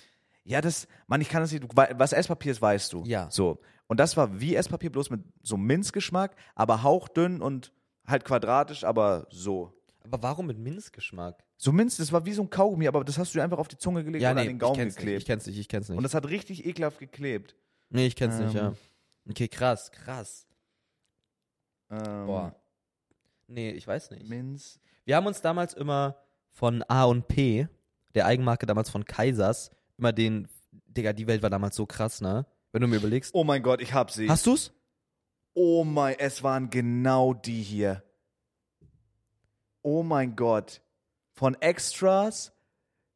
Speaker 2: Ja, das, Mann, ich kann das nicht. du- Was Esspapier ist, weißt du.
Speaker 1: Ja.
Speaker 2: So. Und das war wie Esspapier, bloß mit so Minzgeschmack, aber hauchdünn und halt quadratisch, aber so.
Speaker 1: Aber warum mit Minzgeschmack?
Speaker 2: So Minz, das war wie so ein Kaugummi, aber das hast du dir einfach auf die Zunge gelegt und an den
Speaker 1: ich
Speaker 2: Gaumen
Speaker 1: kenn's nicht.
Speaker 2: geklebt.
Speaker 1: Ich kenn's nicht, ich kenn's nicht.
Speaker 2: und das hat richtig ekelhaft geklebt.
Speaker 1: nee, ich kenn's nicht,
Speaker 2: Ähm.
Speaker 1: ja. Okay, krass, krass.
Speaker 2: Ähm,
Speaker 1: Boah. Nee, ich weiß nicht.
Speaker 2: Minz.
Speaker 1: Wir haben uns damals immer von A und P, der Eigenmarke damals von Kaisers, immer den, Digga, die Welt war damals so krass, ne? Wenn du mir überlegst.
Speaker 2: Oh mein Gott, ich hab sie.
Speaker 1: Hast du's?
Speaker 2: oh mein, es waren genau die hier. Oh mein Gott. Von Extras,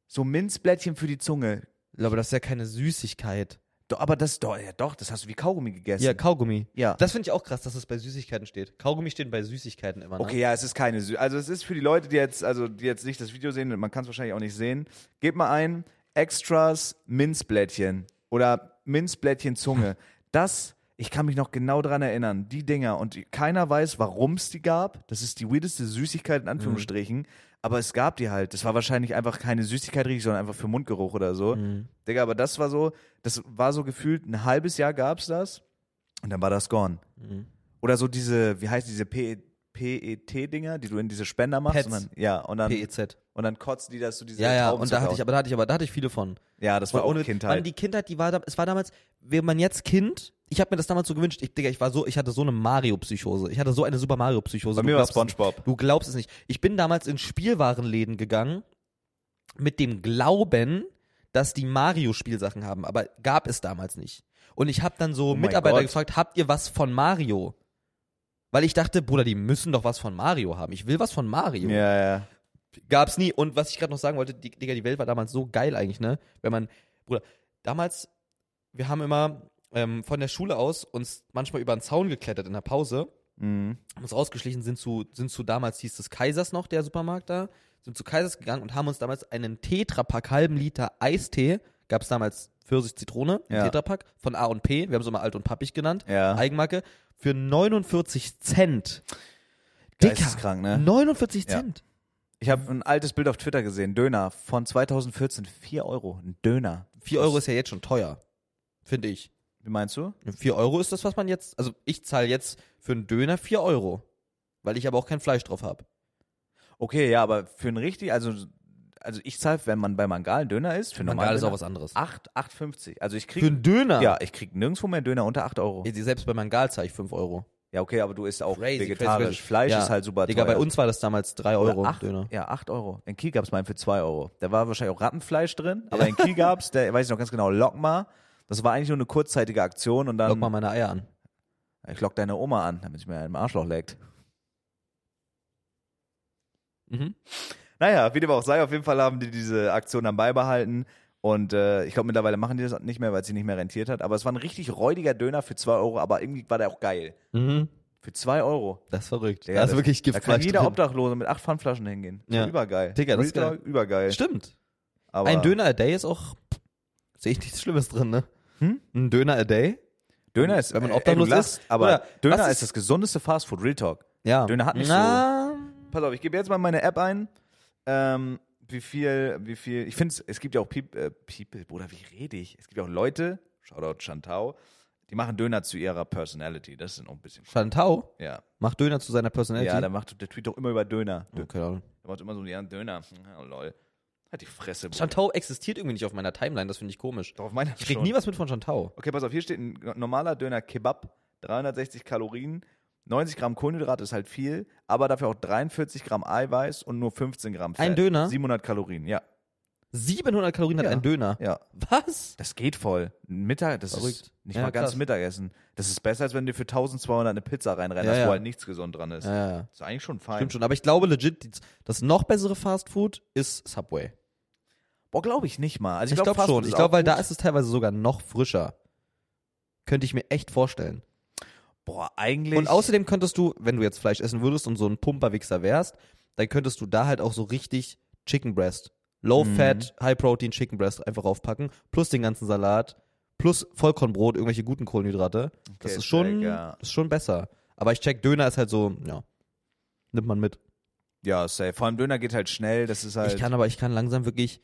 Speaker 2: so Minzblättchen für die Zunge.
Speaker 1: Ich glaube, das ist ja keine Süßigkeit.
Speaker 2: Doch, aber das, doch, ja, doch, das hast du wie Kaugummi gegessen.
Speaker 1: Ja, Kaugummi.
Speaker 2: Ja.
Speaker 1: Das finde ich auch krass, dass es bei Süßigkeiten steht. Kaugummi steht bei Süßigkeiten immer, ne?
Speaker 2: Okay, ja, es ist keine Sü Also es ist für die Leute, die jetzt, also die jetzt nicht das Video sehen, man kann es wahrscheinlich auch nicht sehen. Gebt mal ein, Extras Minzblättchen oder Minzblättchen Zunge. Das, ich kann mich noch genau dran erinnern, die Dinger. Und die- keiner weiß, warum es die gab. Das ist die weirdeste Süßigkeit in Anführungsstrichen. Aber es gab die halt. Das war wahrscheinlich einfach keine Süßigkeit richtig, sondern einfach für Mundgeruch oder so.
Speaker 1: Mhm.
Speaker 2: Digga, aber das war so, das war so gefühlt, ein halbes Jahr gab es das und dann war das gone.
Speaker 1: Mhm.
Speaker 2: Oder so diese, wie heißt diese P- PET-Dinger, die du in diese Spender machst?
Speaker 1: Pads.
Speaker 2: Und dann, ja, und dann,
Speaker 1: PEZ.
Speaker 2: und dann kotzen die, dass du diese
Speaker 1: E Ja, ja,
Speaker 2: Tauben
Speaker 1: und da hatte ich,
Speaker 2: zerkaut.
Speaker 1: aber da hatte ich, aber da hatte ich viele von.
Speaker 2: Ja, das war
Speaker 1: Und ohne-
Speaker 2: auch Kindheit.
Speaker 1: Mann, die Kindheit, die war, da- es war damals, wenn man jetzt Kind, ich habe mir das damals so gewünscht, ich, Digga, ich war so, ich hatte so eine Mario-Psychose, ich hatte so eine Super Mario-Psychose.
Speaker 2: Bei
Speaker 1: Du
Speaker 2: mir war
Speaker 1: glaubst es
Speaker 2: SpongeBob.
Speaker 1: nicht. Du glaubst es nicht. Ich bin damals in Spielwarenläden gegangen mit dem Glauben, dass die Mario-Spielsachen haben, aber gab es damals nicht. Und ich habe dann so
Speaker 2: Oh mein
Speaker 1: Mitarbeiter
Speaker 2: Gott.
Speaker 1: gefragt, habt ihr was von Mario? Weil ich dachte, Bruder, die müssen doch was von Mario haben. Ich will was von Mario.
Speaker 2: ja, ja.
Speaker 1: Gab's nie. Und was ich gerade noch sagen wollte, die, Digga, die Welt war damals so geil eigentlich, ne? Wenn man, Bruder, damals, wir haben immer ähm, von der Schule aus uns manchmal über den Zaun geklettert in der Pause,
Speaker 2: Mhm.
Speaker 1: haben uns rausgeschlichen, sind zu, sind zu damals hieß es Kaisers noch, der Supermarkt da, sind zu Kaisers gegangen und haben uns damals einen Tetrapack, halben Liter Eistee, gab's damals Pfirsich Zitrone,
Speaker 2: Ja.
Speaker 1: ja. Tetrapack, von A und P, wir haben es immer alt und pappig genannt,
Speaker 2: Ja.
Speaker 1: Eigenmarke, für 49 Cent.
Speaker 2: Geisteskrank, ne?
Speaker 1: 49
Speaker 2: Ja.
Speaker 1: Cent.
Speaker 2: Ich habe ein altes Bild auf Twitter gesehen, Döner von 2014, 4 Euro, ein Döner.
Speaker 1: 4 Euro ist ja jetzt schon teuer. Finde ich.
Speaker 2: Wie meinst du?
Speaker 1: 4 Euro ist das, was man jetzt. Also ich zahle jetzt für einen Döner 4 Euro. Weil ich aber auch kein Fleisch drauf habe.
Speaker 2: Okay, ja, aber für ein richtig, also, also ich zahle, wenn man bei Mangal einen Döner ist, für einen normalen
Speaker 1: Mangal ist auch
Speaker 2: Döner,
Speaker 1: was anderes.
Speaker 2: 8, 8,50. Also ich
Speaker 1: Für
Speaker 2: krieg,
Speaker 1: einen Döner?
Speaker 2: ja, ich krieg nirgendwo mehr einen Döner unter 8 Euro.
Speaker 1: Ey, Selbst bei Mangal zahle ich 5 Euro.
Speaker 2: Ja, okay, aber du isst auch
Speaker 1: Crazy,
Speaker 2: vegetarisch.
Speaker 1: crazy, crazy.
Speaker 2: Fleisch
Speaker 1: Ja.
Speaker 2: ist halt super
Speaker 1: Digga,
Speaker 2: teuer.
Speaker 1: bei uns war das damals 3 Euro
Speaker 2: Oder acht,
Speaker 1: Döner.
Speaker 2: Ja, 8 Euro. In Kiel gab's mal einen für 2 Euro. Da war wahrscheinlich auch Rattenfleisch drin, aber in Kiel gab's, der weiß ich noch ganz genau, Lokma. Das war eigentlich nur eine kurzzeitige Aktion und dann,
Speaker 1: Lock mal meine Eier an.
Speaker 2: ich lock deine Oma an, damit sie mir einen Arschloch leckt.
Speaker 1: Mhm.
Speaker 2: Naja, wie dem auch sei, auf jeden Fall haben die diese Aktion dann beibehalten. Und äh, ich glaube, mittlerweile machen die das nicht mehr, weil sie nicht mehr rentiert hat. Aber es war ein richtig räudiger Döner für 2 Euro, aber irgendwie war der auch geil.
Speaker 1: Mhm.
Speaker 2: Für 2 Euro.
Speaker 1: Das ist verrückt.
Speaker 2: Digga,
Speaker 1: da ist wirklich
Speaker 2: Da kann
Speaker 1: Giftfleisch
Speaker 2: jeder
Speaker 1: drin.
Speaker 2: Obdachlose mit acht Pfandflaschen hingehen.
Speaker 1: Ja.
Speaker 2: Übergeil.
Speaker 1: Digga, das
Speaker 2: Real
Speaker 1: ist geil.
Speaker 2: Talk, Übergeil.
Speaker 1: Stimmt.
Speaker 2: Aber
Speaker 1: Ein Döner a day ist auch, sehe ich nichts Schlimmes drin, ne?
Speaker 2: Hm?
Speaker 1: Ein Döner a day?
Speaker 2: Döner ist,
Speaker 1: Wenn man
Speaker 2: äh, ey,
Speaker 1: obdachlos
Speaker 2: du lachst,
Speaker 1: ist,
Speaker 2: aber
Speaker 1: oder
Speaker 2: Döner
Speaker 1: was
Speaker 2: ist,
Speaker 1: ist-
Speaker 2: das gesundeste Fastfood, Real Talk.
Speaker 1: Ja.
Speaker 2: Döner hat nicht
Speaker 1: Na,
Speaker 2: Pass auf, ich gebe jetzt mal meine App ein. Ähm, wie viel, wie viel, ich finde, es gibt ja auch Peop, äh, People, Bruder, wie rede ich? Es gibt ja auch Leute, Shoutout Chantau, die machen Döner zu ihrer Personality. Das ist auch ein bisschen,
Speaker 1: Chantau
Speaker 2: ja.
Speaker 1: macht Döner zu seiner Personality.
Speaker 2: Ja, der macht, der tweet doch immer über Döner.
Speaker 1: okay,
Speaker 2: Der macht immer so, ja, Döner, Hm, oh, lol. Hat die Fresse, Bruder.
Speaker 1: Chantau existiert irgendwie nicht auf meiner Timeline, das finde ich komisch.
Speaker 2: Doch, auf meiner
Speaker 1: Ich krieg
Speaker 2: schon.
Speaker 1: nie was mit von Chantau.
Speaker 2: Okay, pass auf, hier steht ein normaler Döner Kebab, 360 Kalorien, 90 Gramm Kohlenhydrate ist halt viel, aber dafür auch 43 Gramm Eiweiß und nur 15 Gramm Fett.
Speaker 1: Ein Döner?
Speaker 2: 700 Kalorien, ja.
Speaker 1: 700 Kalorien
Speaker 2: Ja.
Speaker 1: hat ein Döner.
Speaker 2: Ja.
Speaker 1: Was?
Speaker 2: Das geht voll. Ein Mittag, das ist
Speaker 1: Verrückt.
Speaker 2: nicht
Speaker 1: Ja,
Speaker 2: mal ganz
Speaker 1: krass.
Speaker 2: Mittagessen. Das ist besser, als wenn du für 1200 eine Pizza reinrennst,
Speaker 1: Ja, ja.
Speaker 2: wo halt nichts gesund dran ist.
Speaker 1: Ja, ja, ja.
Speaker 2: Ist eigentlich schon fein.
Speaker 1: Stimmt schon. Aber ich glaube legit, die- das noch bessere Fastfood ist Subway.
Speaker 2: Boah, glaube ich nicht mal.
Speaker 1: Ich
Speaker 2: Also ich glaube
Speaker 1: glaube
Speaker 2: glaub
Speaker 1: schon. Ich glaube, weil da ist es teilweise sogar noch frischer. Könnte ich mir echt vorstellen.
Speaker 2: Boah, eigentlich.
Speaker 1: Und außerdem könntest du, wenn du jetzt Fleisch essen würdest und so ein Pumperwichser wärst, dann könntest du da halt auch so richtig Chicken Breast, Low
Speaker 2: Mhm.
Speaker 1: Fat, High Protein Chicken Breast einfach aufpacken, plus den ganzen Salat, plus Vollkornbrot, irgendwelche guten Kohlenhydrate. das
Speaker 2: Okay,
Speaker 1: ist schon,
Speaker 2: check, ja.
Speaker 1: ist schon besser. Aber ich check, Döner ist halt so, ja, nimmt man mit.
Speaker 2: Ja, safe. Vor allem Döner geht halt schnell. Das ist halt.
Speaker 1: Ich kann aber, ich kann langsam wirklich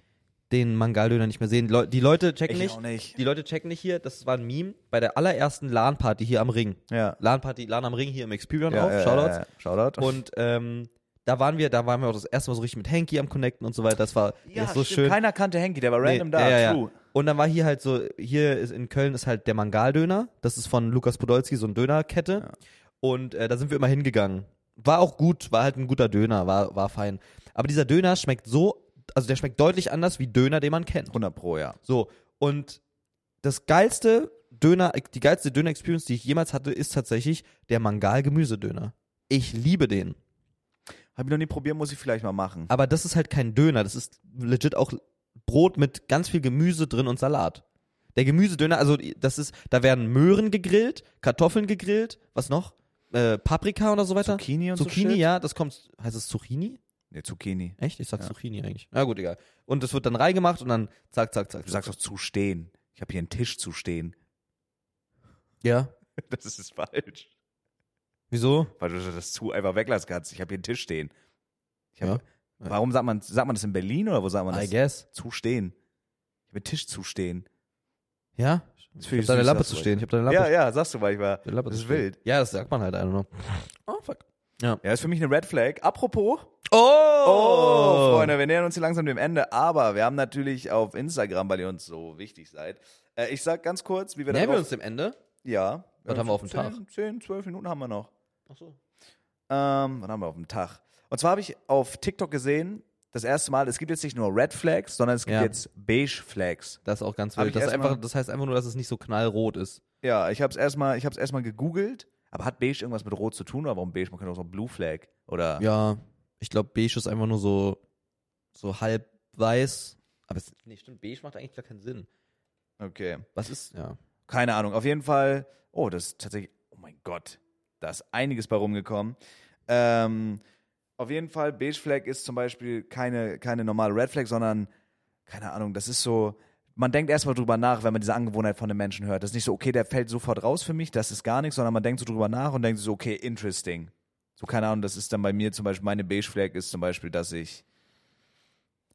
Speaker 1: den Mangaldöner nicht mehr sehen. Die, Leu die Leute checken
Speaker 2: ich
Speaker 1: nicht,
Speaker 2: auch nicht.
Speaker 1: die Leute checken nicht hier, das war ein Meme bei der allerersten LAN-Party hier am Ring.
Speaker 2: Ja.
Speaker 1: LAN-Party, LAN am Ring hier im Experion
Speaker 2: ja,
Speaker 1: auch,
Speaker 2: ja,
Speaker 1: Shoutouts.
Speaker 2: ja, ja. Shoutout.
Speaker 1: Und ähm, da waren wir, da waren wir auch das erste Mal so richtig mit Hanky am Connecten und so weiter. Das war das ist so
Speaker 2: stimmt.
Speaker 1: schön.
Speaker 2: Keiner kannte Henki, der war
Speaker 1: Nee,
Speaker 2: random da.
Speaker 1: ja, ja,
Speaker 2: True.
Speaker 1: Ja. Und dann war hier halt so, hier ist in Köln ist halt der Mangaldöner. Das ist von Lukas Podolski, so eine Dönerkette.
Speaker 2: Ja.
Speaker 1: Und äh, da sind wir immer hingegangen. War auch gut, war halt ein guter Döner, war, war fein. Aber dieser Döner schmeckt so, also der schmeckt deutlich anders wie Döner, den man kennt.
Speaker 2: 100 Pro, ja.
Speaker 1: So, und das geilste Döner, die geilste Döner-Experience, die ich jemals hatte, ist tatsächlich der Mangal-Gemüsedöner. Ich liebe den.
Speaker 2: Hab ich noch nie probiert, muss ich vielleicht mal machen.
Speaker 1: Aber das ist halt kein Döner, das ist legit auch Brot mit ganz viel Gemüse drin und Salat. Der Gemüsedöner, also das ist, da werden Möhren gegrillt, Kartoffeln gegrillt, was noch? Äh, Paprika oder so weiter.
Speaker 2: Zucchini und so.
Speaker 1: Zucchini,
Speaker 2: Shit?
Speaker 1: ja, das kommt, heißt es Zucchini?
Speaker 2: Nee, Zucchini.
Speaker 1: Echt? Ich sag
Speaker 2: Ja.
Speaker 1: Zucchini eigentlich. Na gut, egal. Und das wird dann reingemacht und dann zack, zack, zack.
Speaker 2: Du sagst doch zustehen. Ich habe hier einen Tisch zu stehen.
Speaker 1: ja.
Speaker 2: Das ist falsch.
Speaker 1: Wieso?
Speaker 2: Weil du das zu einfach weglassen kannst. Ich habe hier einen Tisch stehen. Ich hab,
Speaker 1: Ja.
Speaker 2: Warum sagt man, sagt man das in Berlin oder wo sagt man
Speaker 1: I
Speaker 2: das?
Speaker 1: guess.
Speaker 2: Zustehen. Ich habe einen Tisch zustehen.
Speaker 1: Ja?
Speaker 2: Das
Speaker 1: Ich
Speaker 2: fühl
Speaker 1: hab
Speaker 2: ich
Speaker 1: deine
Speaker 2: süß,
Speaker 1: Lampe
Speaker 2: das
Speaker 1: zu
Speaker 2: Zeug.
Speaker 1: stehen. Ich hab deine Lampe,
Speaker 2: ja, ja, sagst du, weil ich war.
Speaker 1: deine Lampe
Speaker 2: Das
Speaker 1: zu
Speaker 2: ist
Speaker 1: stehen.
Speaker 2: wild.
Speaker 1: Ja, das sagt man halt, I don't know. Oh, fuck. Ja.
Speaker 2: Ja, ist für mich eine Red Flag. Apropos,
Speaker 1: Oh!
Speaker 2: oh, Freunde, wir nähern uns hier langsam dem Ende, aber wir haben natürlich auf Instagram, weil ihr uns so wichtig seid. Äh, ich sag ganz kurz, wie wir
Speaker 1: Nähern wir
Speaker 2: darauf-
Speaker 1: uns dem Ende?
Speaker 2: Ja.
Speaker 1: Was haben wir auf dem
Speaker 2: 10,
Speaker 1: Tag?
Speaker 2: 10, 12 Minuten haben wir noch.
Speaker 1: Achso.
Speaker 2: Ähm, was haben wir auf dem Tag? Und zwar habe ich auf TikTok gesehen, das erste Mal, es gibt jetzt nicht nur Red Flags, sondern es gibt
Speaker 1: Ja.
Speaker 2: jetzt Beige Flags.
Speaker 1: Das ist auch ganz
Speaker 2: Hab
Speaker 1: wild.
Speaker 2: ich
Speaker 1: Das, ist
Speaker 2: erst mal-
Speaker 1: einfach, das heißt einfach nur, dass es nicht so knallrot ist.
Speaker 2: Ja, ich habe es erstmal ich hab's erstmal gegoogelt, aber hat Beige irgendwas mit Rot zu tun oder warum Beige? Man könnte auch so Blue Flag oder
Speaker 1: Ja, ich glaube, beige ist einfach nur so, so halb weiß. Aber es, nee, stimmt, beige macht eigentlich gar keinen Sinn.
Speaker 2: Okay.
Speaker 1: Was ist, ja.
Speaker 2: Keine Ahnung. Auf jeden Fall. Oh, das ist tatsächlich. Oh mein Gott. Da ist einiges bei rumgekommen. Ähm, auf jeden Fall, Beige Flag ist zum Beispiel keine, keine normale Red Flag, sondern, keine Ahnung, das ist so. Man denkt erstmal drüber nach, wenn man diese Angewohnheit von einem Menschen hört. Das ist nicht so, okay, der fällt sofort raus für mich, das ist gar nichts, sondern man denkt so drüber nach und denkt so, okay, interesting. So, keine Ahnung, das ist dann bei mir zum Beispiel, meine Beige Flag ist zum Beispiel, dass ich,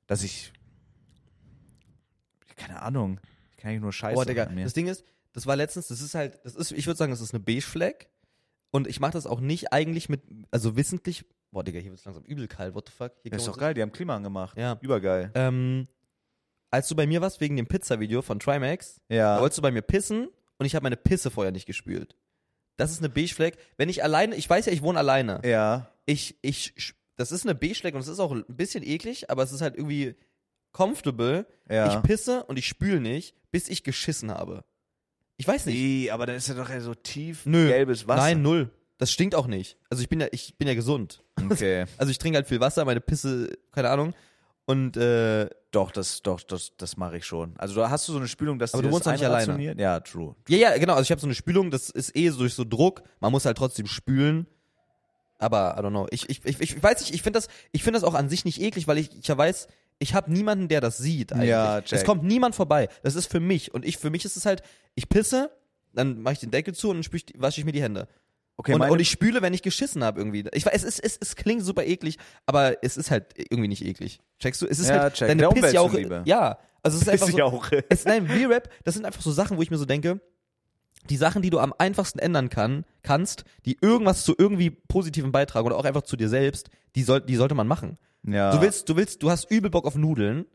Speaker 2: dass ich, keine Ahnung, ich kann eigentlich nur Scheiße
Speaker 1: Boah, Digga,
Speaker 2: an mir.
Speaker 1: das Ding ist, das war letztens, das ist halt, das ist, ich würde sagen, das ist eine beige Flag. Und ich mache das auch nicht eigentlich mit, also wissentlich, boah, Digga, hier wird es langsam übel kalt, what the fuck. Hier
Speaker 2: Ja,
Speaker 1: kann
Speaker 2: ist
Speaker 1: man
Speaker 2: doch
Speaker 1: so-
Speaker 2: geil, die haben Klima angemacht.
Speaker 1: Ja.
Speaker 2: Übergeil.
Speaker 1: Ähm, als du bei mir warst wegen dem Pizza-Video von Trimax, da
Speaker 2: Ja.
Speaker 1: wolltest du bei mir pissen und ich habe meine Pisse vorher nicht gespült. Das ist eine beige Flag. Wenn ich alleine, ich weiß ja, ich wohne alleine.
Speaker 2: Ja.
Speaker 1: ich, ich, sch- das ist eine B-Schläge und es ist auch ein bisschen eklig, aber es ist halt irgendwie comfortable.
Speaker 2: Ja.
Speaker 1: Ich pisse und ich spüle nicht, bis ich geschissen habe. Ich weiß nicht.
Speaker 2: Ih, aber dann ist ja doch eher so tief
Speaker 1: Nö.
Speaker 2: gelbes Wasser.
Speaker 1: Nein, null. Das stinkt auch nicht. Also ich bin ja, ich bin ja gesund.
Speaker 2: Okay.
Speaker 1: Also ich trinke halt viel Wasser, meine Pisse, keine Ahnung. Und äh,
Speaker 2: doch, das, doch, das, das mache ich schon. Also da hast du so eine Spülung, dass
Speaker 1: Aber
Speaker 2: dir
Speaker 1: du wohnst
Speaker 2: das
Speaker 1: doch nicht alleine.
Speaker 2: einrationiert? Ja, true.
Speaker 1: ja, ja, genau. Also ich habe so eine Spülung, das ist eh so durch so Druck. Man muss halt trotzdem spülen. Aber I don't know. Ich, ich, ich, ich weiß nicht, ich finde das, ich finde das auch an sich nicht eklig, weil ich, ich ja weiß, ich habe niemanden, der das sieht eigentlich.
Speaker 2: Ja, check.
Speaker 1: Es kommt niemand vorbei. Das ist für mich. Und ich, für mich ist es halt, ich pisse, dann mache ich den Deckel zu und dann spül ich die- wasche ich mir die Hände.
Speaker 2: Okay,
Speaker 1: und,
Speaker 2: meine,
Speaker 1: und ich spüle, wenn ich geschissen habe irgendwie. Ich weiß, es, ist, es, es klingt super eklig, aber es ist halt irgendwie nicht eklig. Checkst du? Es ist
Speaker 2: Ja,
Speaker 1: halt
Speaker 2: check.
Speaker 1: deine
Speaker 2: Der
Speaker 1: Piss ja auch.
Speaker 2: Umwelt zuliebe.
Speaker 1: Ja. Also es ist einfach so,
Speaker 2: Pissjauche.
Speaker 1: es, nein, V-Rap, das sind einfach so Sachen, wo ich mir so denke, die Sachen, die du am einfachsten ändern kann, kannst, die irgendwas zu irgendwie positiven beitragen oder auch einfach zu dir selbst, die, soll, die sollte man machen.
Speaker 2: ja.
Speaker 1: Du willst, du willst, du hast übel Bock auf Nudeln,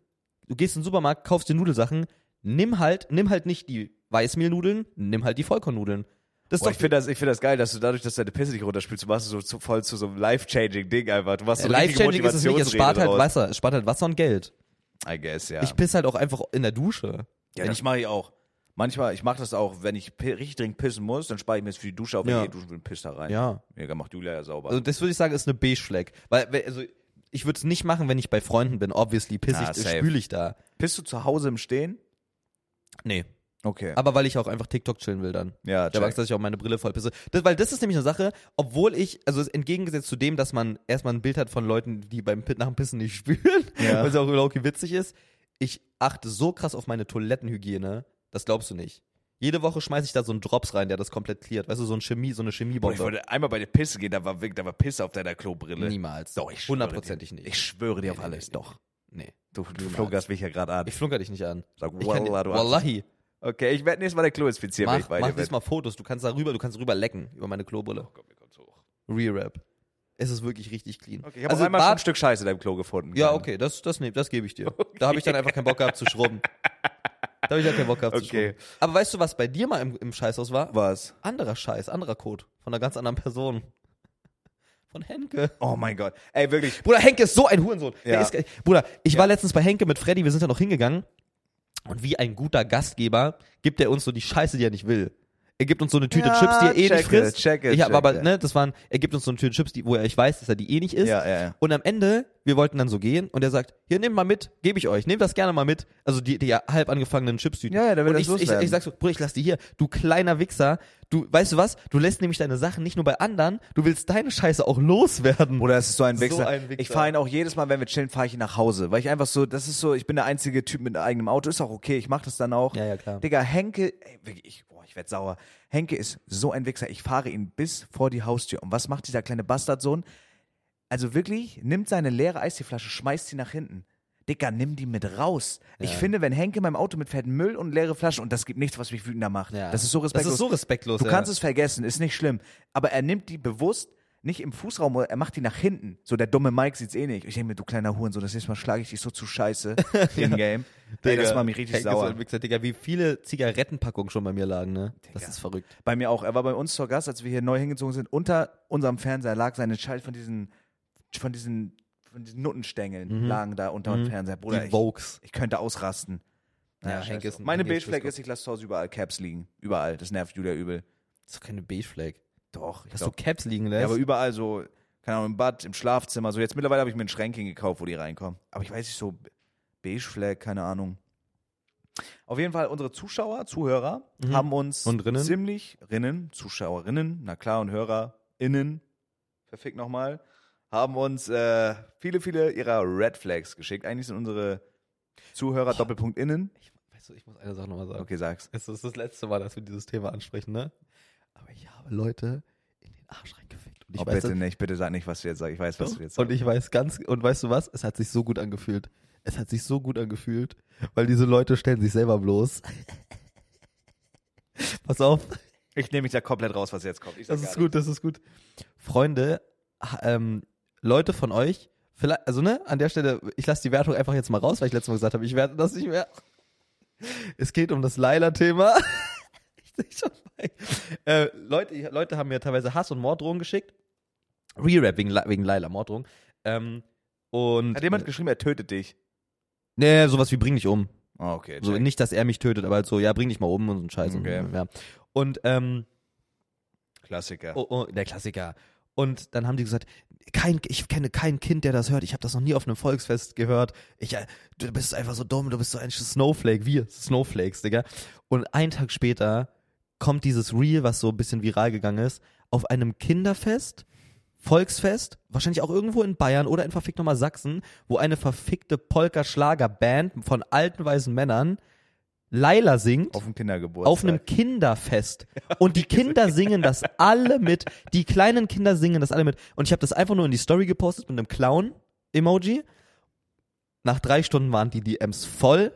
Speaker 1: du gehst in den Supermarkt, kaufst dir Nudelsachen, nimm halt, nimm halt nicht die Weißmehlnudeln, nimm halt die Vollkornnudeln. Das ist
Speaker 2: Boah,
Speaker 1: doch
Speaker 2: ich finde das, ich find das geil, dass du dadurch, dass deine Pisse nicht runterspielst, du machst so zu, voll zu so einem life-changing Ding einfach. Du machst so eine richtige
Speaker 1: Life-changing ist es nicht, es
Speaker 2: Motivationsrede
Speaker 1: spart halt
Speaker 2: draus.
Speaker 1: Wasser, es spart halt Wasser und Geld.
Speaker 2: I guess, ja.
Speaker 1: Ich piss halt auch einfach in der Dusche.
Speaker 2: ja, ich mache ich auch. Manchmal, ich mache das auch, wenn ich pi- richtig dringend pissen muss, dann spare ich mir das für die Dusche auf, wenn
Speaker 1: Ja.
Speaker 2: ich eh duschen will, piss da rein.
Speaker 1: Ja.
Speaker 2: Mega macht Julia ja sauber.
Speaker 1: Also das würde ich sagen, ist eine Beige-Flag. Weil, we- also, ich würde es nicht machen, wenn ich bei Freunden bin. Obviously, piss
Speaker 2: Ah,
Speaker 1: ich,
Speaker 2: safe.
Speaker 1: spül ich da.
Speaker 2: Bist du zu Hause im Stehen?
Speaker 1: Nee.
Speaker 2: Okay.
Speaker 1: Aber weil ich auch einfach TikTok chillen will dann.
Speaker 2: Ja,
Speaker 1: Da
Speaker 2: check.
Speaker 1: weiß, dass ich auch meine Brille voll pisse. Das, weil das ist nämlich eine Sache, obwohl ich, also es- entgegengesetzt zu dem, dass man erstmal ein Bild hat von Leuten, die beim Pit nach dem Pissen nicht spülen,
Speaker 2: Ja.
Speaker 1: was auch irgendwie witzig ist, ich achte so krass auf meine Toilettenhygiene, das glaubst du nicht. Jede Woche schmeiße ich da so einen Drops rein, der das komplett cleart. Weißt du, so ein Chemie, so eine
Speaker 2: Boah, ich
Speaker 1: Chemiebombe.
Speaker 2: wollte einmal bei dir Pisse gehen, da war, wirklich- da war Pisse auf deiner Klobrille.
Speaker 1: Niemals.
Speaker 2: Doch, ich schwöre
Speaker 1: Hundertprozentig
Speaker 2: dir.
Speaker 1: nicht.
Speaker 2: Ich schwöre dir auf
Speaker 1: Nee, nee,
Speaker 2: alles,
Speaker 1: nee,
Speaker 2: doch.
Speaker 1: nee.
Speaker 2: Du, du
Speaker 1: Niemals.
Speaker 2: flunkerst mich ja gerade an.
Speaker 1: Ich flunker dich nicht an.
Speaker 2: sag,
Speaker 1: Ich kann dir,
Speaker 2: Wallah, du
Speaker 1: Wallahi.
Speaker 2: Okay, ich werde nächstes Mal der Klo inspizieren, wenn
Speaker 1: Mach,
Speaker 2: ich bei
Speaker 1: mach
Speaker 2: dir bin.
Speaker 1: diesmal Fotos. Du kannst darüber, du kannst rüber lecken über meine Klobrille.
Speaker 2: Oh Gott, mir kommt's hoch.
Speaker 1: Re-Rap. Es ist wirklich richtig clean.
Speaker 2: Okay, ich habe also einmal schon
Speaker 1: Bart-
Speaker 2: ein Stück Scheiße in deinem Klo gefunden.
Speaker 1: Ja,
Speaker 2: Keine.
Speaker 1: okay, das, das, nehm- das gebe ich dir. Da habe ich dann einfach keinen Bock gehabt zu schrubben. Da habe ich dann keinen Bock gehabt zu
Speaker 2: Okay.
Speaker 1: schrubben. Aber weißt du, was bei dir mal im, im Scheißhaus war?
Speaker 2: Was?
Speaker 1: Anderer Scheiß, anderer Code. Von einer ganz anderen Person. Von Henke.
Speaker 2: Oh mein Gott. Ey, wirklich.
Speaker 1: Bruder, Henke ist so ein Hurensohn. Der
Speaker 2: Ja.
Speaker 1: Ist, ge- Bruder, ich war letztens bei Henke mit Freddy, wir sind da noch hingegangen. Und wie ein guter Gastgeber gibt er uns so die Scheiße, die er nicht will. Er gibt uns so eine Tüte
Speaker 2: Ja,
Speaker 1: Chips, die er eh
Speaker 2: check
Speaker 1: nicht frisst.
Speaker 2: it, check it,
Speaker 1: ich hab
Speaker 2: check
Speaker 1: aber,
Speaker 2: it.
Speaker 1: ne, das waren, er gibt uns so eine Tüte Chips, die, wo er, ich weiß, dass er die eh nicht isst.
Speaker 2: Ja, ja, ja.
Speaker 1: Und am Ende, wir wollten dann so gehen und er sagt, hier, nehmt mal mit, gebe ich euch, nehmt das gerne mal mit. Also die, die halb angefangenen Chipstüten.
Speaker 2: Ja, ja, der will
Speaker 1: und
Speaker 2: das
Speaker 1: ich, ich,
Speaker 2: loswerden.
Speaker 1: ich sag so, Bruder, ich lass die hier, du kleiner Wichser. Du, weißt du was? Du lässt nämlich deine Sachen nicht nur bei anderen, du willst deine Scheiße auch loswerden.
Speaker 2: Oder es ist so ein
Speaker 1: So
Speaker 2: Wichser.
Speaker 1: ein Wichser.
Speaker 2: Ich fahre ihn auch jedes Mal, wenn wir chillen, fahre ich ihn nach Hause. Weil ich einfach so, das ist so, ich bin der einzige Typ mit eigenem Auto. Ist auch okay, ich mache das dann auch.
Speaker 1: Ja, ja, klar.
Speaker 2: Digga, Henke, ey, wirklich, ich, boah, ich werd sauer. Henke ist so ein Wichser. Ich fahre ihn bis vor die Haustür. Und was macht dieser kleine Bastardsohn? Also wirklich, nimmt seine leere Eisteeflasche, schmeißt sie nach hinten. Digga, nimm die mit raus. Ich
Speaker 1: Ja.
Speaker 2: finde, wenn Henke in meinem Auto mitfährt, Müll und leere Flaschen und das gibt nichts, was mich wütender macht.
Speaker 1: Ja.
Speaker 2: Das ist so respektlos.
Speaker 1: Das ist so respektlos.
Speaker 2: Du
Speaker 1: ja.
Speaker 2: kannst es vergessen, ist nicht schlimm. Aber er nimmt die bewusst nicht im Fußraum, er macht die nach hinten. So der dumme Mike sieht's eh nicht. Ich denke mir, du kleiner Hurensohn, das nächste Mal schlage ich dich so zu Scheiße in Game. Ey, das macht mich richtig
Speaker 1: Henk ist so
Speaker 2: sauer.
Speaker 1: ein Wichser, Digga, wie viele Zigarettenpackungen schon bei mir lagen, ne? Das
Speaker 2: Digga.
Speaker 1: ist verrückt.
Speaker 2: Bei mir auch. Er war bei uns zur Gast, als wir hier neu hingezogen sind. Unter unserem Fernseher lag seine Scheiß von diesen, von diesen, von diesen Nuttenstängeln lagen da unter dem Fernseher. Bruder,
Speaker 1: Mhm. Die
Speaker 2: ich,
Speaker 1: Vokes.
Speaker 2: ich könnte ausrasten.
Speaker 1: Ja,
Speaker 2: scheiß
Speaker 1: Henk
Speaker 2: drauf.
Speaker 1: ist ein-
Speaker 2: Meine
Speaker 1: Henk ist
Speaker 2: Beige Flag
Speaker 1: Schlussgott.
Speaker 2: ist, ich lasse zu Hause überall Caps liegen. Überall. Das nervt Julia übel.
Speaker 1: Das ist doch keine Beige Flag.
Speaker 2: Doch, ich
Speaker 1: Dass
Speaker 2: glaub-
Speaker 1: du Caps liegen
Speaker 2: Ja,
Speaker 1: lässt.
Speaker 2: aber überall so, keine Ahnung, im Bad, im Schlafzimmer, so. Jetzt mittlerweile habe ich mir ein Schränkchen gekauft, wo die reinkommen. Aber ich weiß nicht, so beige Flag, keine Ahnung. Auf jeden Fall, unsere Zuschauer, Zuhörer
Speaker 1: Mhm.
Speaker 2: haben uns
Speaker 1: Und Rinnen?
Speaker 2: ziemlich, Rinnen, Zuschauerinnen, na klar, und HörerInnen, verfickt nochmal, haben uns äh, viele, viele ihrer Red Flags geschickt. Eigentlich sind unsere Zuhörer Doppelpunkt innen.
Speaker 1: ich, weißt du, ich muss eine Sache nochmal sagen.
Speaker 2: Okay, sag's.
Speaker 1: Es ist das letzte Mal, dass wir dieses Thema ansprechen, ne? Aber ich habe Leute in den Arsch reingefickt. Und ich
Speaker 2: oh,
Speaker 1: weiß,
Speaker 2: bitte nicht, bitte sag nicht, was du jetzt sagst. Ich weiß, was
Speaker 1: das,
Speaker 2: du jetzt
Speaker 1: und
Speaker 2: sagst.
Speaker 1: ich weiß ganz, und weißt du was? Es hat sich so gut angefühlt. Es hat sich so gut angefühlt, weil diese Leute stellen sich selber bloß. Pass auf.
Speaker 2: Ich nehme mich da komplett raus, was jetzt kommt. Ich sag
Speaker 1: Das
Speaker 2: gar
Speaker 1: ist gut, das ist gut. Freunde, ha- ähm, Leute von euch, vielleicht, also ne, an der Stelle, ich lasse die Wertung einfach jetzt mal raus, weil ich letztes Mal gesagt habe, ich werte das nicht mehr. Es geht um das Laila-Thema. ich seh schon bei. Äh, Leute, Leute haben mir teilweise Hass- und Morddrohungen geschickt. Re-Rap wegen, La- wegen Laila, Morddrohungen. Ähm, und
Speaker 2: Hat jemand geschrieben, er tötet dich?
Speaker 1: nee, sowas wie bring dich um.
Speaker 2: Oh, okay.
Speaker 1: So,
Speaker 2: check. Mhm.
Speaker 1: nicht, dass er mich tötet, aber halt so, ja, bring dich mal um und so ein Scheiß.
Speaker 2: Okay.
Speaker 1: Und, ja. und ähm,
Speaker 2: Klassiker.
Speaker 1: Oh, oh, der Klassiker. Und dann haben die gesagt, kein, ich kenne kein Kind, der das hört. Ich habe das noch nie auf einem Volksfest gehört. Ich, äh, du bist einfach so dumm, du bist so ein Snowflake. Wir Snowflakes, Digga. Und einen Tag später kommt dieses Reel, was so ein bisschen viral gegangen ist, auf einem Kinderfest, Volksfest, wahrscheinlich auch irgendwo in Bayern oder in verfickt nochmal Sachsen, wo eine verfickte Polka-Schlager-Band von alten weißen Männern Laila singt.
Speaker 2: Auf dem Kindergeburtstag.
Speaker 1: Auf einem Kinderfest. Und die Kinder singen das alle mit. Die kleinen Kinder singen das alle mit. Und ich habe das einfach nur in die Story gepostet mit einem Clown-Emoji. Nach drei Stunden waren die DMs voll.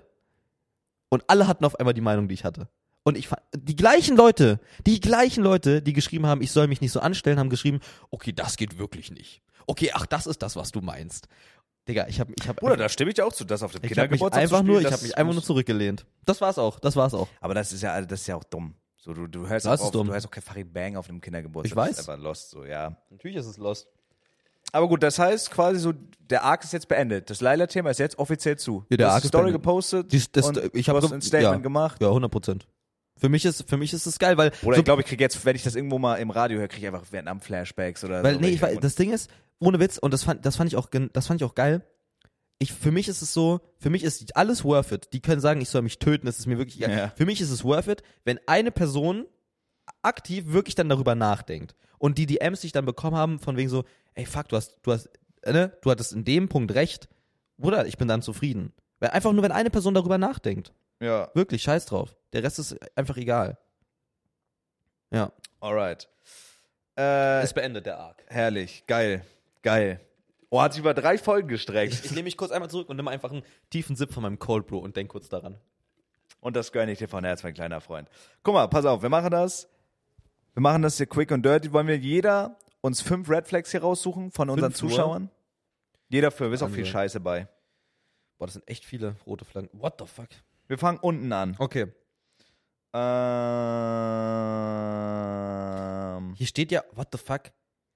Speaker 1: Und alle hatten auf einmal die Meinung, die ich hatte. Und ich fand, die gleichen Leute, die gleichen Leute, die geschrieben haben, ich soll mich nicht so anstellen, haben geschrieben, okay, das geht wirklich nicht. Okay, ach, das ist das, was du meinst. Digga, ich habe ich hab
Speaker 2: Bruder, da stimme ich dir auch zu, das auf dem
Speaker 1: ich hab mich
Speaker 2: Kindergeburtstag
Speaker 1: einfach
Speaker 2: zu
Speaker 1: nur,
Speaker 2: spielen,
Speaker 1: ich
Speaker 2: das
Speaker 1: habe mich einfach nur
Speaker 2: muss-
Speaker 1: zurückgelehnt. Das war's auch, das war's auch.
Speaker 2: Aber das ist ja, das ist ja auch dumm. So, du, du hörst
Speaker 1: Das
Speaker 2: auch
Speaker 1: ist
Speaker 2: auf,
Speaker 1: dumm.
Speaker 2: du hörst auch kein Farid Bang auf einem Kindergeburtstag.
Speaker 1: Ich
Speaker 2: Das ist
Speaker 1: weiß.
Speaker 2: einfach lost, so, ja.
Speaker 1: Natürlich ist es lost.
Speaker 2: Aber gut, das heißt quasi so, der Arc ist jetzt beendet. Das Laila-Thema ist jetzt offiziell zu.
Speaker 1: Ja, der
Speaker 2: du hast
Speaker 1: Arc
Speaker 2: die
Speaker 1: ist
Speaker 2: Story
Speaker 1: beendet.
Speaker 2: gepostet.
Speaker 1: Die, das,
Speaker 2: und
Speaker 1: ich
Speaker 2: du
Speaker 1: habe
Speaker 2: hast ein Statement gemacht.
Speaker 1: Ja, 100 Prozent. Für mich ist, für mich ist es geil, weil
Speaker 2: Oder
Speaker 1: so-
Speaker 2: ich glaube, ich krieg jetzt, wenn ich das irgendwo mal im Radio höre, krieg ich einfach Vietnam-Flashbacks oder
Speaker 1: Weil,
Speaker 2: so.
Speaker 1: nee, ich, weiß- das Ding ist, ohne Witz, und das fand, das fand ich auch, gen- das fand ich auch geil. Ich, für mich ist es so, für mich ist alles worth it. Die können sagen, ich soll mich töten, es ist mir wirklich egal.
Speaker 2: Ja.
Speaker 1: Für mich ist es worth it, wenn eine Person aktiv wirklich dann darüber nachdenkt. Und die DMs, die ich dann bekommen haben, von wegen so, ey, fuck, du hast, du hast, äh, ne, du hattest in dem Punkt recht. Bruder, ich bin dann zufrieden. Weil einfach nur, wenn eine Person darüber nachdenkt.
Speaker 2: ja.
Speaker 1: Wirklich, scheiß drauf. Der Rest ist einfach egal. Ja.
Speaker 2: Alright. Äh,
Speaker 1: Es beendet der Arc.
Speaker 2: herrlich. Geil. Geil. Oh, hat sich über drei Folgen gestreckt.
Speaker 1: Ich, ich nehme mich kurz einmal zurück und nehme einfach einen tiefen Sip von meinem Cold Brew und denk kurz daran.
Speaker 2: Und das gönne ich dir von Herzen, mein kleiner Freund. Guck mal, pass auf, wir machen das. Wir machen das hier quick und dirty. Wollen wir jeder uns fünf Red Flags hier raussuchen von unseren
Speaker 1: Fünf nur?
Speaker 2: Zuschauern? Jeder fünf, ist auch viel
Speaker 1: Also.
Speaker 2: Scheiße bei.
Speaker 1: Boah, das sind echt viele rote Flaggen. What the fuck?
Speaker 2: Wir fangen unten an.
Speaker 1: Okay.
Speaker 2: Ähm,
Speaker 1: Hier steht ja, what the fuck?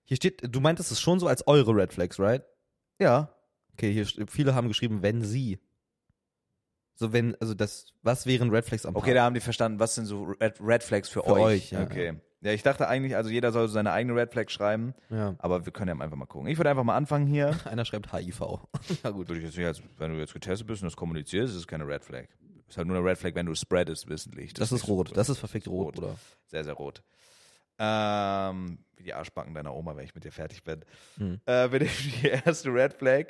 Speaker 1: Hier steht, du meintest es schon so als eure Red Flags, right?
Speaker 2: ja.
Speaker 1: Okay, hier st- viele haben geschrieben, wenn sie. So wenn, also das, was wären Red Flags am
Speaker 2: Okay,
Speaker 1: Paar?
Speaker 2: da haben die verstanden, was sind so Red, Red Flags für,
Speaker 1: Für euch, ja,
Speaker 2: okay. Ja. ich dachte eigentlich, also jeder soll so seine eigene Red Flag schreiben,
Speaker 1: Ja.
Speaker 2: aber wir können ja einfach mal gucken. Ich würde einfach mal anfangen hier.
Speaker 1: Einer schreibt HIV. Na gut.
Speaker 2: Würde ich jetzt nicht, als, wenn du jetzt getestet bist und das kommunizierst, ist es keine Red Flag. Ist halt nur eine Red Flag, wenn du spreadest wissentlich.
Speaker 1: Das, ist
Speaker 2: nicht so
Speaker 1: rot.
Speaker 2: cool.
Speaker 1: Das ist perfekt rot,
Speaker 2: Rot.
Speaker 1: oder?
Speaker 2: sehr, sehr rot. Ähm, wie die Arschbacken deiner Oma, wenn ich mit dir fertig bin.
Speaker 1: Hm.
Speaker 2: Äh, wir nehmen die erste Red Flag.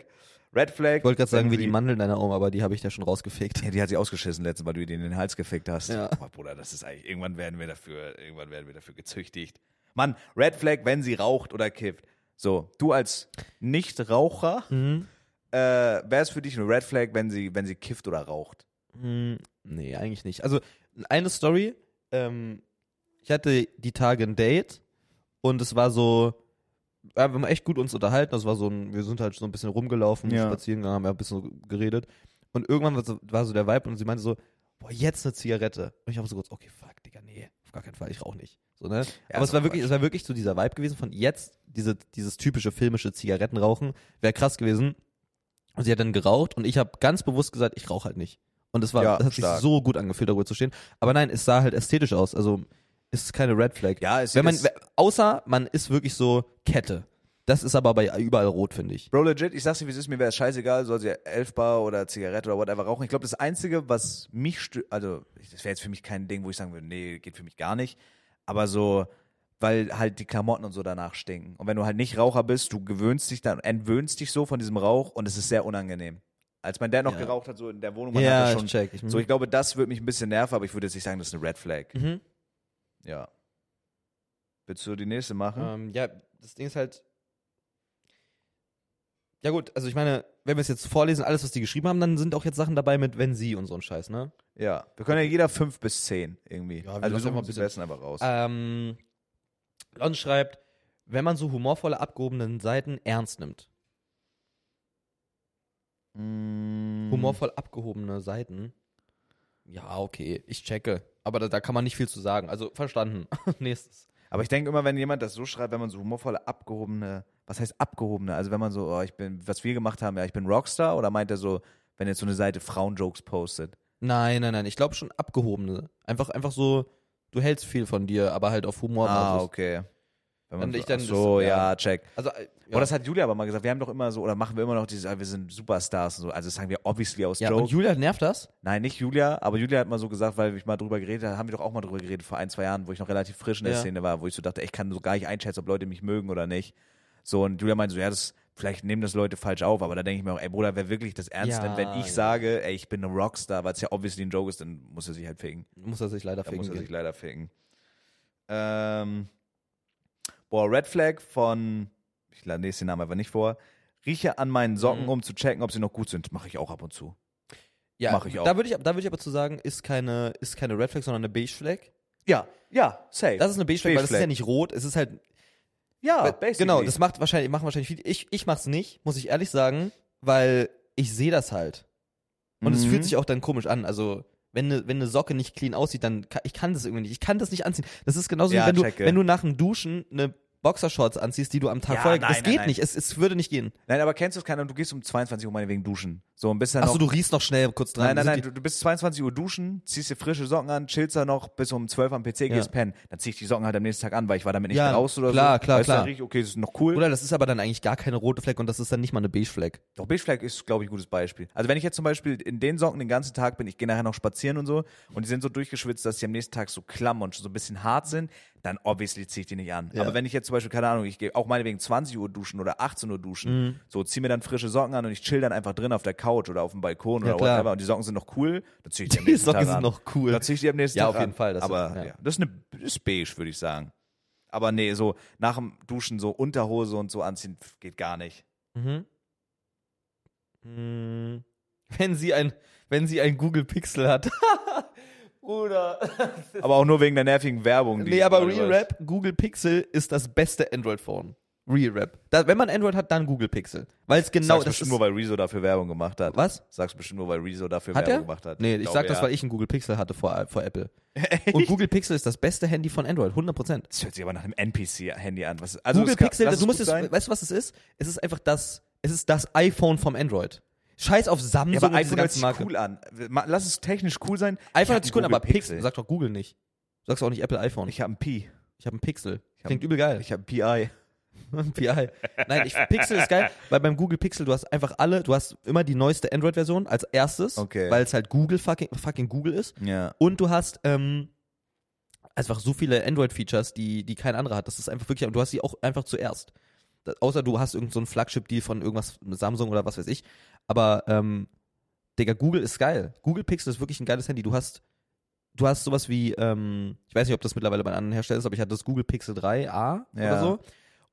Speaker 2: Red Flag.
Speaker 1: Ich wollte gerade sagen,
Speaker 2: wenn
Speaker 1: wie die
Speaker 2: sie-
Speaker 1: Mandeln deiner Oma, aber die habe ich ja schon rausgefegt.
Speaker 2: Ja, die hat sie ausgeschissen letztens, weil du ihr die in den Hals gefickt hast.
Speaker 1: Ja.
Speaker 2: Boah, Bruder, das ist eigentlich, irgendwann werden wir dafür, irgendwann werden wir dafür gezüchtigt. Mann, Red Flag, wenn sie raucht oder kifft. So, du als Nichtraucher,
Speaker 1: Mhm.
Speaker 2: äh, wäre es für dich eine Red Flag, wenn sie, wenn sie kifft oder raucht?
Speaker 1: Hm, Nee, eigentlich nicht. Also, eine Story. Ähm, ich hatte die Tage ein Date und es war so, ja, wir haben echt gut uns unterhalten. Das war so ein, wir sind halt so ein bisschen rumgelaufen,
Speaker 2: Ja.
Speaker 1: spazieren gegangen, haben ja ein bisschen geredet. Und irgendwann war so, war so der Vibe und sie meinte so, boah, jetzt eine Zigarette. Und ich habe so kurz, okay, fuck, Digga, nee, auf gar keinen Fall, ich rauche nicht. So, ne?
Speaker 2: Ja,
Speaker 1: Aber
Speaker 2: ist
Speaker 1: es war
Speaker 2: auch
Speaker 1: wirklich, es war wirklich so dieser Vibe gewesen von jetzt, diese, dieses typische filmische Zigarettenrauchen, wäre krass gewesen. Und sie hat dann geraucht und ich habe ganz bewusst gesagt, ich rauche halt nicht. Und es war,
Speaker 2: Ja,
Speaker 1: das hat
Speaker 2: stark.
Speaker 1: sich so gut angefühlt, darüber zu stehen. Aber nein, es sah halt ästhetisch aus. Also es ist keine Red Flag.
Speaker 2: Ja, es
Speaker 1: Wenn man,
Speaker 2: ist-
Speaker 1: we- außer man ist wirklich so Kette. Das ist aber bei überall rot, finde ich.
Speaker 2: Bro, legit, ich sag's dir, wie es ist, mir wäre es scheißegal, soll sie Elfbar oder Zigarette oder whatever rauchen. Ich glaube, das Einzige, was mich stört, also das wäre jetzt für mich kein Ding, wo ich sagen würde, nee, geht für mich gar nicht. Aber so, weil halt die Klamotten und so danach stinken. Und wenn du halt nicht Raucher bist, du gewöhnst dich dann, entwöhnst dich so von diesem Rauch und es ist sehr unangenehm. Als mein Dad noch
Speaker 1: Ja.
Speaker 2: geraucht hat, so in der Wohnung, man
Speaker 1: Ja,
Speaker 2: hat
Speaker 1: ich
Speaker 2: schon.
Speaker 1: check, ich-
Speaker 2: so, ich glaube, das würde mich ein bisschen nerven, aber ich würde jetzt nicht sagen, das ist eine Red Flag.
Speaker 1: Mhm.
Speaker 2: Ja. Willst du die nächste machen?
Speaker 1: Ähm, ja, das Ding ist halt. Ja, gut, also ich meine, wenn wir es jetzt vorlesen, alles, was die geschrieben haben, dann sind auch jetzt Sachen dabei mit wenn sie und so ein Scheiß, ne?
Speaker 2: Ja. Wir können ja jeder fünf bis zehn irgendwie.
Speaker 1: Ja, wir
Speaker 2: also wir
Speaker 1: lassen
Speaker 2: suchen
Speaker 1: mal ein
Speaker 2: uns die
Speaker 1: bisschen-
Speaker 2: besten einfach raus.
Speaker 1: Ähm, Lon schreibt, wenn man so humorvolle, abgehobenen Seiten ernst nimmt.
Speaker 2: Humor.
Speaker 1: Humorvoll abgehobene Seiten. Ja, okay, ich checke. Aber da, da kann man nicht viel zu sagen. Also verstanden. Nächstes.
Speaker 2: Aber ich denke immer, wenn jemand das so schreibt, wenn man so humorvolle, abgehobene, was heißt abgehobene? Also wenn man so, oh, ich bin, was wir gemacht haben, ja, ich bin Rockstar, oder meint er so, wenn jetzt so eine Seite Frauenjokes postet?
Speaker 1: Nein, nein, nein. Ich glaube schon abgehobene. Einfach, einfach so, du hältst viel von dir, aber halt auf Humor.
Speaker 2: ah,
Speaker 1: basierst.
Speaker 2: okay. Wenn
Speaker 1: Dann-
Speaker 2: so,
Speaker 1: ich- dann
Speaker 2: ach so,
Speaker 1: ist-
Speaker 2: ja,
Speaker 1: ja.
Speaker 2: check.
Speaker 1: Also, äh,
Speaker 2: Ja.
Speaker 1: ja.
Speaker 2: Oh, das hat Julia aber mal gesagt. Wir haben doch immer so, oder machen wir immer noch dieses, ah, wir sind Superstars und so. Also das sagen wir obviously aus
Speaker 1: ja, und
Speaker 2: Joke.
Speaker 1: Julia nervt das?
Speaker 2: Nein, nicht Julia, aber Julia hat mal so gesagt, weil ich mal drüber geredet habe, haben wir doch auch mal drüber geredet vor ein, zwei Jahren, wo ich noch relativ frisch in der
Speaker 1: Ja.
Speaker 2: Szene war, wo ich so dachte, ich kann so gar nicht einschätzen, ob Leute mich mögen oder nicht. So, und Julia meinte so, ja, das, vielleicht nehmen das Leute falsch auf, aber da denke ich mir auch, ey Bruder, wer wirklich das ernst
Speaker 1: Ja,
Speaker 2: nimmt, wenn ich
Speaker 1: ja.
Speaker 2: sage, ey, ich bin ein Rockstar, weil es ja obviously ein Joke ist, dann muss er sich halt ficken.
Speaker 1: Muss er sich leider
Speaker 2: Da muss er sich
Speaker 1: ficken.
Speaker 2: leider ficken. Ähm, boah, Red Flag von, ich la- lese den Namen einfach nicht vor, rieche an meinen Socken,
Speaker 1: Mhm.
Speaker 2: um zu checken, ob sie noch gut sind. Mache ich auch ab und zu.
Speaker 1: Ja,
Speaker 2: Mach ich auch.
Speaker 1: Da würde ich, da würd ich aber zu sagen, ist keine, ist keine Red Flag, sondern eine Beige Flag.
Speaker 2: Ja, ja, safe.
Speaker 1: Das ist eine Beige Flag,
Speaker 2: Beige
Speaker 1: weil das ist
Speaker 2: Flag.
Speaker 1: ja nicht rot, es ist halt
Speaker 2: Ja,
Speaker 1: Weil-
Speaker 2: basically.
Speaker 1: Genau, das macht wahrscheinlich, machen wahrscheinlich viele. Ich, ich mach's nicht, muss ich ehrlich sagen, weil ich sehe das halt. Und es
Speaker 2: Mhm.
Speaker 1: fühlt sich auch dann komisch an. Also, wenn eine wenn ne Socke nicht clean aussieht, dann kann, ich kann das irgendwie nicht. Ich kann das nicht anziehen. Das ist genauso
Speaker 2: Ja,
Speaker 1: wie wenn du,
Speaker 2: checke.
Speaker 1: wenn du nach dem Duschen eine Boxershorts anziehst, die du am Tag
Speaker 2: Ja,
Speaker 1: vorher.
Speaker 2: nein,
Speaker 1: das
Speaker 2: nein,
Speaker 1: geht
Speaker 2: nein.
Speaker 1: nicht. Es, es würde nicht gehen.
Speaker 2: Nein, aber kennst du es keiner? Du gehst um 22 Uhr meinetwegen duschen. So und bist dann
Speaker 1: Achso,
Speaker 2: noch.
Speaker 1: du riechst noch schnell kurz dran.
Speaker 2: nein, nein,
Speaker 1: Sind
Speaker 2: nein.
Speaker 1: die-
Speaker 2: Du, du bist 22 Uhr duschen, ziehst dir frische Socken an, chillst da noch bis um 12 am PC, gehst pennen. Dann zieh ich die Socken halt am nächsten Tag an, weil ich war damit nicht
Speaker 1: Ja,
Speaker 2: mehr raus oder
Speaker 1: klar,
Speaker 2: so.
Speaker 1: klar,
Speaker 2: weißt du,
Speaker 1: klar.
Speaker 2: dann riech ich, okay, das ist noch cool.
Speaker 1: Oder das ist aber dann eigentlich gar keine rote Fleck und das ist dann nicht mal eine beige Fleck.
Speaker 2: Doch, Beigefleck ist, glaube ich, ein gutes Beispiel. Also wenn ich jetzt zum Beispiel in den Socken den ganzen Tag bin, ich gehe nachher noch spazieren und so, und die sind so durchgeschwitzt, dass die am nächsten Tag so klamm und schon so ein bisschen hart sind, dann obviously ziehe ich die nicht an.
Speaker 1: Ja.
Speaker 2: Aber wenn ich jetzt zum Beispiel, keine Ahnung, ich gehe auch meinetwegen 20 Uhr duschen oder 18 Uhr duschen,
Speaker 1: Mhm.
Speaker 2: so ziehe mir dann frische Socken an und ich chill dann einfach drin auf der Couch oder auf dem Balkon
Speaker 1: Ja,
Speaker 2: oder
Speaker 1: klar.
Speaker 2: whatever und die Socken sind noch cool, dann ziehe ich die, am
Speaker 1: Die
Speaker 2: nächsten
Speaker 1: Socken
Speaker 2: Tag
Speaker 1: sind
Speaker 2: an.
Speaker 1: noch cool.
Speaker 2: Dann ziehe ich die am nächsten
Speaker 1: Ja,
Speaker 2: Tag
Speaker 1: auf jeden
Speaker 2: an.
Speaker 1: Fall, das-
Speaker 2: Aber
Speaker 1: ja.
Speaker 2: ja. das ist eine das ist beige, würde ich sagen. Aber nee, so nach dem Duschen so Unterhose und so anziehen pf, geht gar nicht.
Speaker 1: Mhm. Mm. Wenn sie ein, wenn sie ein Google Pixel hat. Bruder.
Speaker 2: Aber auch nur wegen der nervigen Werbung. die-
Speaker 1: Nee, aber Real Rap, Google Pixel ist das beste Android-Phone. Real Rap. Da, wenn man Android hat, dann Google Pixel. Weil es
Speaker 2: Sag's
Speaker 1: genau das
Speaker 2: bestimmt
Speaker 1: ist.
Speaker 2: nur, weil Rezo dafür Werbung gemacht hat.
Speaker 1: Was?
Speaker 2: Sag's bestimmt nur, weil Rezo dafür
Speaker 1: Hat er?
Speaker 2: Werbung gemacht hat.
Speaker 1: Nee, ich, sag das,
Speaker 2: ja.
Speaker 1: weil ich einen Google Pixel hatte vor, vor Apple. Und Google Pixel ist das beste Handy von Android, 100%.
Speaker 2: Das hört sich aber nach einem NPC-Handy an. Was, also
Speaker 1: Google
Speaker 2: es kann-
Speaker 1: Pixel,
Speaker 2: lass
Speaker 1: du
Speaker 2: es
Speaker 1: musst
Speaker 2: gut
Speaker 1: es,
Speaker 2: sein.
Speaker 1: weißt du, was es ist? Es ist einfach das, es ist das iPhone vom Android. Scheiß auf Samsung
Speaker 2: Ja,
Speaker 1: und diese
Speaker 2: aber iPhone hört
Speaker 1: ganzen
Speaker 2: sich
Speaker 1: Marke.
Speaker 2: cool an. Ma- Lass es technisch cool sein.
Speaker 1: iPhone
Speaker 2: Ich
Speaker 1: hört
Speaker 2: hab
Speaker 1: sich
Speaker 2: einen
Speaker 1: cool, an, aber
Speaker 2: Google
Speaker 1: Pixel, sag doch Google nicht. Du sagst auch nicht Apple iPhone. Ich,
Speaker 2: Ich hab ein Pi.
Speaker 1: habe einen Pixel.
Speaker 2: hab-
Speaker 1: Klingt übel geil.
Speaker 2: Ich hab ein PI.
Speaker 1: PI. Nein, ich, Pixel ist geil, weil beim Google Pixel, du hast einfach alle, du hast immer die neueste Android-Version als erstes,
Speaker 2: Okay.
Speaker 1: weil es halt Google fucking, fucking Google ist.
Speaker 2: Ja.
Speaker 1: Und du hast ähm, einfach so viele Android-Features, die, die kein anderer hat. Das ist einfach wirklich, du hast sie auch einfach zuerst. Da, außer du hast irgendeinen so einen Flagship-Deal von irgendwas mit Samsung oder was weiß ich. Aber, ähm, Digga, Google ist geil. Google Pixel ist wirklich ein geiles Handy. Du hast, du hast sowas wie, ähm, ich weiß nicht, ob das mittlerweile bei anderen Herstellern ist, aber ich hatte das Google Pixel 3a oder
Speaker 2: Ja.
Speaker 1: so.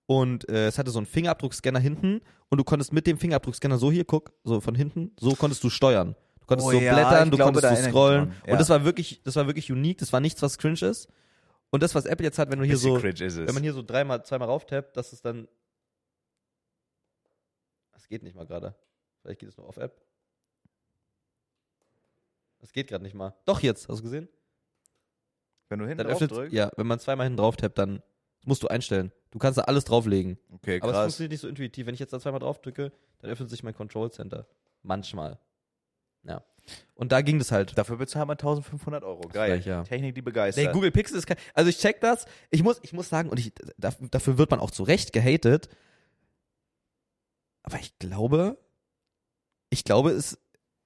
Speaker 1: Und äh, es hatte so einen Fingerabdruckscanner hinten und du konntest mit dem Fingerabdruckscanner so hier, guck, so von hinten, so konntest du steuern. Du konntest
Speaker 2: Oh
Speaker 1: so
Speaker 2: ja,
Speaker 1: blättern,
Speaker 2: ich
Speaker 1: du
Speaker 2: glaube, da
Speaker 1: konntest so
Speaker 2: erinnere ich mich
Speaker 1: scrollen.
Speaker 2: dran. Ja.
Speaker 1: Und das war wirklich, das war wirklich unique, das war nichts, was cringe ist. Und das, was Apple jetzt hat, wenn du hier
Speaker 2: Bisschen
Speaker 1: so,
Speaker 2: cringe ist es.
Speaker 1: wenn man hier so dreimal, zweimal rauftappt, dass es dann. Das geht nicht mal gerade. Vielleicht geht es nur auf App. Das geht gerade nicht mal. Doch jetzt, hast du gesehen?
Speaker 2: Wenn du hinten
Speaker 1: Dann
Speaker 2: drauf
Speaker 1: öffnet,
Speaker 2: drückst.
Speaker 1: ja, wenn man zweimal hinten drauf tappt, dann das musst du einstellen. Du kannst da alles drauflegen.
Speaker 2: Okay,
Speaker 1: Aber es
Speaker 2: krass.
Speaker 1: funktioniert nicht so intuitiv. Wenn ich jetzt da zweimal drauf drücke, dann öffnet sich mein Control Center. Manchmal. Ja. Und da ging das halt.
Speaker 2: Dafür bezahlt man 1500 Euro. Geil.
Speaker 1: gleich, ja.
Speaker 2: Technik, die
Speaker 1: Nee,
Speaker 2: begeistert.
Speaker 1: Google Pixel ist kein. Also ich check das. Ich muss, ich muss sagen, und ich, da- dafür wird man auch zu Recht gehatet. Aber ich glaube, ich glaube, es.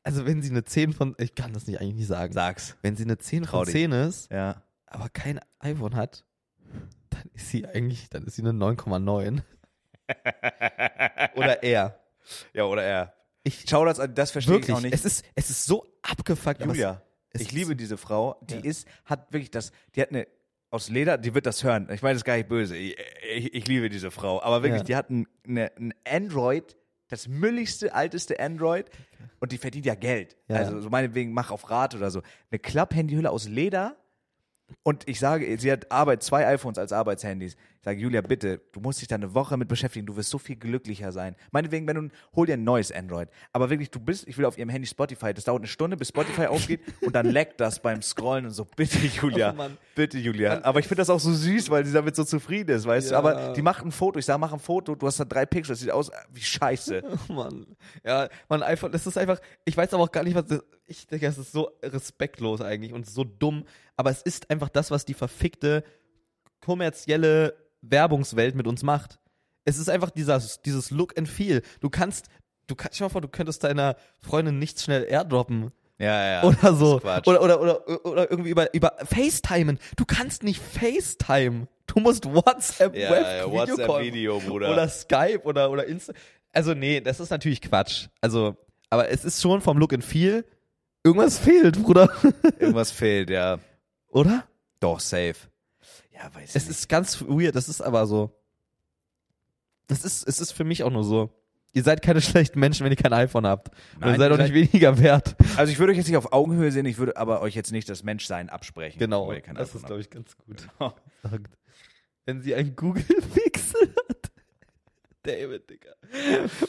Speaker 1: Also wenn sie eine 10 von. Ich kann das nicht eigentlich nicht sagen.
Speaker 2: Sag's.
Speaker 1: Wenn sie eine 10
Speaker 2: Trau
Speaker 1: von
Speaker 2: dich.
Speaker 1: 10 ist,
Speaker 2: Ja.
Speaker 1: aber kein iPhone hat, dann ist sie eigentlich, dann ist sie eine 9,9. Oder eher.
Speaker 2: Ja, oder er.
Speaker 1: Ich,
Speaker 2: Schau das an, das verstehe ich
Speaker 1: wirklich.
Speaker 2: auch nicht.
Speaker 1: Es ist, es ist so abgefuckt. aber es-
Speaker 2: Julia,
Speaker 1: es
Speaker 2: ich
Speaker 1: ist-
Speaker 2: liebe diese Frau. Die
Speaker 1: Ja.
Speaker 2: ist, hat wirklich das, die hat eine, aus Leder, die wird das hören. Ich meine, das ist gar nicht böse. Ich, ich, ich liebe diese Frau. Aber wirklich,
Speaker 1: Ja.
Speaker 2: die hat ein, eine, ein Android, das mülligste, alteste Android. Und die verdient ja Geld.
Speaker 1: Ja.
Speaker 2: Also so meinetwegen, mach auf Rat oder so. Eine Klapphandyhülle aus Leder. Und ich sage, sie hat Arbeit, zwei iPhones als Arbeitshandys. Ich sage, Julia, bitte, du musst dich da eine Woche mit beschäftigen, du wirst so viel glücklicher sein. Meinetwegen, wenn du, hol dir ein neues Android. Aber wirklich, du bist, ich will auf ihrem Handy Spotify, das dauert eine Stunde, bis Spotify aufgeht und dann leckt das beim Scrollen und so, bitte Julia,
Speaker 1: Oh Mann.
Speaker 2: bitte Julia. Aber ich finde das auch so süß, weil sie damit so zufrieden ist, weißt
Speaker 1: Ja.
Speaker 2: du. Aber die macht ein Foto, ich sage, mach ein Foto, du hast da drei Pixel, das sieht aus wie scheiße.
Speaker 1: Oh Mann. Ja, man, iPhone, das ist einfach, ich weiß aber auch gar nicht, was das, ich denke, es ist so respektlos eigentlich und so dumm, aber es ist einfach das, was die verfickte kommerzielle Werbungswelt mit uns macht. Es ist einfach dieser, dieses Look and Feel. Du kannst, du kannst, schau mal vor, du könntest deiner Freundin nichts schnell airdroppen
Speaker 2: Ja, ja.
Speaker 1: oder so.
Speaker 2: Quatsch.
Speaker 1: Oder, oder, oder, oder irgendwie über, über FaceTimen. Du kannst nicht FaceTime. Du musst WhatsApp,
Speaker 2: Ja,
Speaker 1: Web,
Speaker 2: ja,
Speaker 1: Videocall-
Speaker 2: WhatsApp-Video, Bruder.
Speaker 1: Oder Skype oder, oder Insta. Also, nee, das ist natürlich Quatsch. Also, aber es ist schon vom Look and Feel. Irgendwas fehlt, Bruder.
Speaker 2: Irgendwas fehlt, ja.
Speaker 1: oder?
Speaker 2: Doch, safe. Ja, weiß
Speaker 1: Es ist ganz weird. Das ist aber so. Das ist, es ist für mich auch nur so. Ihr seid keine schlechten Menschen, wenn ihr kein iPhone habt. Und ihr
Speaker 2: Nein,
Speaker 1: seid
Speaker 2: ihr
Speaker 1: auch nicht weniger wert.
Speaker 2: Also ich würde euch jetzt nicht auf Augenhöhe sehen, ich würde aber euch jetzt nicht das Menschsein absprechen.
Speaker 1: Genau.
Speaker 2: Weil ihr kein
Speaker 1: Das
Speaker 2: iPhone
Speaker 1: ist,
Speaker 2: habt.
Speaker 1: glaube ich, ganz gut.
Speaker 2: Oh.
Speaker 1: sagt, wenn sie einen Google Pixel hat, David, Digga.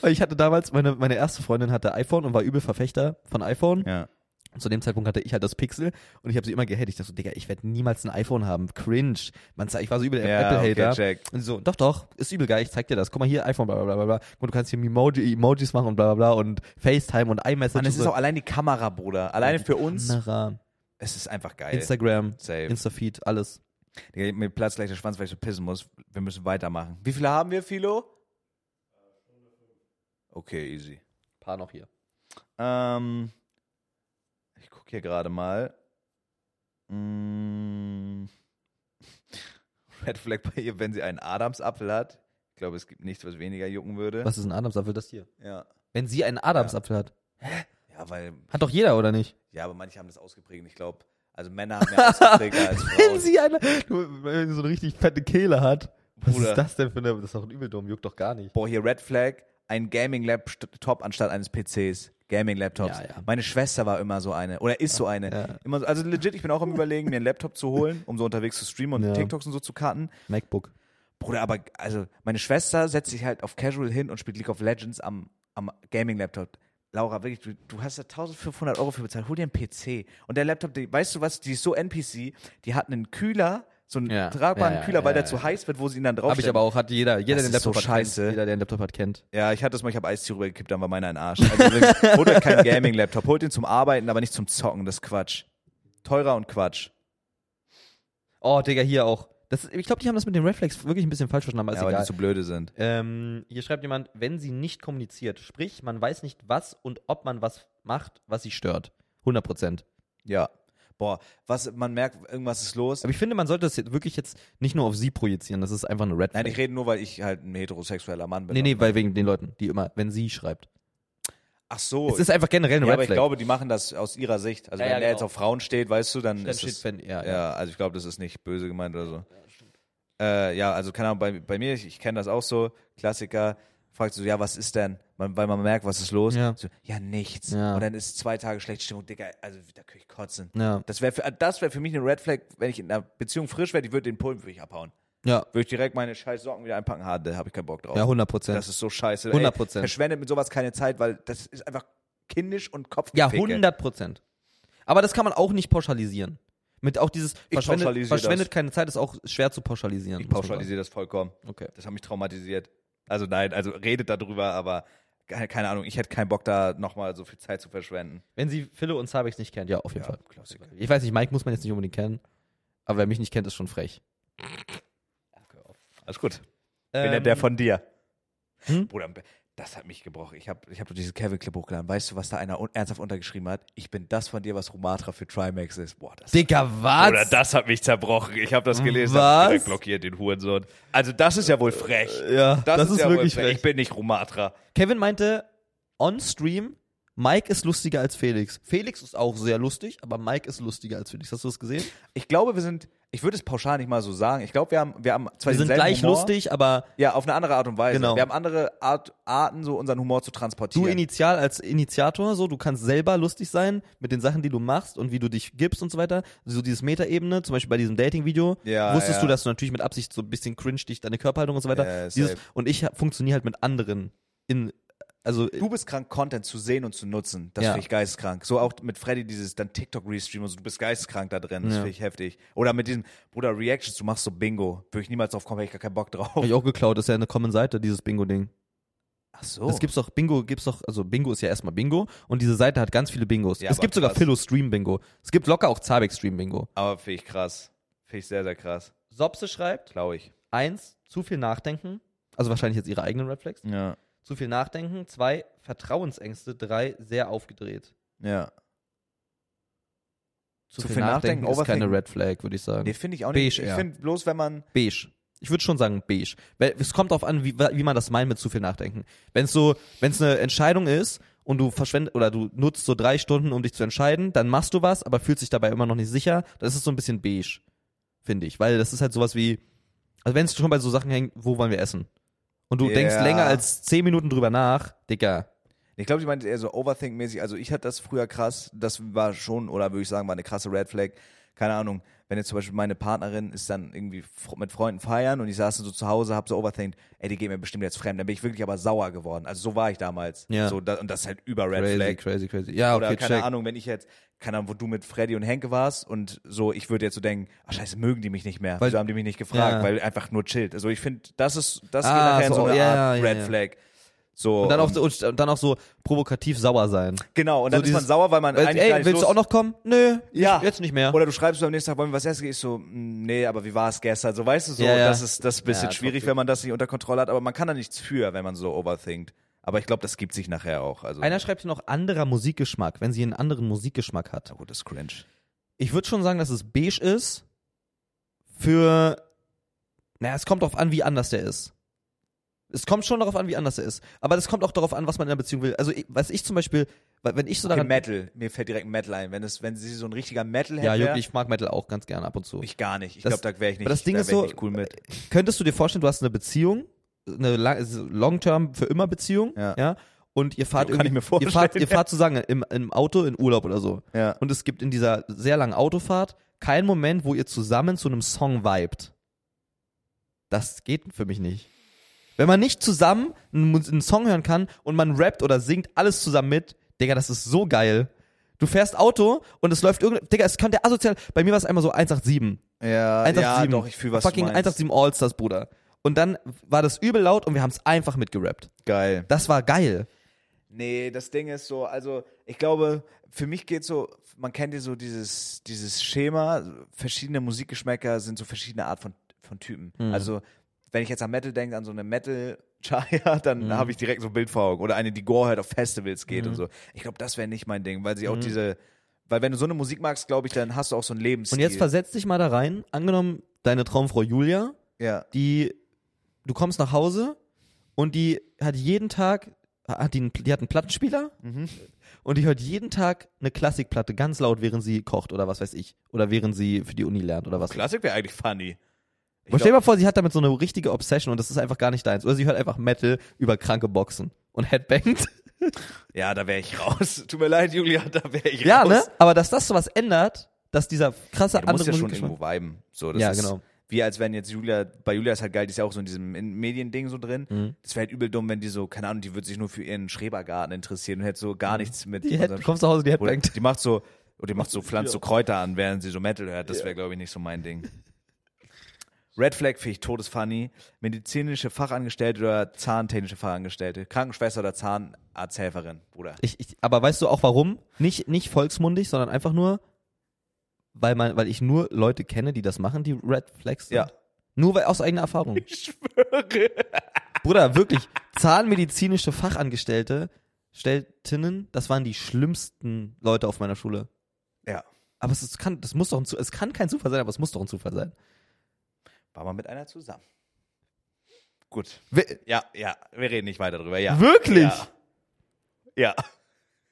Speaker 1: Weil ich hatte damals, meine, meine erste Freundin hatte iPhone und war übel Verfechter von iPhone.
Speaker 2: Ja.
Speaker 1: Und zu dem Zeitpunkt hatte ich halt das Pixel und ich habe sie immer gehatet. Ich dachte so, Digga, ich werde niemals ein iPhone haben. Cringe. Man, ich war so übel
Speaker 2: Ja,
Speaker 1: Apple-Hater.
Speaker 2: okay, check.
Speaker 1: und sie so, doch, doch, ist übel geil, ich zeig dir das. Guck mal hier, iPhone, bla bla bla bla. Guck mal, du kannst hier Emoji, Emojis machen und bla bla bla und FaceTime und iMessage.
Speaker 2: Mann, es
Speaker 1: und
Speaker 2: ist
Speaker 1: so.
Speaker 2: auch allein die Kamera, Bruder. Alleine für uns.
Speaker 1: Kamera,
Speaker 2: Es ist einfach geil.
Speaker 1: Instagram,
Speaker 2: Safe.
Speaker 1: Instafeed, alles.
Speaker 2: Digga, mir platzt gleich der Schwanz, weil ich so pissen muss. Wir müssen weitermachen. Wie viele haben wir, Philo? Äh, Okay, easy.
Speaker 1: Paar noch hier.
Speaker 2: Ähm, ich gucke hier gerade mal. Mm, Red Flag bei ihr, wenn sie einen Adamsapfel hat. Ich glaube, es gibt nichts, was weniger jucken würde.
Speaker 1: Was ist ein Adamsapfel? Das hier.
Speaker 2: Ja.
Speaker 1: Wenn sie einen Adamsapfel hat.
Speaker 2: Ja, weil,
Speaker 1: Hat doch jeder, oder nicht?
Speaker 2: ja, aber manche haben das ausgeprägt. Ich glaube, also Männer haben mehr ausgeprägt als Frauen.
Speaker 1: Wenn sie eine, du, wenn sie so eine richtig fette Kehle hat. Was
Speaker 2: Bruder.
Speaker 1: ist das denn für eine, das ist doch ein Übeldom, juckt doch gar nicht.
Speaker 2: Boah, hier Red Flag, ein Gaming-Laptop anstatt eines PCs. Gaming-Laptops.
Speaker 1: Ja, ja.
Speaker 2: Meine Schwester war immer so eine oder ist so eine.
Speaker 1: Ja.
Speaker 2: Immer so, also legit, ich bin auch am überlegen, mir einen Laptop zu holen, um so unterwegs zu streamen und
Speaker 1: Ja.
Speaker 2: TikToks und so zu cutten.
Speaker 1: MacBook.
Speaker 2: Bruder, aber also meine Schwester setzt sich halt auf Casual hin und spielt League of Legends am, am Gaming-Laptop. Laura, wirklich, du, du hast da 1500 Euro für bezahlt. Hol dir einen PC. Und der Laptop, die, weißt du was, die ist so NPC, die hat einen Kühler, so einen
Speaker 1: Ja,
Speaker 2: tragbaren
Speaker 1: ja, ja,
Speaker 2: Kühler, weil
Speaker 1: ja,
Speaker 2: der
Speaker 1: ja.
Speaker 2: zu heiß wird, wo sie ihn dann drauf
Speaker 1: Habe ich aber auch, hat jeder, jeder, der
Speaker 2: Das
Speaker 1: einen
Speaker 2: ist so
Speaker 1: Laptop hat,
Speaker 2: scheiße.
Speaker 1: kennt. Jeder, der einen Laptop hat, kennt.
Speaker 2: Ja, ich hatte das mal, ich habe Eistee rübergekippt, dann war meiner in den Arsch. Also wirklich, holt euch keinen Gaming-Laptop, holt ihn zum Arbeiten, aber nicht zum Zocken, das ist Quatsch. Teurer und Quatsch.
Speaker 1: Oh, Digga, hier auch. Das, ist- ich glaube, die haben das mit den Reflex wirklich ein bisschen falsch verstanden, aber ist
Speaker 2: Ja, weil die
Speaker 1: egal.
Speaker 2: zu blöde sind.
Speaker 1: Ähm, hier schreibt jemand, wenn sie nicht kommuniziert, sprich, man weiß nicht, was und ob man was macht, was sie stört. 100 Prozent.
Speaker 2: Ja. Boah, was, man merkt, irgendwas ist los.
Speaker 1: Aber ich finde, man sollte das jetzt wirklich jetzt nicht nur auf sie projizieren, das ist einfach eine Red
Speaker 2: Nein,
Speaker 1: Flag.
Speaker 2: ich rede nur, weil ich halt ein heterosexueller Mann bin.
Speaker 1: nee, nee, weil wegen den Leuten, die immer, wenn sie schreibt.
Speaker 2: Ach so.
Speaker 1: Es ist einfach generell eine
Speaker 2: Oh, ja, aber
Speaker 1: Red
Speaker 2: ich
Speaker 1: Flag.
Speaker 2: glaube, die machen das aus ihrer Sicht. Also
Speaker 1: Ja,
Speaker 2: wenn
Speaker 1: ja,
Speaker 2: er jetzt
Speaker 1: genau.
Speaker 2: auf Frauen steht, weißt du, dann
Speaker 1: Dann
Speaker 2: ist
Speaker 1: steht,
Speaker 2: es...
Speaker 1: wenn, ja, ja.
Speaker 2: Ja, also ich glaube, das ist nicht böse gemeint oder so. Äh, ja, also keine Ahnung, bei, bei mir, ich, ich kenne das auch so, Klassiker, fragst du, so, ja, was ist denn? Man, weil man merkt, was ist los.
Speaker 1: Ja.
Speaker 2: So, ja, nichts.
Speaker 1: Ja.
Speaker 2: Und dann ist zwei Tage schlechte Stimmung, Digga, also da könnte ich kotzen.
Speaker 1: Ja.
Speaker 2: Das wäre für, das wär für mich eine Red Flag, wenn ich in einer Beziehung frisch wäre, die würde den Pullen für mich abhauen.
Speaker 1: Ja,
Speaker 2: Würde ich direkt meine scheiß Socken wieder einpacken, hart, da habe ich keinen Bock drauf.
Speaker 1: ja 100 Prozent.
Speaker 2: Oh, Das ist so scheiße.
Speaker 1: 100%.
Speaker 2: Ey, verschwendet mit sowas keine Zeit, weil das ist einfach kindisch und
Speaker 1: Ja,
Speaker 2: Kopfgeficke.
Speaker 1: 100 Prozent. Aber das kann man auch nicht pauschalisieren. Mit auch dieses
Speaker 2: Ich
Speaker 1: verschwendet,
Speaker 2: pauschalisiere
Speaker 1: verschwendet
Speaker 2: das.
Speaker 1: keine Zeit ist auch schwer zu pauschalisieren.
Speaker 2: Ich
Speaker 1: muss man sagen.
Speaker 2: pauschalisiere das vollkommen.
Speaker 1: Okay.
Speaker 2: Das hat mich traumatisiert. Also nein, also redet darüber, aber ke- keine Ahnung, ich hätte keinen Bock da nochmal so viel Zeit zu verschwenden.
Speaker 1: Wenn sie Philo und Zabex nicht kennt, ja, auf jeden
Speaker 2: Ja,
Speaker 1: Fall.
Speaker 2: Klassiker.
Speaker 1: Ich weiß nicht, Mike muss man jetzt nicht unbedingt kennen. Aber wer mich nicht kennt, ist schon frech.
Speaker 2: Alles gut. Bin ja der von dir.
Speaker 1: Ähm, Hm?
Speaker 2: Bruder, das hat mich gebrochen. Ich habe ich hab doch diese Kevin-Clip hochgeladen. Weißt du, was da einer un ernsthaft untergeschrieben hat? Ich bin das von dir, was Rumatra für Trimax ist. Boah, das
Speaker 1: Dicker, was?
Speaker 2: Oder das hat mich zerbrochen. Ich habe das gelesen,
Speaker 1: Was?
Speaker 2: hab direkt blockiert den Hurensohn. Also das ist ja wohl frech.
Speaker 1: Ja, das, ist,
Speaker 2: ja wohl
Speaker 1: wirklich
Speaker 2: Ich
Speaker 1: frech.
Speaker 2: bin nicht Rumatra.
Speaker 1: Kevin meinte, on stream, Mike ist lustiger als Felix. Felix ist auch sehr lustig, aber Mike ist lustiger als Felix. Hast du das gesehen?
Speaker 2: Ich glaube, wir sind, ich würde es pauschal nicht mal so sagen. Ich glaube, wir haben, wir haben zwar
Speaker 1: Wir sind
Speaker 2: denselben
Speaker 1: gleich
Speaker 2: Humor,
Speaker 1: lustig, aber
Speaker 2: Ja, auf eine andere Art und Weise.
Speaker 1: Genau.
Speaker 2: Wir haben andere Art, Arten, so unseren Humor zu transportieren.
Speaker 1: Du initial als Initiator, so, du kannst selber lustig sein mit den Sachen, die du machst und wie du dich gibst und so weiter. So dieses Metaebene, zum Beispiel bei diesem Dating-Video,
Speaker 2: Ja,
Speaker 1: wusstest
Speaker 2: ja.
Speaker 1: du, dass du natürlich mit Absicht so ein bisschen cringe dich, deine Körperhaltung und so weiter.
Speaker 2: Ja, ja,
Speaker 1: dieses,
Speaker 2: safe.
Speaker 1: und ich funktioniere halt mit anderen in, also,
Speaker 2: Du bist krank, Content zu sehen und zu nutzen. Das
Speaker 1: Ja.
Speaker 2: finde ich geisteskrank. So auch mit Freddy dieses dann TikTok-Restream und so, du bist geisteskrank da drin. Das
Speaker 1: Ja.
Speaker 2: finde ich heftig. Oder mit diesem, Bruder, Reactions, du machst so Bingo. Würde ich niemals drauf kommen, hätte ich gar keinen Bock
Speaker 1: hab
Speaker 2: drauf.
Speaker 1: ich auch geklaut, das ist ja eine Common Seite, dieses Bingo-Ding.
Speaker 2: Ach so.
Speaker 1: Es gibt's doch, Bingo gibt's doch, also Bingo ist ja erstmal Bingo und diese Seite hat ganz viele Bingos.
Speaker 2: Ja,
Speaker 1: es
Speaker 2: aber
Speaker 1: gibt sogar
Speaker 2: krass.
Speaker 1: Philo Stream Bingo. Es gibt locker auch Zabek Stream Bingo.
Speaker 2: Aber finde ich krass. Finde ich sehr, sehr krass.
Speaker 1: Sopse schreibt,
Speaker 2: Glaube ich.
Speaker 1: eins, zu viel nachdenken. Also wahrscheinlich jetzt ihre eigenen Reflex.
Speaker 2: Ja.
Speaker 1: Zu viel nachdenken. Zwei, Vertrauensängste. Drei, sehr aufgedreht.
Speaker 2: Ja.
Speaker 1: Zu, viel, nachdenken, ist keine
Speaker 2: overthinken.
Speaker 1: Red Flag, würde ich sagen.
Speaker 2: Nee, finde ich auch nicht.
Speaker 1: Beige
Speaker 2: ich
Speaker 1: eher.
Speaker 2: finde bloß, wenn man.
Speaker 1: beige. Ich würde schon sagen beige. Weil es kommt darauf an, wie, wie man das meint mit zu viel nachdenken. Wenn es so, wenn es eine Entscheidung ist und du verschwendest oder du nutzt so drei Stunden, um dich zu entscheiden, dann machst du was, aber fühlst dich dabei immer noch nicht sicher, dann ist es so ein bisschen beige, finde ich. Weil das ist halt sowas wie, also wenn es schon bei so Sachen hängt, wo wollen wir essen? Und du
Speaker 2: Ja.
Speaker 1: denkst länger als zehn Minuten drüber nach, Digga.
Speaker 2: Ich glaube, ich meinte eher so Overthink-mäßig. Also ich hatte das früher krass. Das war schon, oder würde ich sagen, war eine krasse Red Flag. Keine Ahnung. wenn jetzt zum Beispiel meine Partnerin ist dann irgendwie fr- mit Freunden feiern und ich saß dann so zu Hause, hab so overthinkt, ey, die gehen mir bestimmt jetzt fremd. Dann bin ich wirklich aber sauer geworden. Also so war ich damals.
Speaker 1: Ja.
Speaker 2: So, da, und das ist halt über Red
Speaker 1: Crazy,
Speaker 2: Flag.
Speaker 1: crazy, crazy. Ja,
Speaker 2: Oder
Speaker 1: okay,
Speaker 2: keine
Speaker 1: check.
Speaker 2: Ahnung, wenn ich jetzt, keine Ahnung, wo du mit Freddy und Henke warst und so, ich würde jetzt so denken, ach scheiße, mögen die mich nicht mehr.
Speaker 1: Weil-
Speaker 2: Wieso haben die mich nicht gefragt?
Speaker 1: Ja.
Speaker 2: Weil einfach nur chillt. Also ich finde, das ist, das geht
Speaker 1: Ah,
Speaker 2: nachher in
Speaker 1: so,
Speaker 2: so eine
Speaker 1: ja,
Speaker 2: Art
Speaker 1: ja,
Speaker 2: Red
Speaker 1: ja.
Speaker 2: Flag. So.
Speaker 1: Und dann, auch so, und dann auch so provokativ sauer sein.
Speaker 2: Genau, und dann
Speaker 1: so
Speaker 2: ist man
Speaker 1: dieses-
Speaker 2: sauer, weil man
Speaker 1: Weil,
Speaker 2: eigentlich
Speaker 1: ey,
Speaker 2: gar nicht Ah.
Speaker 1: willst du
Speaker 2: Lust-
Speaker 1: auch noch kommen? Nö,
Speaker 2: Ja.
Speaker 1: ich- jetzt nicht mehr.
Speaker 2: Oder du schreibst am nächsten Tag, wollen wir was essen? Ich so, "Mm, nee, aber wie war es gestern? So, weißt du, so,
Speaker 1: Ja, ja.
Speaker 2: das ist das ist ein bisschen
Speaker 1: Ja,
Speaker 2: schwierig,
Speaker 1: trotzdem.
Speaker 2: wenn man das nicht unter Kontrolle hat, aber man kann da nichts für, wenn man so overthinkt. Aber ich glaube, das gibt sich nachher auch. Also,
Speaker 1: Einer schreibt hier noch anderer Musikgeschmack, wenn sie einen anderen Musikgeschmack hat.
Speaker 2: na gut, das ist cringe.
Speaker 1: Ich würde schon sagen, dass es beige ist. Für. Naja, es kommt darauf an, wie anders der ist. Es kommt schon darauf an, wie anders er ist. Aber das kommt auch darauf an, was man in einer Beziehung will. Also, ich, was ich zum Beispiel, weil- wenn ich so
Speaker 2: Okay,
Speaker 1: daran.
Speaker 2: Metal, mir fällt direkt Metal ein. Wenn, es, wenn sie so ein richtiger Metal
Speaker 1: ja,
Speaker 2: wäre,
Speaker 1: Jürgen, ich mag Metal auch ganz gerne ab und zu.
Speaker 2: ich gar nicht. Ich
Speaker 1: Das-
Speaker 2: glaube, da wäre ich nicht,
Speaker 1: aber das Ding
Speaker 2: da
Speaker 1: ist
Speaker 2: wär ich
Speaker 1: so-
Speaker 2: nicht cool mit.
Speaker 1: Könntest du dir vorstellen, du hast eine Beziehung, eine la- Long-Term für immer Beziehung,
Speaker 2: Ja.
Speaker 1: ja. und ihr fahrt
Speaker 2: Ja,
Speaker 1: irgendwie,
Speaker 2: kann ich mir
Speaker 1: ihr fahrt, ihr
Speaker 2: vorstellen.
Speaker 1: fahrt zusammen im, im Auto in Urlaub oder so.
Speaker 2: Ja.
Speaker 1: Und es gibt in dieser sehr langen Autofahrt keinen Moment, wo ihr zusammen zu einem Song vibet. Das geht für mich nicht. Wenn man nicht zusammen einen, Mus- einen Song hören kann und man rappt oder singt alles zusammen mit, Digga, das ist so geil. Du fährst Auto und es läuft irgendein, Digga, es könnte asozial, bei mir war es einmal so 187.
Speaker 2: Ja,
Speaker 1: 187.
Speaker 2: ja, doch, ich fühle was
Speaker 1: Fucking
Speaker 2: du meinst.
Speaker 1: 187 Allstars, Bruder. Und dann war das übel laut und wir haben es einfach mitgerappt.
Speaker 2: Geil.
Speaker 1: Das war geil.
Speaker 2: Nee, das Ding ist so, also ich glaube, für mich geht so, man kennt ja so dieses, dieses Schema, verschiedene Musikgeschmäcker sind so verschiedene Art von, von Typen. Also wenn ich jetzt an Metal denke, an so eine Metal Chaya, dann habe ich direkt so ein Bild vor Augen. Oder eine, die Gore halt auf Festivals geht und so. Ich glaube, das wäre nicht mein Ding, weil sie auch diese, weil wenn du so eine Musik magst, glaube ich, dann hast du auch so einen Lebensstil.
Speaker 1: Und jetzt versetz dich mal da rein. Angenommen, deine Traumfrau Julia,
Speaker 2: ja.
Speaker 1: die, du kommst nach Hause und die hat jeden Tag, hat die, einen- die hat einen Plattenspieler
Speaker 2: Mhm.
Speaker 1: und die hört jeden Tag eine Klassikplatte ganz laut, während sie kocht oder was weiß ich. Oder während sie für die Uni lernt oder was.
Speaker 2: Klassik wäre eigentlich funny. Ich
Speaker 1: Aber stell dir
Speaker 2: glaub-
Speaker 1: mal vor, sie hat damit so eine richtige Obsession und das ist einfach gar nicht deins. Oder sie hört einfach Metal über kranke Boxen und headbangt.
Speaker 2: ja, da wäre ich raus. Tut mir leid, Julia, da wäre ich
Speaker 1: Ja,
Speaker 2: raus.
Speaker 1: ne? Aber dass das sowas ändert, dass dieser krasse
Speaker 2: Ja, du musst
Speaker 1: andere
Speaker 2: ja schon
Speaker 1: Musikgeschmack-
Speaker 2: irgendwo viben. So, das
Speaker 1: Ja,
Speaker 2: ist
Speaker 1: genau.
Speaker 2: Wie als wenn jetzt Julia, bei Julia ist halt geil, die ist ja auch so in diesem in- Mediending so drin.
Speaker 1: Mhm.
Speaker 2: Das wäre halt übel dumm, wenn die so, keine Ahnung, die würde sich nur für ihren Schrebergarten interessieren und hätte so gar nichts mit
Speaker 1: Mhm. die
Speaker 2: unserem
Speaker 1: Head, kommst nach Hause, die
Speaker 2: Sch- Oder
Speaker 1: headbangt.
Speaker 2: Die macht so, oder die macht so, pflanzt so Kräuter an, während sie so Metal hört. Das wäre, glaube ich, nicht so mein Ding. Red Flag finde ich todesfunny. Medizinische Fachangestellte oder zahntechnische Fachangestellte. Krankenschwester oder Zahnarzthelferin, Bruder.
Speaker 1: Ich, ich, aber weißt du auch warum? Nicht, nicht volksmundig, sondern einfach nur, weil, man, weil ich nur Leute kenne, die das machen, die Red Flags sind.
Speaker 2: Ja.
Speaker 1: Nur weil, aus eigener Erfahrung. Ich schwöre. Bruder, wirklich, zahnmedizinische Fachangestellte, Stelltinnen, das waren die schlimmsten Leute auf meiner Schule.
Speaker 2: Ja.
Speaker 1: Aber es, ist, kann, das muss doch ein, Zu- es kann kein Zufall sein, aber es muss doch ein Zufall sein.
Speaker 2: War mal mit einer zusammen. Gut.
Speaker 1: We-
Speaker 2: Ja, ja, wir reden nicht weiter drüber, ja.
Speaker 1: Wirklich?
Speaker 2: Ja. Ja.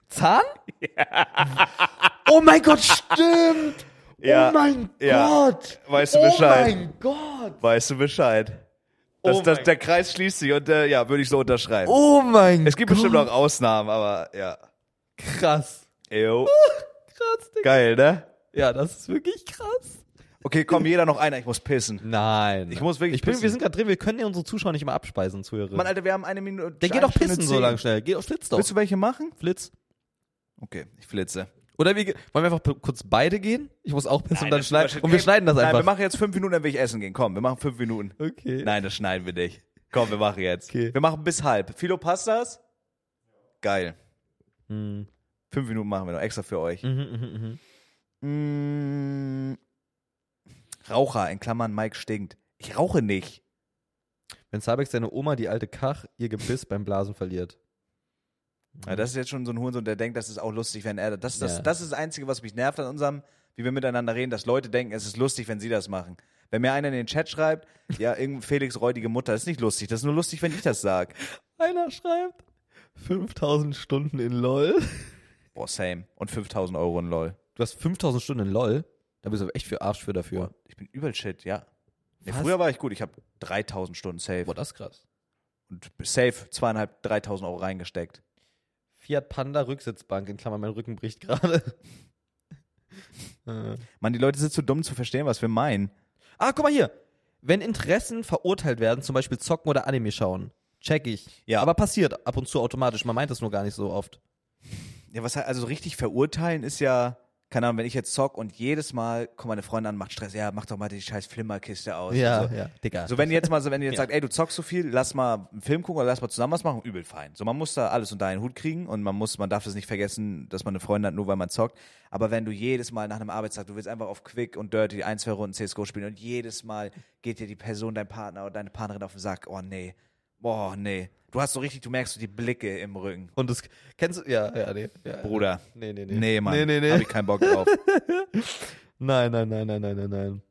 Speaker 1: Zahn? Oh mein Gott, stimmt!
Speaker 2: Ja.
Speaker 1: Oh mein
Speaker 2: Ja.
Speaker 1: Gott!
Speaker 2: Weißt du
Speaker 1: oh
Speaker 2: Bescheid.
Speaker 1: Oh mein Gott!
Speaker 2: Weißt du Bescheid? Das,
Speaker 1: Oh
Speaker 2: das,
Speaker 1: mein
Speaker 2: der Kreis schließt sich und äh, ja, würde ich so unterschreiben.
Speaker 1: Oh mein
Speaker 2: es gibt
Speaker 1: Gott.
Speaker 2: bestimmt auch Ausnahmen, aber ja.
Speaker 1: krass.
Speaker 2: Eyo.
Speaker 1: Krass, Digga.
Speaker 2: Geil, ne?
Speaker 1: Ja, das ist wirklich krass.
Speaker 2: Okay, komm, jeder noch einer, ich muss pissen.
Speaker 1: Nein.
Speaker 2: Ich muss wirklich
Speaker 1: ich bin,
Speaker 2: pissen.
Speaker 1: Wir sind gerade drin, wir können ja unsere Zuschauer nicht immer abspeisen, Zuhörer.
Speaker 2: Mann, Alter, wir haben eine Minute.
Speaker 1: Der geht
Speaker 2: eine
Speaker 1: doch
Speaker 2: Stunde
Speaker 1: pissen so
Speaker 2: zehn.
Speaker 1: lang schnell. Geht doch, flitz doch.
Speaker 2: Willst du welche machen?
Speaker 1: flitz?
Speaker 2: Okay, ich flitze.
Speaker 1: Oder wir, ge- wollen wir einfach p- kurz beide gehen? Ich muss auch pissen und dann
Speaker 2: das
Speaker 1: schneiden.
Speaker 2: überschritten-
Speaker 1: Und wir schneiden das
Speaker 2: Nein, wir
Speaker 1: einfach.
Speaker 2: machen jetzt fünf Minuten, dann will ich essen gehen. Komm, wir machen fünf Minuten.
Speaker 1: okay.
Speaker 2: Nein, das schneiden wir nicht. Komm, wir machen jetzt.
Speaker 1: Okay.
Speaker 2: Wir machen bis halb. Philo, passt das? Geil. Fünf Minuten machen wir noch extra für euch.
Speaker 1: Hm. Mhm, mhm, mhm.
Speaker 2: Mm. Raucher, in Klammern, Mike stinkt. Ich rauche nicht.
Speaker 1: Wenn Sabex seine Oma, die alte Kach, ihr Gebiss beim Blasen verliert.
Speaker 2: Ja, das ist jetzt schon so ein Hurensohn, der denkt, das ist auch lustig, wenn er das. Das,
Speaker 1: Ja.
Speaker 2: das ist das Einzige, was mich nervt an unserem, wie wir miteinander reden, dass Leute denken, es ist lustig, wenn sie das machen. Wenn mir einer in den Chat schreibt, ja, irgendein Felix räudige Mutter, das ist nicht lustig, das ist nur lustig, wenn ich das sag.
Speaker 1: Einer schreibt 5000 Stunden in LOL.
Speaker 2: Boah, same. Und 5000 Euro in LOL.
Speaker 1: Du hast 5000 Stunden in LOL? Da bist du aber echt für Arsch für dafür.
Speaker 2: Ich bin übel shit, ja. Nee,
Speaker 1: Was?
Speaker 2: früher war ich gut, ich habe 3000 Stunden safe.
Speaker 1: Boah, das ist krass.
Speaker 2: Und safe zweieinhalb, 3000 Euro reingesteckt.
Speaker 1: Fiat Panda Rücksitzbank, in Klammern, mein Rücken bricht gerade.
Speaker 2: Mann, die Leute sind zu dumm zu verstehen, was wir meinen.
Speaker 1: Äh. Ah, guck mal hier. Wenn Interessen verurteilt werden, zum Beispiel zocken oder Anime schauen, check ich.
Speaker 2: Ja.
Speaker 1: Aber passiert ab und zu automatisch. Man meint das nur gar nicht so oft.
Speaker 2: Ja, was halt, also richtig verurteilen ist ja, keine Ahnung, wenn ich jetzt zock und jedes Mal kommt meine Freundin an, macht Stress, ja, mach doch mal die scheiß Flimmerkiste aus. und so.
Speaker 1: ja, Digga.
Speaker 2: So, wenn ihr jetzt mal, so, wenn ihr jetzt
Speaker 1: Ja.
Speaker 2: sagt, ey, du zockst so viel, lass mal einen Film gucken oder lass mal zusammen was machen, übel fein. So, man muss da alles unter einen Hut kriegen und man muss, man darf das nicht vergessen, dass man eine Freundin hat, nur weil man zockt. Aber wenn du jedes Mal nach einem Arbeitstag, du willst einfach auf Quick und Dirty ein, zwei Runden CSGO spielen und jedes Mal geht dir die Person, dein Partner oder deine Partnerin auf den Sack, oh nee, oh nee. Du hast so richtig, du merkst so die Blicke im Rücken.
Speaker 1: und das kennst du. Ja, ja, nee. Ja.
Speaker 2: Bruder.
Speaker 1: Nee, nee, nee.
Speaker 2: Nee, Mann.
Speaker 1: Nee, nee, nee.
Speaker 2: Hab ich keinen Bock drauf.
Speaker 1: Nein, nein, nein, nein, nein, nein, nein.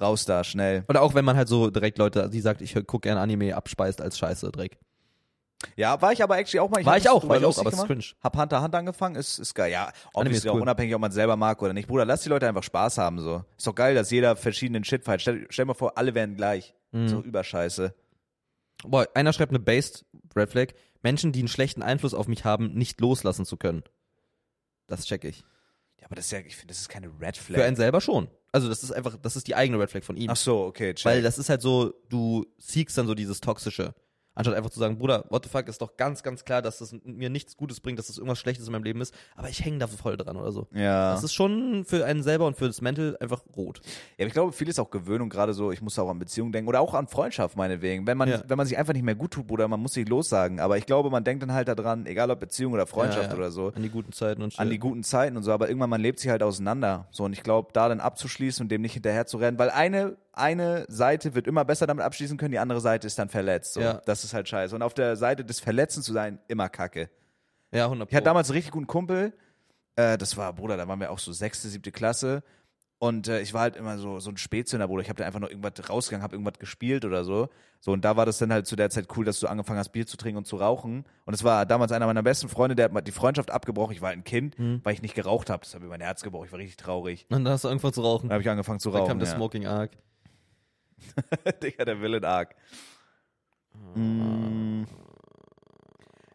Speaker 2: Raus da, schnell.
Speaker 1: Oder auch wenn man halt so direkt Leute, die sagt, ich gucke gern Anime, abspeist als Scheiße, Dreck.
Speaker 2: Ja, war ich aber actually auch mal.
Speaker 1: War
Speaker 2: hab
Speaker 1: ich
Speaker 2: das
Speaker 1: auch,
Speaker 2: drüber
Speaker 1: war ich auch,
Speaker 2: lustig
Speaker 1: aber es ist
Speaker 2: gemacht.
Speaker 1: cringe.
Speaker 2: Hab Hunter x Hunter angefangen, ist, ist geil. Ja, ob
Speaker 1: Anime
Speaker 2: ist
Speaker 1: ist
Speaker 2: auch
Speaker 1: cool.
Speaker 2: unabhängig, ob man selber mag oder nicht. Bruder, lass die Leute einfach Spaß haben, so. Ist doch geil, dass jeder verschiedenen Shit feiert. Stell, stell mal vor, alle wären gleich.
Speaker 1: Mhm.
Speaker 2: So überscheiße.
Speaker 1: Boah, einer schreibt eine Based Red Flag. Menschen, die einen schlechten Einfluss auf mich haben, nicht loslassen zu können. Das check ich.
Speaker 2: Ja, aber das ist ja, ich finde, das ist keine Red
Speaker 1: Für einen
Speaker 2: Flag.
Speaker 1: selber schon. Also das ist einfach, das ist die eigene Red Flag von ihm.
Speaker 2: Ach so, okay, check.
Speaker 1: Weil das ist halt so, du siegst dann so dieses Toxische. Anstatt einfach zu sagen, Bruder, what the fuck, ist doch ganz, ganz klar, dass das mir nichts Gutes bringt, dass das irgendwas Schlechtes in meinem Leben ist, aber ich hänge da voll dran oder so.
Speaker 2: ja.
Speaker 1: Das ist schon für einen selber und für das Mental einfach rot.
Speaker 2: Ja, aber ich glaube, viel ist auch Gewöhnung, gerade so, ich muss auch an Beziehungen denken oder auch an Freundschaft meinetwegen. Wenn man,
Speaker 1: Ja.
Speaker 2: wenn man sich einfach nicht mehr gut tut, Bruder, man muss sich lossagen. Aber ich glaube, man denkt dann halt daran, egal ob Beziehung oder Freundschaft
Speaker 1: Ja, ja.
Speaker 2: oder so,
Speaker 1: An die guten Zeiten und shit.
Speaker 2: an die guten Zeiten und so, aber irgendwann man lebt sich halt auseinander. So, und ich glaube, da dann abzuschließen und dem nicht hinterher zu rennen, weil eine, eine Seite wird immer besser damit abschließen können, die andere Seite ist dann verletzt. So,
Speaker 1: Ja.
Speaker 2: das ist halt scheiße. Und auf der Seite des Verletzten zu sein, immer kacke.
Speaker 1: ja, 100
Speaker 2: Ich hatte damals einen richtig guten Kumpel. Äh, das war, Bruder, da waren wir auch so sechste, siebte Klasse. Und äh, ich war halt immer so, so ein Spätzünder, Bruder. Ich habe da einfach noch irgendwas rausgegangen, habe irgendwas gespielt oder so. So, und da war das dann halt zu der Zeit cool, dass du angefangen hast, Bier zu trinken und zu rauchen. Und es war damals einer meiner besten Freunde, der hat mal die Freundschaft abgebrochen. Ich war ein Kind, weil ich nicht geraucht habe. Das hat mir mein Herz gebrochen. Ich war richtig traurig.
Speaker 1: Und dann hast du angefangen zu rauchen.
Speaker 2: Dann habe ich angefangen zu
Speaker 1: dann
Speaker 2: rauchen.
Speaker 1: kam der
Speaker 2: ja.
Speaker 1: Smoking Arc.
Speaker 2: Digga, der Villain Arc. Mm.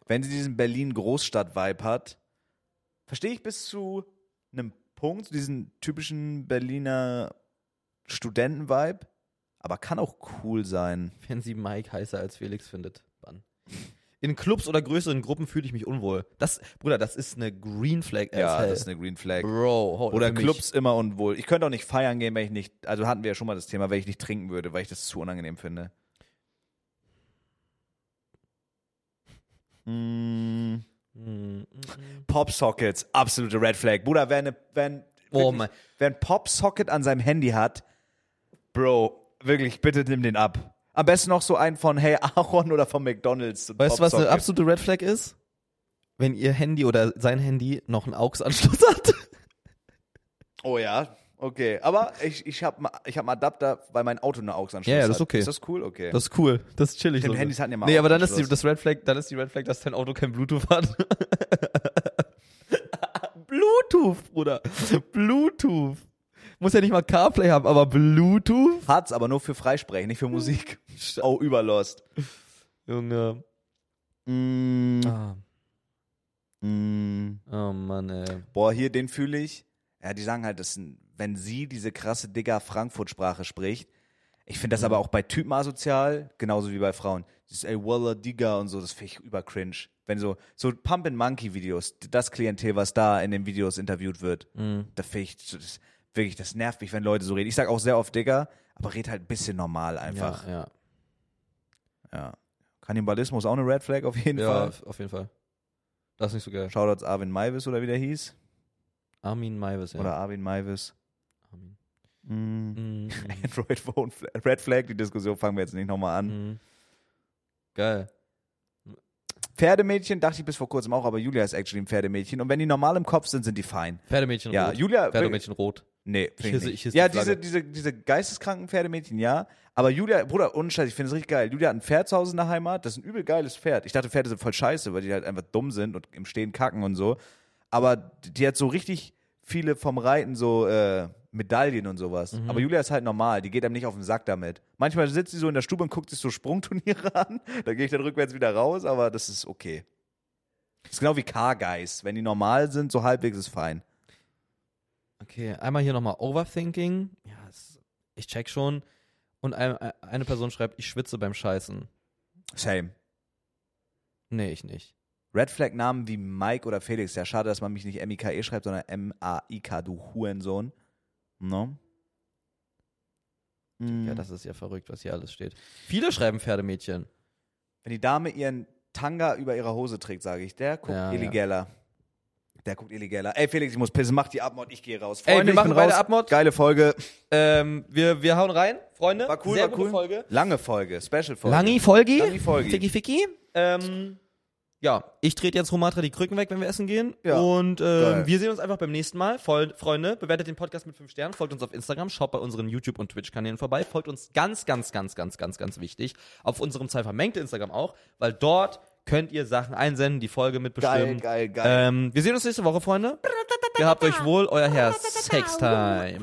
Speaker 2: Wenn sie diesen Berlin-Großstadt-Vibe hat, verstehe ich bis zu einem Punkt, diesen typischen Berliner Studenten-Vibe, aber kann auch cool sein.
Speaker 1: Wenn sie Mike heißer als Felix findet, wann? In Clubs oder größeren Gruppen fühle ich mich unwohl. Das, Bruder, das ist eine Green Flag as
Speaker 2: Ja,
Speaker 1: hell.
Speaker 2: das ist eine Green Flag.
Speaker 1: Bro, hold
Speaker 2: Oder
Speaker 1: für mich.
Speaker 2: Clubs immer unwohl. Ich könnte auch nicht feiern gehen, wenn ich nicht, also hatten wir ja schon mal das Thema, wenn ich nicht trinken würde, weil ich das zu unangenehm finde. Mm.
Speaker 1: Hm.
Speaker 2: Popsockets, absolute Red Flag. Bruder, wenn, wenn,
Speaker 1: Oh
Speaker 2: wirklich,
Speaker 1: mein-
Speaker 2: wer ein Popsocket an seinem Handy hat, Bro, wirklich, bitte nimm den ab. Am besten noch so einen von Hey Aaron oder von McDonalds. so ein
Speaker 1: Weißt du, was eine
Speaker 2: Popsocket.
Speaker 1: absolute Red Flag ist? Wenn ihr Handy oder sein Handy noch einen AUX-Anschluss hat.
Speaker 2: Oh ja, okay. Aber ich, ich habe ich hab einen Adapter, weil mein Auto eine AUX-Anschluss
Speaker 1: Ja, ja,
Speaker 2: hat.
Speaker 1: das ist okay.
Speaker 2: Ist das cool? Okay.
Speaker 1: Das ist cool. Das ist chillig.
Speaker 2: Stimmt, Handys hatten ja mal
Speaker 1: Nee, aber dann ist, die,
Speaker 2: AUX-Anschluss.
Speaker 1: das Red Flag, dann ist die Red Flag, dass dein Auto kein Bluetooth hat. Bluetooth, Bruder. Bluetooth. Muss ja nicht mal CarPlay haben, aber Bluetooth?
Speaker 2: Hat's aber nur für Freisprechen, nicht für Musik.
Speaker 1: Hm.
Speaker 2: oh, überlost.
Speaker 1: Junge.
Speaker 2: Mm,
Speaker 1: Ah.
Speaker 2: mm.
Speaker 1: Oh Mann, ey.
Speaker 2: Boah, hier, den fühle ich. Ja, die sagen halt, das sind, wenn sie diese krasse Digger Frankfurt-Sprache spricht. Ich finde das
Speaker 1: Mhm.
Speaker 2: aber auch bei Typen asozial, genauso wie bei Frauen. Dieses ey, Walla Digger und so, das finde ich über cringe. Wenn so, so Pump and Monkey Videos, das Klientel, was da in den Videos interviewt wird, da finde ich, so, das, wirklich, das nervt mich, wenn Leute so reden. Ich sage auch sehr oft Digger, aber red halt ein bisschen normal einfach.
Speaker 1: Ja, ja.
Speaker 2: Ja. Kannibalismus auch eine Red Flag auf jeden
Speaker 1: ja
Speaker 2: Fall.
Speaker 1: auf auf jeden Fall. Das ist nicht so geil.
Speaker 2: Shoutouts Arvin Maivis oder wie der hieß.
Speaker 1: Armin Maivis, ja.
Speaker 2: Oder Arvin Maivis.
Speaker 1: Armin.
Speaker 2: Mm.
Speaker 1: Mm,
Speaker 2: Android Phone, Fla- Red Flag, die Diskussion fangen wir jetzt nicht nochmal
Speaker 1: mm,
Speaker 2: an.
Speaker 1: mm. Geil.
Speaker 2: Pferdemädchen dachte ich bis vor kurzem auch, aber Julia ist actually ein Pferdemädchen. Und wenn die normal im Kopf sind, sind die fein.
Speaker 1: Pferdemädchen
Speaker 2: Ja,
Speaker 1: rot.
Speaker 2: Julia-
Speaker 1: Pferdemädchen rot.
Speaker 2: Nee, finde ich
Speaker 1: hisse-
Speaker 2: nicht.
Speaker 1: ich hisse
Speaker 2: ja,
Speaker 1: die
Speaker 2: diese,
Speaker 1: Flagge.
Speaker 2: diese, diese geisteskranken Pferdemädchen, ja. Aber Julia, Bruder, ohne Scheiß, ich finde es richtig geil. Julia hat ein Pferd zu Hause in der Heimat, das ist ein übel geiles Pferd. Ich dachte, Pferde sind voll scheiße, weil die halt einfach dumm sind und im Stehen kacken und so. Aber die hat so richtig viele vom Reiten so äh, Medaillen und sowas.
Speaker 1: Mhm.
Speaker 2: Aber Julia ist halt normal, die geht einem nicht auf den Sack damit. Manchmal sitzt sie so in der Stube und guckt sich so Sprungturniere an, da gehe ich dann rückwärts wieder raus, aber das ist okay. Das ist genau wie Car Guys. Wenn die normal sind, so halbwegs ist fein.
Speaker 1: Okay, einmal hier nochmal Overthinking. Ja, es, ich check schon. Und ein, eine Person schreibt, ich schwitze beim Scheißen.
Speaker 2: Same.
Speaker 1: Nee, ich nicht.
Speaker 2: Red Flag Namen wie Mike oder Felix. Ja, schade, dass man mich nicht M-I-K-E E schreibt, sondern M-A-I-K, du Hurensohn. No? Mm.
Speaker 1: Ja,
Speaker 2: Mhm.
Speaker 1: das ist ja verrückt, was hier alles steht. Viele schreiben Pferdemädchen.
Speaker 2: Wenn die Dame ihren Tanga über ihrer Hose trägt, sage ich, der guckt
Speaker 1: Ja, ja.
Speaker 2: illegeller. Der guckt illegeller. Ey, Felix, ich muss pissen, mach die Abmord, ich gehe raus.
Speaker 1: Ey, wir
Speaker 2: ich
Speaker 1: machen
Speaker 2: bin
Speaker 1: beide
Speaker 2: raus.
Speaker 1: Abmord.
Speaker 2: Geile Folge.
Speaker 1: Ähm, wir, wir hauen rein, Freunde.
Speaker 2: War cool,
Speaker 1: Sehr
Speaker 2: war
Speaker 1: gute
Speaker 2: cool.
Speaker 1: Folge.
Speaker 2: Lange Folge, Special Folge.
Speaker 1: Langi Folgi.
Speaker 2: Langi Folgi.
Speaker 1: Ficky Ficky. Ähm, ja, ich trete jetzt Romatra die Krücken weg, wenn wir essen gehen.
Speaker 2: Ja.
Speaker 1: Und
Speaker 2: Geil.
Speaker 1: ähm, wir sehen uns einfach beim nächsten Mal. Voll, Freunde, bewertet den Podcast mit 5 Sternen, folgt uns auf Instagram, schaut bei unseren YouTube- und Twitch-Kanälen vorbei, folgt uns ganz, ganz, ganz, ganz, ganz, ganz wichtig. Auf unserem zwei vermengte Instagram auch, weil dort könnt ihr Sachen einsenden, die Folge mitbestimmen.
Speaker 2: Geil, geil, geil.
Speaker 1: Ähm, wir sehen uns nächste Woche, Freunde. Gehabt euch wohl, euer Herr Sextime.